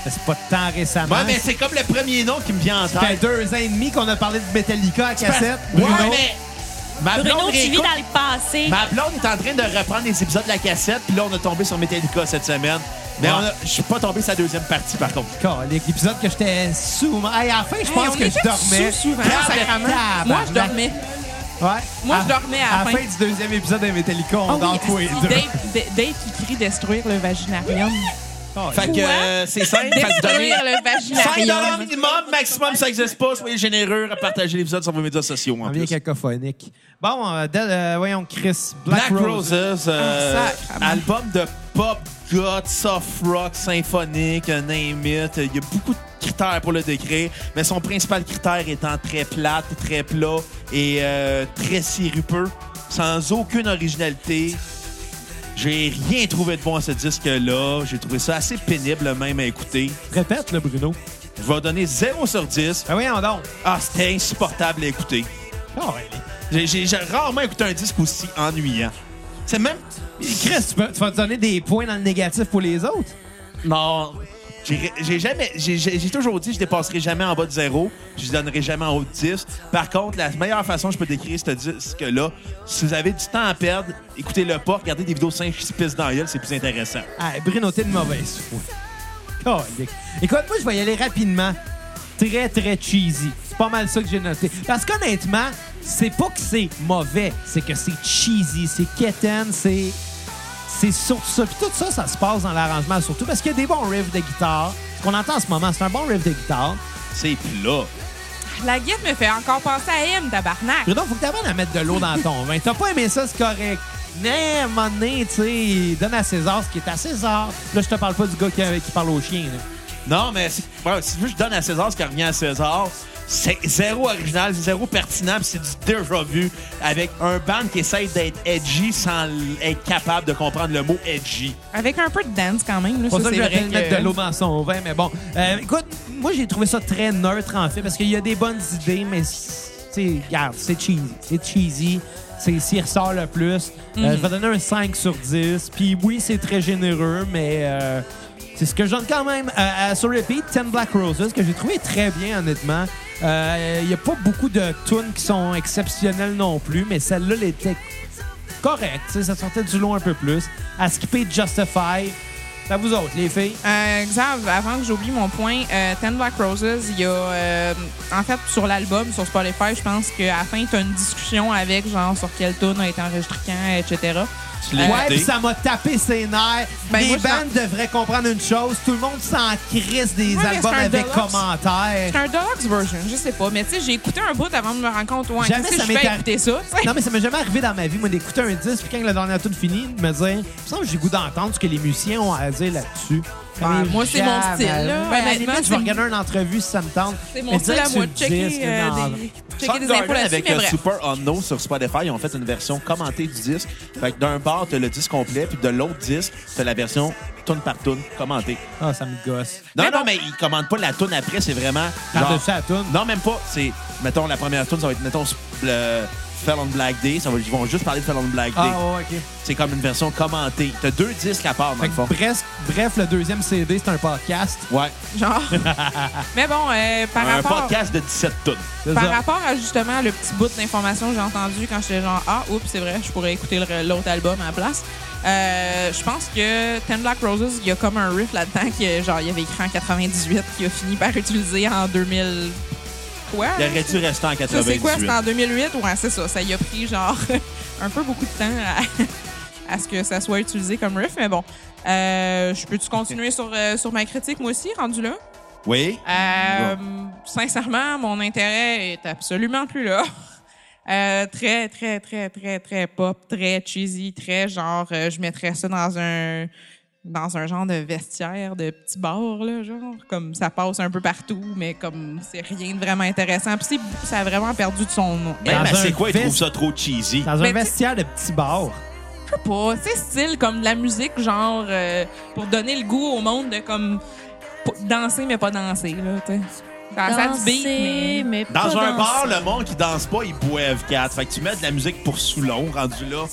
A: Mais C'est pas tant récemment.
B: Ouais, mais c'est comme le premier nom qui me vient en
A: Ça fait
B: tête.
A: deux ans et demi qu'on a parlé de Metallica à cassette.
B: Ouais,
A: Bruno.
B: mais ma blonde,
D: Bruno, tu vis
B: réécoute-
D: dans le passé.
B: ma blonde est en train de reprendre les épisodes de la cassette, puis là, on a tombé sur Metallica cette semaine. Mais
A: Ouais.
B: on a- je suis pas tombé sur la deuxième partie, par contre.
A: Calique, L'épisode que j'étais sous. Hey, à la fin, je
C: Hey,
A: pense
C: on
A: que
C: était
A: je dormais.
C: sous souvent,
A: Ah,
C: sacrément.
A: ben,
C: Moi, je
A: tabarnak.
C: dormais.
A: Ouais.
C: Moi, je dormais à la fin.
A: du deuxième épisode de Metallica, on
C: Ah oui,
A: dort tous les
C: asti,
A: deux.
C: Dave, D- Dave qui crie détruire le vaginarium.
B: Fait que
D: Quoi?
B: euh, c'est simple. Fait que donnez-
C: Détruire le
B: 5 dollars
C: vaginarium.
B: minimum, maximum, ça n'existe pas. Soyez généreux, partagez l'épisode sur vos médias sociaux. En
A: On
B: plus.
A: vient cacophonique. Bon, euh, Del- euh, voyons, Chris. Black,
B: Black
A: Rose.
B: Roses, euh,
C: Ah, sacrément.
B: album de pop, goth, soft rock, symphonique, euh, name it. Il y a beaucoup de critères pour le décrire, mais son principal critère étant très plate, très plat et euh, très sirupeux, sans aucune originalité. J'ai rien trouvé de bon à ce disque-là. J'ai trouvé ça assez pénible même à écouter.
A: Répète, le Bruno.
B: Je vais donner 0 sur 10.
A: Ben voyons donc.
B: Ah, c'était insupportable à écouter. J'ai- J'ai j'ai rarement écouté un disque aussi ennuyant. C'est même.
A: Chris, tu, peux- tu vas te donner des points dans le négatif pour les autres?
B: Non. J'ai j'ai jamais. J'ai j'ai- j'ai toujours dit que je dépasserai jamais en bas de zéro. Je donnerai jamais en haut de 10. Par contre, la meilleure façon que je peux décrire ce disque-là, si vous avez du temps à perdre, écoutez-le pas, regardez des vidéos 5 qui se pissent dans la gueule, c'est plus intéressant.
A: Ah, Bruno, t'es de mauvaise foi. Calique. Écoute, moi, je vais y aller rapidement. Très, très cheesy. C'est pas mal ça que j'ai noté. Parce qu'honnêtement, c'est pas que c'est mauvais, c'est que c'est cheesy, c'est quétaine, c'est. C'est surtout ça. Puis tout ça, ça se passe dans l'arrangement, surtout parce qu'il y a des bons riffs de guitare. Ce qu'on entend en ce moment, c'est un bon riff de guitare.
B: C'est plat.
C: La guide me fait encore penser à M, tabarnak.
A: Bruno, faut que t'apprennes à mettre de l'eau dans ton vin. T'as pas aimé ça, c'est correct. Mais à un moment donné, tu sais, donne à César ce qui est à César. Là, je te parle pas du gars qui, qui parle au chien. là.
B: Non, mais c'est- ouais, si tu veux, je donne à César ce qui revient à César. C'est zéro original, c'est zéro pertinent, puis c'est du déjà vu avec un band qui essaye d'être edgy sans l- être capable de comprendre le mot edgy.
C: Avec un peu de dance quand même. Là,
A: C'est
C: ça,
A: pour ça que
C: c'est
A: j'aurais
C: vrai
A: de mettre de l'eau dans son vin, mais bon. Euh, écoute, moi, j'ai trouvé ça très neutre, en fait, parce qu'il y a des bonnes idées, mais c'est- tu sais, regarde, c'est cheesy. C'est cheesy. C'est s'il ressort le plus. Euh, je vais donner un 5 sur 10. Puis oui, c'est très généreux, mais euh, c'est ce que je donne quand même. Euh, euh, sur Repeat, 10 Black Roses, que j'ai trouvé très bien, honnêtement. Euh, Il n'y a pas beaucoup de tunes qui sont exceptionnelles non plus, mais celle-là, elle était correcte. tu sais, Ça sortait du lot un peu plus. À skipper Justify. C'est à vous autres, les filles.
C: Euh, Xav, avant que j'oublie mon point, euh, Ten Black Roses, il y a, euh, en fait, sur l'album, sur Spotify, je pense qu'à la fin, t'as une discussion avec, genre, sur quelle tune a été enregistrée quand, etc.
B: Tu l'as
A: Ouais,
B: noté.
A: puis ça m'a tapé ses nerfs.
C: Ben,
A: les
C: moi, je
A: bandes devraient comprendre une chose. Tout le monde s'en crisse des
C: Ouais, mais
A: albums
C: c'est un
A: avec
C: deluxe.
A: commentaires.
C: C'est un deluxe version, je sais pas, mais tu sais, j'ai écouté un bout avant de me rendre compte, ouais,
A: Jamais
C: qu'est-ce
A: ça
C: que je
A: m'est
C: fais
A: arri-
C: écouter ça.
A: Non, mais ça m'est jamais arrivé dans ma vie, moi, d'écouter un disque, puis quand la dernière tune finit, de me dire, il me semble que j'ai le goût d'entendre ce que les musiciens ont à dire là-dessus. Mais
C: Ouais, Ben, moi, c'est mon
A: jamais.
C: style, là.
A: Ben, à la
C: Honnêtement,
A: limite, je
C: c'est-
A: vais regarder une entrevue si ça me tente.
C: C'est
A: Mais
C: mon
A: dire
C: style à
A: que
C: moi
A: c'est
C: de
A: le
C: checker,
A: disque,
C: euh,
A: non, non.
C: des,
B: Chuck
C: checker des
B: Darden
C: infos là-dessus,
B: avec
C: mais
B: euh,
C: bref.
B: Super Unknown sur Spotify, ils ont fait une version commentée du disque. Fait que d'un bord, t'as le disque complet, puis de l'autre disque, t'as la version tune par tune commentée.
A: Ah, ça me gosse.
B: Non,
C: Mais
B: non,
C: bon.
B: mais ils commandent pas la tune après, c'est vraiment. genre-
A: Par-dessus la tune.
B: Non, même pas. C'est, mettons, la première tune, ça va être, mettons, le Fell on Black Day. Ça va, ils vont juste parler de Fell on Black Day.
A: Ah, ouais, OK.
B: C'est comme une version commentée. T'as deux disques à part, dans
A: Fait
B: le
A: que
B: fond.
A: bref, bref, le deuxième CD, c'est un podcast.
B: Ouais.
C: Genre. mais bon, euh, par
B: Un
C: rapport.
B: podcast de 17 tunes.
A: C'est
C: Par
A: ça.
C: rapport à justement le petit bout d'information que j'ai entendu quand j'étais genre Ah, oups, c'est vrai, je pourrais écouter le- l'autre album à la place. Euh, je pense que Ten Black Roses, il y a comme un riff là-dedans qui est genre il avait écrit en 98 qui a fini par utiliser en 2000 quoi
B: Il aurait dû rester en 98.
C: Ça c'est quoi C'était en 2008 ouais, c'est ça, ça y a pris genre un peu beaucoup de temps à, à ce que ça soit utilisé comme riff mais bon. Euh, je peux-tu continuer sur, euh, sur ma critique moi aussi rendu là
B: Oui.
C: euh, Sincèrement, mon intérêt est absolument plus là. Euh, très, très, très, très, très pop, très cheesy, très genre, euh, je mettrais ça dans un dans un genre de vestiaire de petit bar, là, genre, comme ça passe un peu partout, mais comme c'est rien de vraiment intéressant. Puis c'est- ça a vraiment perdu de son nom.
B: Ben,
A: Dans
B: ben,
A: un
B: c'est quoi? Ils
A: vest-
B: trouvent ça trop cheesy.
A: Dans un
C: Mais tu-
A: vestiaire de petit bar.
C: je sais pas, tu sais, style comme de la musique, genre, euh, pour donner le goût au monde de comme p- danser, mais pas danser, là, tu sais. Ça ça a du beat, mais.
D: mais
B: Dans
D: pas
B: un bar,
D: danser.
B: le monde qui danse pas, ils boivent 4. Fait que tu mets de la musique pour Soulon, rendu là.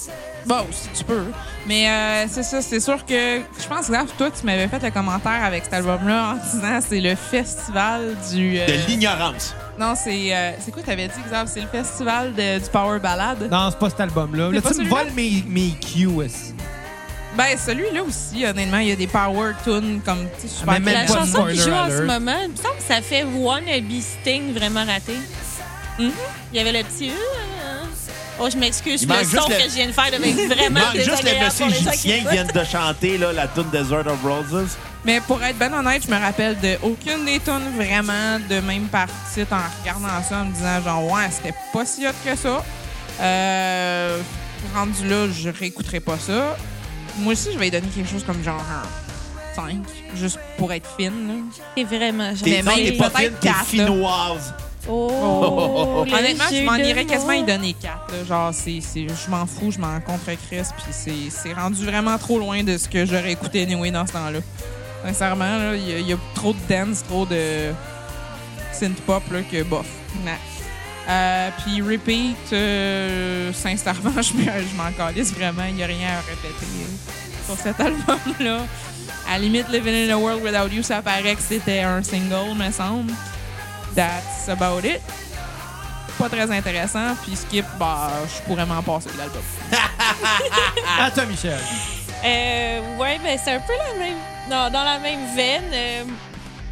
C: Bon, si tu peux. Mais euh, c'est ça, c'est sûr que je pense, Raph, toi, tu m'avais fait un commentaire avec cet album-là en disant c'est le festival du. euh,
B: De l'ignorance.
C: non, c'est. euh, c'est quoi, t'avais dit, Xav? C'est le festival de- du Power Ballad?
A: Non, c'est pas cet album-là. Là,
C: pas
A: tu me
C: celui-là?
A: voles mes, mes cues. aussi.
C: Ben, celui-là aussi, honnêtement, il y a des Power Tunes comme, tu sais, super
A: Ah, Mais même pas
D: La
A: de
D: chanson qui
A: spoiler
D: joue en ce
A: alert.
D: moment, il me semble que ça fait Wannabe Sting vraiment raté.
C: Hmm?
D: Il y avait le petit. euh, Oh, je m'excuse,
B: Il
D: le
B: manque
D: son
B: juste le-
D: que je viens de faire devait être
B: Non,
D: vraiment
B: juste le
D: désagréable
B: monsieur
D: pour les gens qui
B: égyptien qui vient
D: écoutent.
B: de chanter là, la tune Desert of Roses.
C: Mais pour être ben honnête, je me rappelle de aucune des tunes vraiment de même partie en regardant ça, en me disant genre ouais, c'était pas si hot que ça. Euh, rendu là, je réécouterai pas ça. Moi aussi, je vais y donner quelque chose comme genre un 5, juste pour être fine. là.
D: C'est vraiment
B: T'es
D: jamais.
B: non, t'es pas
C: peut-être
B: fine, t'es
C: quatre, là.
B: finoise.
D: Oh, les
C: Honnêtement, je
D: jeux
C: m'en
D: de
C: irais quasiment
D: mots.
C: y donner 4. Genre, c'est, c'est- je m'en fous, je m'en contre Chris, puis c'est, c'est rendu vraiment trop loin de ce que j'aurais écouté anyway dans ce temps-là. Sincèrement, là, il y, a- il y a trop de dance, trop de synth-pop là, que bof. Non. Euh, puis repeat, euh, sincèrement, je, me- je m'en calisse vraiment. Il n'y a rien à répéter euh, sur cet album-là. À la limite, Living in a World Without You, ça paraît que c'était un single, me semble. That's about it. Pas très intéressant. Puis Skip, bah, je pourrais m'en passer de l'album.
A: À toi, Michel.
D: Euh, ouais, ben c'est un peu la même. Non, dans la même veine. euh,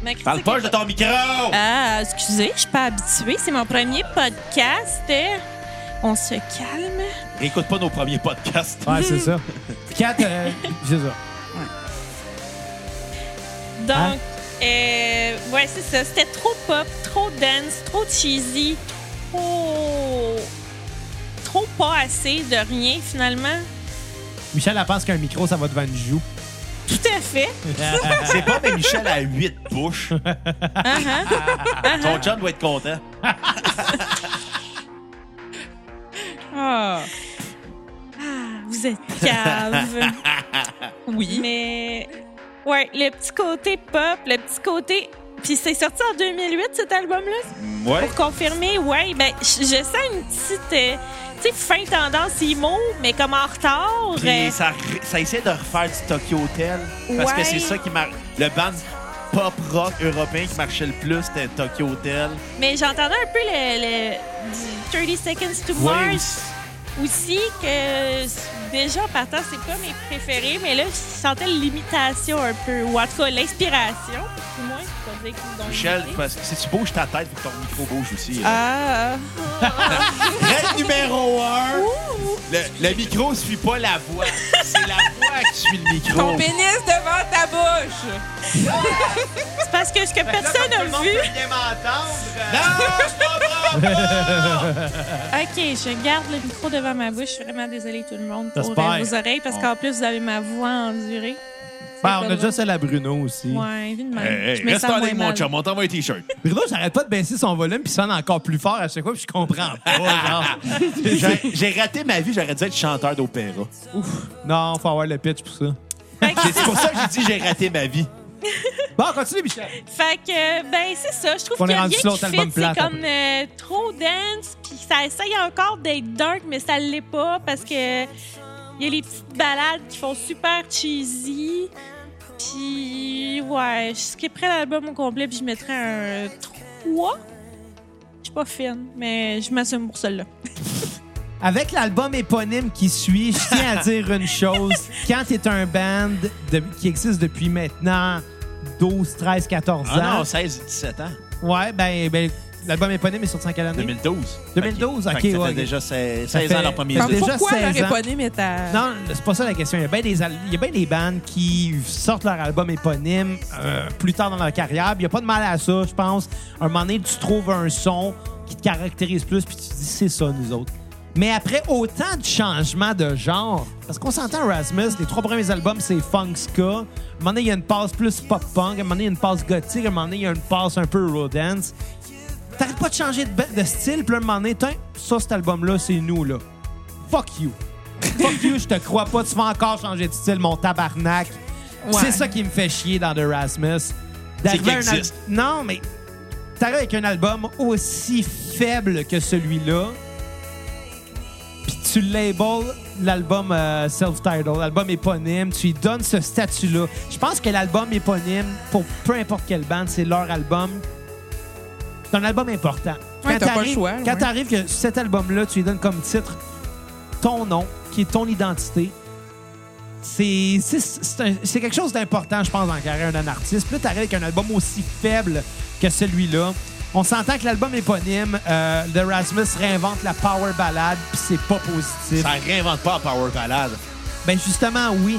D: ma critique
B: Parle pas
D: est-
B: de ton micro!
D: Ah, excusez, je suis pas habituée. C'est mon premier podcast. Euh, On se calme.
B: Écoute pas nos premiers podcasts.
A: Ouais, c'est ça. Kat, euh, c'est ça.
D: Donc,
A: Hein?
D: euh, ouais, c'est ça. C'était trop pop, trop dance, trop cheesy, trop. trop pas assez de rien finalement.
A: Michel, elle pense qu'un micro, ça va devant une joue.
D: Tout à fait.
B: C'est pas mais Michel à 8 bouches.
D: Uh-huh.
B: Ton chum doit être content.
C: Ah,
D: Ah, Vous êtes cave.
C: oui.
D: Mais ouais, le petit côté pop, le petit côté. Puis c'est sorti en 2008 cet album-là.
B: Ouais.
D: Pour confirmer, ouais, ben je je sens une petite, euh, tu sais, fin tendance emo, mais comme en retard. euh,
B: Puis ça, ça essaie de refaire du Tokyo Hotel. Parce
D: Ouais.
B: que c'est ça qui marche. Le band pop rock européen qui marchait le plus, c'était Tokyo Hotel.
D: mais j'entendais un peu le, le du 30 Seconds to
B: Ouais,
D: Mars
B: aussi.
D: aussi que s- déjà en partant c'est pas mes préférés, mais là je sentais l'imitation un peu, ou en tout cas l'inspiration, du moins. faut pas dire qu'ils ont
B: Michel,
D: imité.
B: parce que si tu bouges ta tête, faut que ton micro bouge aussi. hein.
C: Ah,
D: Ah.
B: Règle numéro 1. Le, le micro suit pas la voix. C'est la voix qui suit le micro.
C: ton pénis devant ta bouche.
D: C'est parce que ce que personne n'a vu.
B: Non, je comprends pas.
D: OK, je garde le micro devant ma bouche. Je suis vraiment désolée, tout le monde, pour
A: J'espère.
D: euh, vos oreilles, parce qu'en plus, vous avez ma voix endurée.
A: Ben, on a déjà celle à Bruno aussi.
D: Ouais, vu de même.
B: Hey,
D: je
B: hey,
D: me
B: reste
D: sens
B: en
D: moins
B: ligne, mon
D: mal.
B: chum. On t'envoie un T-shirt.
A: Bruno, j'arrête pas de baisser son volume puis sonne encore plus fort à chaque fois puis je comprends pas. genre.
B: J'ai j'ai raté ma vie, j'aurais dû être chanteur d'opéra.
A: Non, faut avoir le pitch pour ça.
B: C'est pour ça que j'ai dit j'ai raté ma vie.
A: Bon, continue, Michel.
D: Fait que, euh, ben, c'est ça. Je trouve
A: On
D: qu'il
A: est
D: y a rien
A: rendu
D: qui
A: sur l'autre
D: fit.
A: album plate,
D: C'est comme euh, trop dense, puis ça essaye encore d'être dark, mais ça l'est pas, parce que il y a les petites balades qui font super cheesy. Puis, ouais, je skipperais l'album au complet, puis je mettrais un 3. Je suis pas fine, mais je m'assume pour celle-là.
A: Avec l'album éponyme qui suit, je tiens à dire une chose. Quand t'es un band de- qui existe depuis maintenant 12, 13, 14 ans.
B: Ah non, 16, 17 ans.
A: Ouais, ben, ben, l'album éponyme est sur 5 années.
B: 2012.
A: 2012, ok,
B: Fait que ça
A: ouais.
B: fait déjà 16,
A: Ça
B: 16
A: fait-
B: ans leur premier
A: ça
C: Comme
A: fait-
B: disque.
A: déjà
C: pourquoi
A: 16 ans.
C: j'aurais pas né, mais ta.
A: Non, c'est pas ça la question. Il y a bien des, al- il y a bien des bands qui sortent leur album éponyme euh, plus tard dans leur carrière. puis Il n'y a pas de mal à ça, je pense. un moment donné, tu trouves un son qui te caractérise plus, puis tu te dis, c'est ça, nous autres. Mais après autant de changements de genre, parce qu'on s'entend Rasmus, les trois premiers albums, c'est funk ska. À un moment donné, il y a une passe plus pop-punk. À un moment donné, il y a une passe gothique. À un moment donné, il y a une passe un peu road dance. T'arrêtes pas de changer de, ba- de style, puis là, à un moment donné, Tiens, ça, cet album-là, c'est nous, là. Fuck you. Fuck you, je te crois pas, tu vas encore changer de style, mon tabarnak.
C: Ouais.
A: C'est ça qui me fait chier dans The Rasmus. D'arriver
B: qu'il
A: à un al-
B: existe.
A: Non, mais t'arrives avec un album aussi faible que celui-là, puis tu labels l'album euh, self-titled, l'album éponyme, tu lui donnes ce statut-là. Je pense que l'album éponyme, pour peu importe quelle bande, c'est leur album. C'est un album important.
C: Ouais,
A: Quand
C: t'as pas le
A: t'arrives-
C: choix,
A: Quand
C: ouais.
A: t'arrives que cet album-là, tu lui donnes comme titre ton nom, qui est ton identité, c'est c'est- c'est un- c'est quelque chose d'important, je pense, dans la carrière d'un artiste. Puis là, t'arrives avec un album aussi faible que celui-là. On s'entend que l'album éponyme euh, de Rasmus réinvente la power ballade, puis c'est pas positif.
B: Ça réinvente pas la power ballade.
A: Ben justement, oui.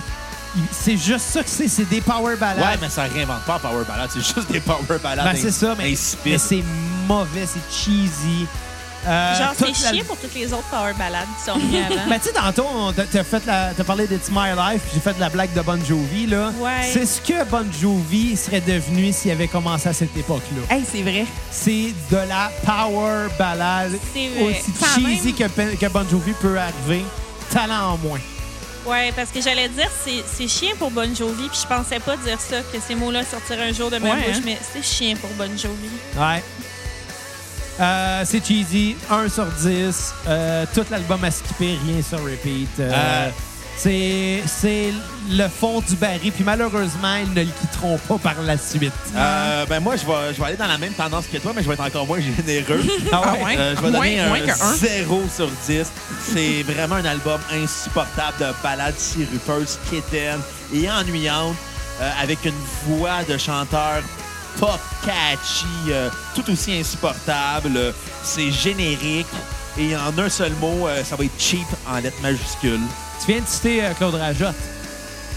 A: Il- C'est juste ça que c'est, c'est des power ballades.
B: Ouais, mais ça réinvente pas la power ballade. C'est juste des power ballades.
A: Ben, c'est ça, mais,
B: insipides.
A: mais c'est mauvais, c'est cheesy. Euh,
D: Genre,
A: toute
D: c'est
A: la-
D: chier pour toutes les autres power ballades qui sont venues avant.
A: Mais tu sais, tantôt, on t'a- t'as fait la- t'as parlé d'It's My Life, puis j'ai fait de la blague de Bon Jovi, là.
D: Ouais.
A: C'est ce que Bon Jovi serait devenu s'il avait commencé à cette époque-là.
C: Hey, c'est vrai.
A: C'est de la power ballade
D: C'est vrai.
A: aussi
D: Quand
A: cheesy
D: même.
A: que, Pe- que Bon Jovi peut arriver. Talent en moins.
D: Ouais, parce que j'allais dire, c'est c'est chien pour Bon Jovi, puis je pensais pas dire ça, que ces mots-là sortiraient un jour de ma
C: Ouais,
D: bouche,
C: hein.
D: mais c'est chien pour Bon Jovi.
A: Ouais. Euh, c'est cheesy, 1 sur 10. Euh, tout l'album à skipper, rien sur repeat. Euh,
B: Euh,
A: C'est c'est le fond du baril, puis malheureusement, ils ne le quitteront pas par la suite.
B: Euh, ben moi, je vais, je vais aller dans la même tendance que toi, mais je vais être encore moins généreux.
C: Ah ouais?
B: Euh, je vais
C: Moins-
B: donner
C: moins
B: un
C: que un.
B: 0 sur 10. C'est vraiment un album insupportable de ballades sirupeuses, quétaines et ennuyantes, euh, avec une voix de chanteur pop catchy, euh, tout aussi insupportable. Euh, C'est générique. Et en un seul mot, euh, ça va être cheap en lettres majuscules.
A: Tu viens de citer euh, Claude Rajotte.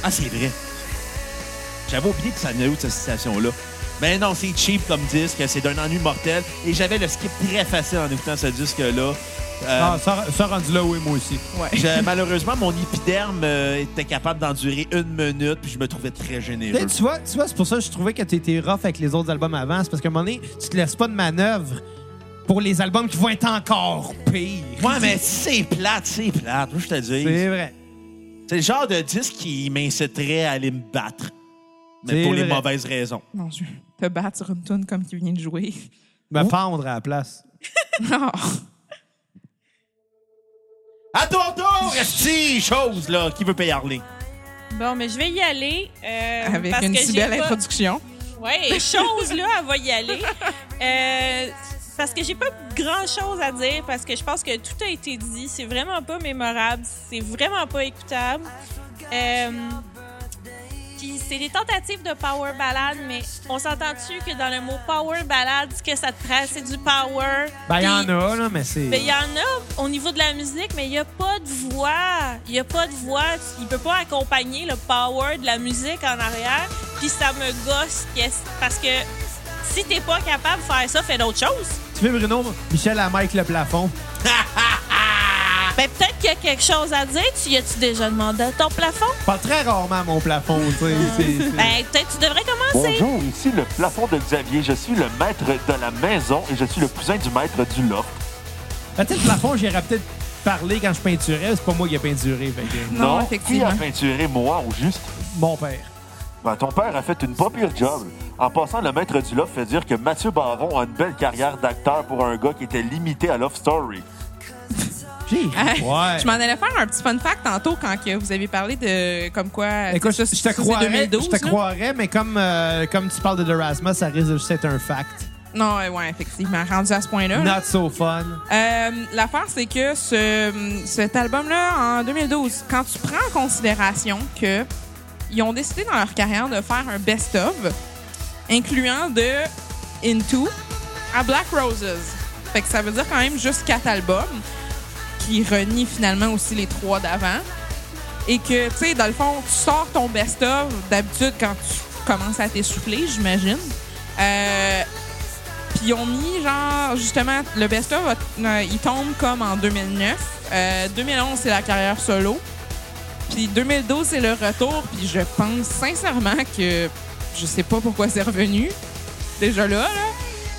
B: Ah, c'est vrai. J'avais oublié que ça venait où de cette citation-là. Mais non, c'est cheap comme disque, c'est d'un ennui mortel. Et j'avais le skip très facile en écoutant ce disque-là. Euh,
A: Ah, ça, ça rendu là, oui, moi aussi.
C: Ouais.
B: je- malheureusement, mon épiderme euh, était capable d'endurer une minute, puis je me trouvais très
A: Tu
B: généreux.
A: sais, Tu vois, tu vois c'est pour ça que je trouvais que tu étais rough avec les autres albums avant. C'est parce qu'à un moment donné, tu te laisses pas de manœuvre pour les albums qui vont être encore pires.
B: Ouais, mais c'est plate, c'est plate, moi, je te
A: C'est
B: dis.
A: vrai.
B: C'est le genre de disque qui m'inciterait à aller me battre.
A: C'est
B: Mais pour les
A: vrai.
B: mauvaises raisons.
C: Mon Dieu. Te battre sur une toune comme qui vient de jouer.
A: Me pendre à la place.
C: Non.
B: À ton tour, esti, chose, là, qui veut parler?
D: Bon, mais je vais y aller. euh,
C: Avec
D: parce
C: une
D: que
C: si
D: j'ai
C: belle
D: pas-
C: introduction.
D: Ouais, chose là, elle va y aller. Euh, parce que j'ai pas grand chose à dire, parce que je pense que tout a été dit. C'est vraiment pas mémorable, c'est vraiment pas écoutable. Euh, Puis c'est des tentatives de power ballade, mais on s'entend-tu que dans le mot power ballade, ce que ça te prend, c'est du power.
A: Ben, il y en
D: Puis-
A: a, là, mais c'est.
D: mais il y en a au niveau de la musique, mais il n'y a pas de voix. Il n'y a pas de voix. Il peut pas accompagner le power de la musique en arrière. Puis ça me gosse yes, parce que si t'es pas capable de faire ça, fais d'autres choses.
A: Tu fais Bruno, Michel à Mike le plafond.
D: Ben, peut-être qu'il y a quelque chose à dire. Tu y as-tu déjà demandé à ton plafond?
A: Je parle très rarement à mon plafond, tu sais. c'est- c'est-
D: Ben, peut-être que tu devrais commencer.
E: Bonjour, ici le plafond de Xavier. Je suis le maître de la maison et je suis le cousin du maître du loft.
A: Ben, tu sais, le plafond, j'irais peut-être parler quand je peinturais. C'est pas moi qui ai peinturé. fait que-
C: Non,
E: qui a
C: effectivement.
E: peinturé moi au juste?
A: Mon père.
E: Ben, ton père a fait une pas pire job. En passant, le maître du loft fait dire que Mathieu Baron a une belle carrière d'acteur pour un gars qui était limité à Love Story.
A: J'ai.
D: Ah,
C: Hey,
A: Ouais.
C: Je m'en allais faire un petit fun fact tantôt quand que vous avez parlé de comme quoi.
A: Écoute, je,
C: c'est-
A: je te
C: c'est
A: croirais,
C: 2012,
A: je te
C: là.
A: croirais, mais comme, euh, comme tu parles de Erasmus, ça risque de juste être un fact.
C: Non, euh, ouais, effectivement. Rendu à ce point-là. là.
A: Not so fun.
C: Euh, L'affaire, c'est que ce, cet album-là, en 2012, quand tu prends en considération que ils ont décidé dans leur carrière de faire un best-of, incluant de Into à Black Roses. Fait que ça veut dire quand même juste quatre albums qui renient finalement aussi les trois d'avant. Et que, tu sais, dans le fond, tu sors ton best-of d'habitude quand tu commences à t'essouffler, j'imagine. Euh, puis ils ont mis, genre, justement, le best-of, euh, il tombe comme en 2009. Euh, 2011, c'est la carrière solo. Puis 2012, c'est le retour. Puis je pense sincèrement que je sais pas pourquoi c'est revenu. Déjà là, là.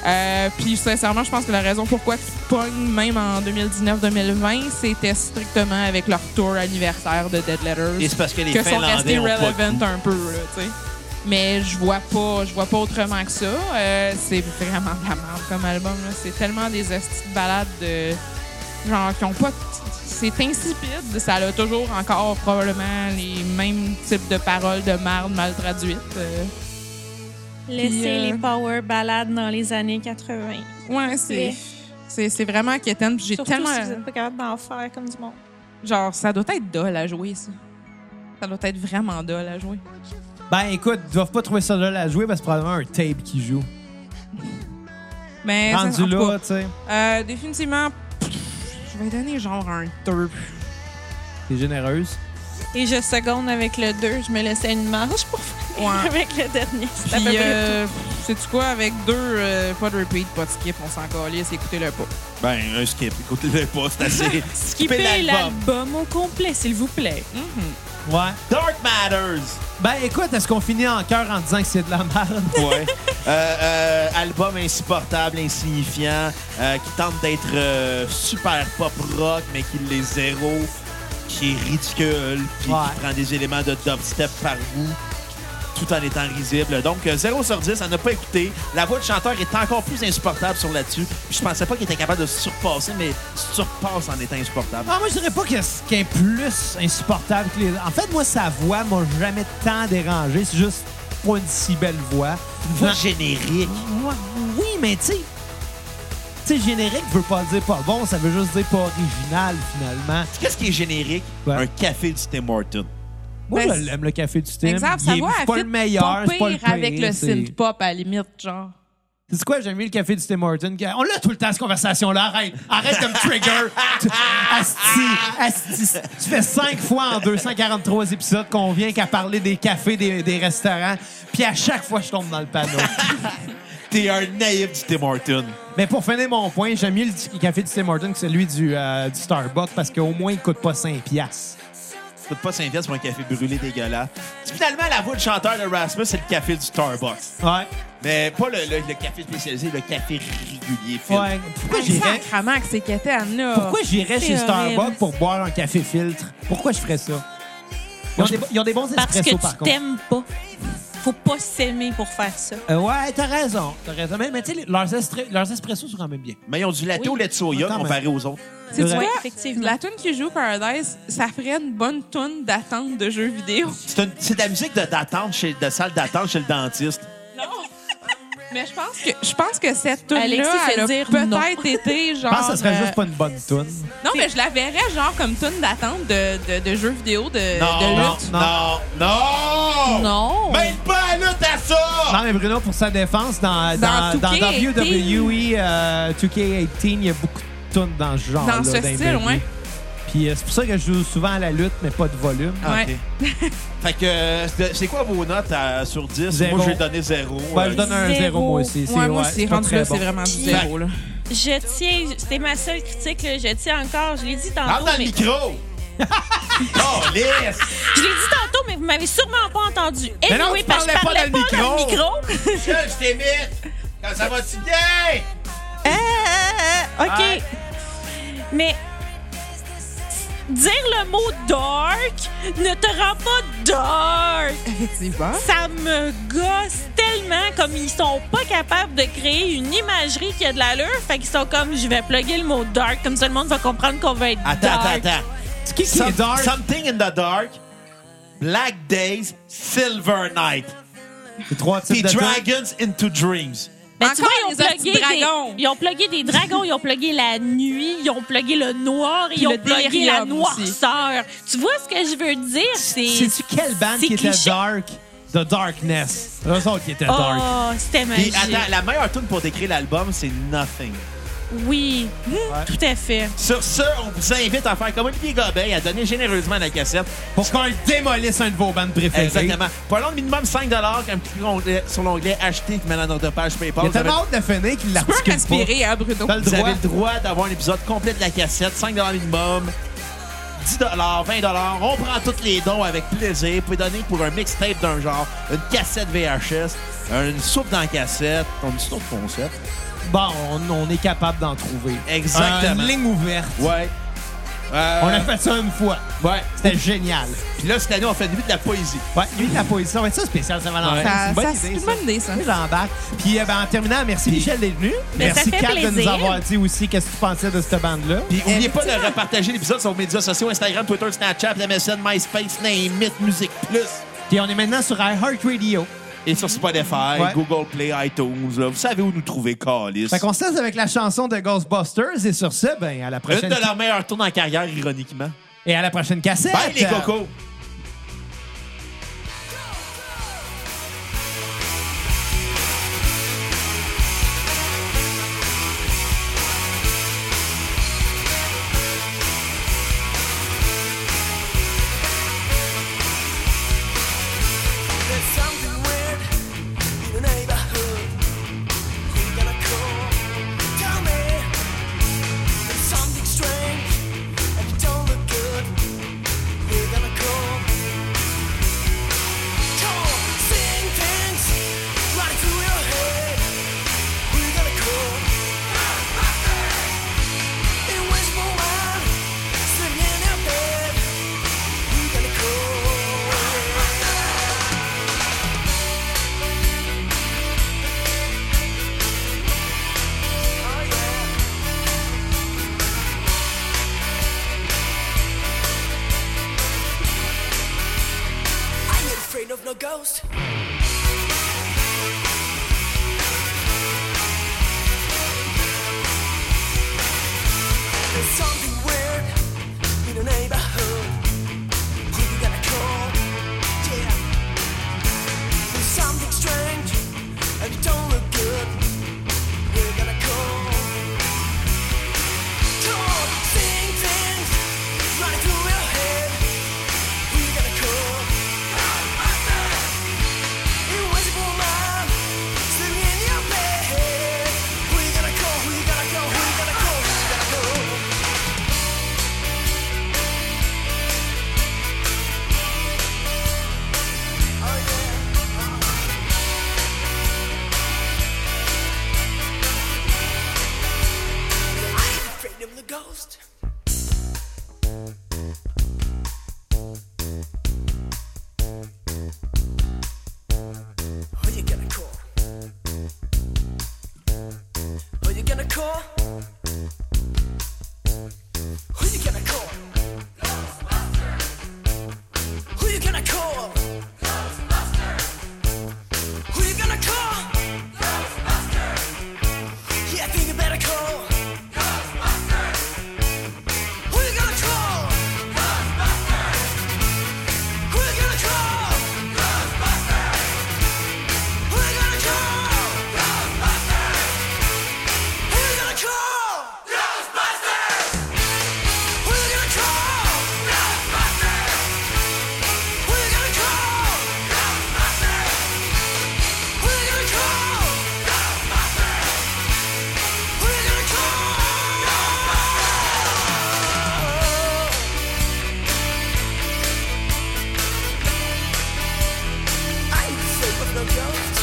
C: Euh, Puis sincèrement, je pense que la raison pourquoi ils pognent même en 2019-2020, c'était strictement avec leur tour anniversaire de Dead Letters.
B: Et c'est parce que les
C: que sont
B: Finlandais
C: restés
B: ont pas de
C: relevant
B: goût.
C: un peu, là, tu sais. Mais je vois pas, je vois pas autrement que ça. Euh, c'est vraiment de la merde comme album. là. C'est tellement des estis de balades de genre qui ont pas. de- C'est insipide. Ça a toujours encore probablement les mêmes types de paroles de merde mal traduites. Euh,
D: Laissez
C: Puis, euh,
D: les power ballades dans les années 80.
C: ouais, c'est.
D: Oui.
C: C'est c'est vraiment inquiétant. Puis J'ai
D: Surtout
C: tellement.
D: si vous n'êtes pas capable d'en faire comme du monde.
C: Genre, ça doit être dole à jouer, ça. Ça doit être vraiment dole à jouer.
A: Ben écoute, ils doivent pas trouver ça là à jouer parce que c'est probablement un tape qui joue.
C: Mais. Eh, ça-
A: Rendu
C: en tout cas,
A: là, tu sais.
C: Euh, définitivement, pff, je vais donner genre un 2.
A: T'es généreuse.
D: Et je seconde avec le 2. Je me laissais une marge pour finir
C: Ouais.
D: avec le dernier. C'est à peu
C: Puis,
D: près
C: euh, sais-tu quoi, avec deux, euh, pas de repeat, pas de skip, on s'en calisse, écoutez-le pas.
B: Ben, un skip. Écoutez-le pas, c'est assez.
D: tout. Skippez l'album au complet, s'il vous plaît.
A: Ouais.
B: Dark Matters!
A: Ben écoute, est-ce qu'on finit en cœur en disant que c'est de la merde?
B: Ouais. Euh, euh, album insupportable, insignifiant, euh, qui tente d'être euh, super pop rock, mais qui l'est zéro, qui est ridicule, puis
A: Ouais.
B: qui prend des éléments de dubstep par bout, tout en étant risible. Donc, euh, 0 sur 10, à ne pas écouter. La voix du chanteur est encore plus insupportable sur là-dessus. Puis Je pensais pas qu'il était capable de se surpasser, mais se surpasse en étant insupportable.
A: Ah, moi, je dirais pas que ce qui est plus insupportable que les En fait, moi, sa voix m'a jamais tant dérangé. C'est juste pas une si belle voix.
B: Voix
A: Dans-
B: générique.
A: Ouais, oui, mais tu sais, tu sais, générique veut pas dire pas bon, ça veut juste dire pas original, finalement.
B: Qu'est-ce qui est générique?
A: Ouais.
B: Un café du Tim Hortons.
A: Moi,
C: Ben,
A: je l'aime, le café du Tim.
C: Exact,
A: Il
C: ça
A: est-
C: va
A: c'est pas le meilleur, c'est pas le pire.
C: avec le
A: c'est-
C: synth pop à la limite, genre.
A: C'est quoi, j'aime mieux le café du Tim Hortons? que- On l'a tout le temps, cette conversation-là. Arrête, arrête de me trigger. Tu- asti, asti. Tu fais cinq fois en 243 épisodes qu'on vient qu'à parler des cafés, des, des restaurants. Puis à chaque fois, je tombe dans le panneau.
B: T'es un naïf du Tim Hortons.
A: Mais pour finir mon point, j'aime mieux le t- café du Tim Hortons que celui du, euh, du Starbucks parce qu'au moins, il coûte pas 5 piastres.
B: coûte pas 5 piastres pour un café brûlé dégueulasse. Finalement, la voix du chanteur de Rasmus, c'est le café du Starbucks.
A: Ouais.
B: Mais pas le, le- le café spécialisé, le café régulier. Phil.
A: ouais. Pourquoi
C: J'irais.
A: j'irais...
C: Sacrement Ah, que c'est qu'étane, là.
A: Pourquoi j'irais chez
D: C'est
A: Starbucks
D: horrible.
A: pour boire un café filtre? Pourquoi je ferais ça? Ils ont des, ils ont des bons
D: Parce
A: espressos,
D: que
A: par
D: tu
A: contre.
D: t'aimes pas. Faut pas s'aimer pour faire ça.
A: Euh, ouais, t'as raison. T'as raison. Mais, mais tu sais, leurs, estre- leurs espressos sont quand même bien.
B: Mais ils ont du latte au lait de soya
A: Attends,
B: comparé aux autres.
C: Sais-tu
A: Ouais,
C: quoi?
D: effectivement.
C: La tune qui joue Paradise, ça ferait une bonne tune d'attente de jeux vidéo.
B: C'est une- c'est de la musique de- d'attente, chez- de salle d'attente chez le dentiste.
C: Non! Mais je pense que je pense que cette tune
D: Alexis
C: là
D: fait
C: elle a
D: dire
C: peut-être été genre
A: Je
D: Ah,
A: pense que ça serait
C: euh,
A: juste pas une bonne toune.
C: Non, mais je la verrais genre comme tune d'attente de, de, de jeux vidéo de, de
B: non,
C: lutte.
B: non, non,
A: Ben,
C: Non.
B: Même pas à lutte à ça!
A: Non, mais Bruno, pour sa défense, dans, dans,
C: Dans
A: dans
C: 2K18.
A: WWE euh, 2K18, il y a beaucoup de tunes dans ce genre.
C: Dans ce style,
A: oui.
C: ouais.
A: Puis euh, c'est pour ça que je joue souvent à la lutte, mais pas de volume.
B: Ah,
C: Ouais.
B: ok. fait que, euh, c'est- c'est quoi vos notes à- sur 10?
A: Zéro.
B: Moi, j'ai donné 0.
A: Ouais, Ben, je donne un zéro,
D: Zéro.
A: moi aussi. C'est
C: Ah, Ouais, moi
A: ouais,
C: aussi,
A: pas
C: rendu
A: très
C: là,
A: bon.
C: c'est vraiment du
D: Puis-
C: zéro. Là.
D: Je tiens, c'était ma seule critique, là. je tiens encore, je l'ai dit tantôt.
B: Parle dans le
D: mais-
B: micro! oh, lisse!
D: Je l'ai dit tantôt, mais vous m'avez sûrement pas entendu.
B: Mais non,
D: Anyway,
B: tu
D: parce que je
B: parlais
D: parlais
B: pas
D: pas
B: dans
D: dans
B: le
D: le micro.
B: Michel, je t'évite! Quand ça va-tu bien? Hein?
D: Ah, ah, ah, OK.
B: Ouais.
D: Mais dire le mot dark ne te rend pas dark.
C: Effectivement.
D: Ça me gosse tellement comme ils sont pas capables de créer une imagerie qui a de l'allure. Fait qu'ils sont comme, je vais plugger le mot dark, comme ça le monde va comprendre qu'on va être
B: Attends,
D: dark.
B: attends, attends.
A: C'est Qui qui
B: Some-
A: est dark?
B: Something in the dark. Black Days, Silver Night.
A: C'est trois
B: Puis
A: types de tunes.
B: Dragons into Dreams.
D: Ben, tu
C: Encore
D: vois, ils ont,
C: les hosties
D: plugué
C: de dragons.
D: des, ils ont plugué des dragons, ils ont plugué la nuit, ils ont plugué le noir,
C: Puis
D: ils ont
C: le
D: plugué
C: délirium
D: la noirceur. Tu vois ce que je veux dire? C'est.
A: Sais-tu quelle band
D: c'est
A: qui était
D: cliché.
A: dark? The Darkness. Eux autres qui étaient dark.
D: Oh, c'était
B: Puis
D: magique.
B: attends, la meilleure tune pour décrire l'album, c'est Nothing.
D: Oui, tout à fait.
B: Sur ce, on vous invite à faire comme Olivier Gobin et à donner généreusement la cassette.
A: Pour qu'on démolisse un de vos bandes préférées.
B: Exactement. Pour un long minimum 5 comme cliquez onglet- sur l'onglet acheter qui met dans notre page PayPal.
A: Il y a
B: Vous avez-
A: tellement hâte de finir qu'il
C: Tu peux
A: l'articule pas.
C: respirer, hein, Bruno?
A: T'as le
B: Vous
A: droit.
B: avez le droit d'avoir un épisode complet de la cassette, 5 minimum, 10 20 On prend tous les dons avec plaisir. Vous pouvez donner pour un mixtape d'un genre, une cassette VHS. une soupe dans la cassette, on dit autre concept.
A: Bon, on, on est capable d'en trouver. Euh,
B: Exactement.
A: Une ligne ouverte.
B: Ouais. Euh,
A: On a fait ça une fois.
B: Ouais.
A: C'était génial.
B: Puis là, cette année, on fait le début de la poésie.
A: Ouais, lui de la poésie, ça va être ça spécial Saint-Valentin.
B: Ouais.
A: C'est
C: Ça-
A: une bonne idée. ça.
C: ça- c'est une bonne idée, ça.
A: Oui, j'embarque. Puis euh, ben, en terminant, merci Michel d'être venu.
D: Ben, ça
A: merci
D: fait
A: Kat de nous
D: plaisir.
A: avoir dit aussi qu'est-ce que tu pensais de cette bande-là.
B: Puis n'oubliez pas de repartager l'épisode sur vos médias sociaux Instagram, Twitter, Snapchat, MSN, MySpace, Name It, Musique Plus.
A: Puis on est maintenant sur iHeartRadio.
B: Et sur Spotify,
A: Ouais.
B: Google Play, iTunes. là. Vous savez où nous trouver, Calis.
A: Fait qu'on se laisse avec la chanson de Ghostbusters et sur ce, ben à la
B: Une
A: prochaine.
B: de leurs meilleures tours en carrière, ironiquement.
A: Et à la prochaine cassette.
B: Bye les cocos!
F: There's something weird in the neighborhood. Who gonna call? Tell me. There's something strange and you don't look good. Who gonna call? Call, seeing things running through your head. Who gonna call? In wishful mind, sleeping in your bed. Who gonna call? I ain't afraid of no ghost. There's something weird in the neighborhood. Who you gonna call? Yeah. There's something strange and it don't look good. We're gonna call. Call, seeing things running through your head. We gotta call. Invisible man, sleeping in your bed. We gotta go. We gotta go. We gotta go. We gotta go. Oh yeah. I ain't afraid of the ghost. Who you gonna call? Who you gonna call? Who you gonna call? Who you gonna call? Who you gonna call? Yeah, I think you better call. Who you gonna call? Who you gonna call? Who you gonna call? Who you gonna call? Who you gonna call? Who you gonna call? Who you gonna call? Who you gonna call? I ain't afraid of no ghost.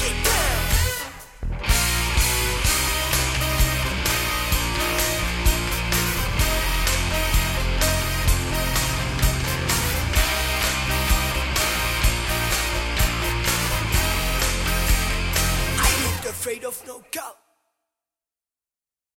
F: Keep down. I ain't afraid of no ghost.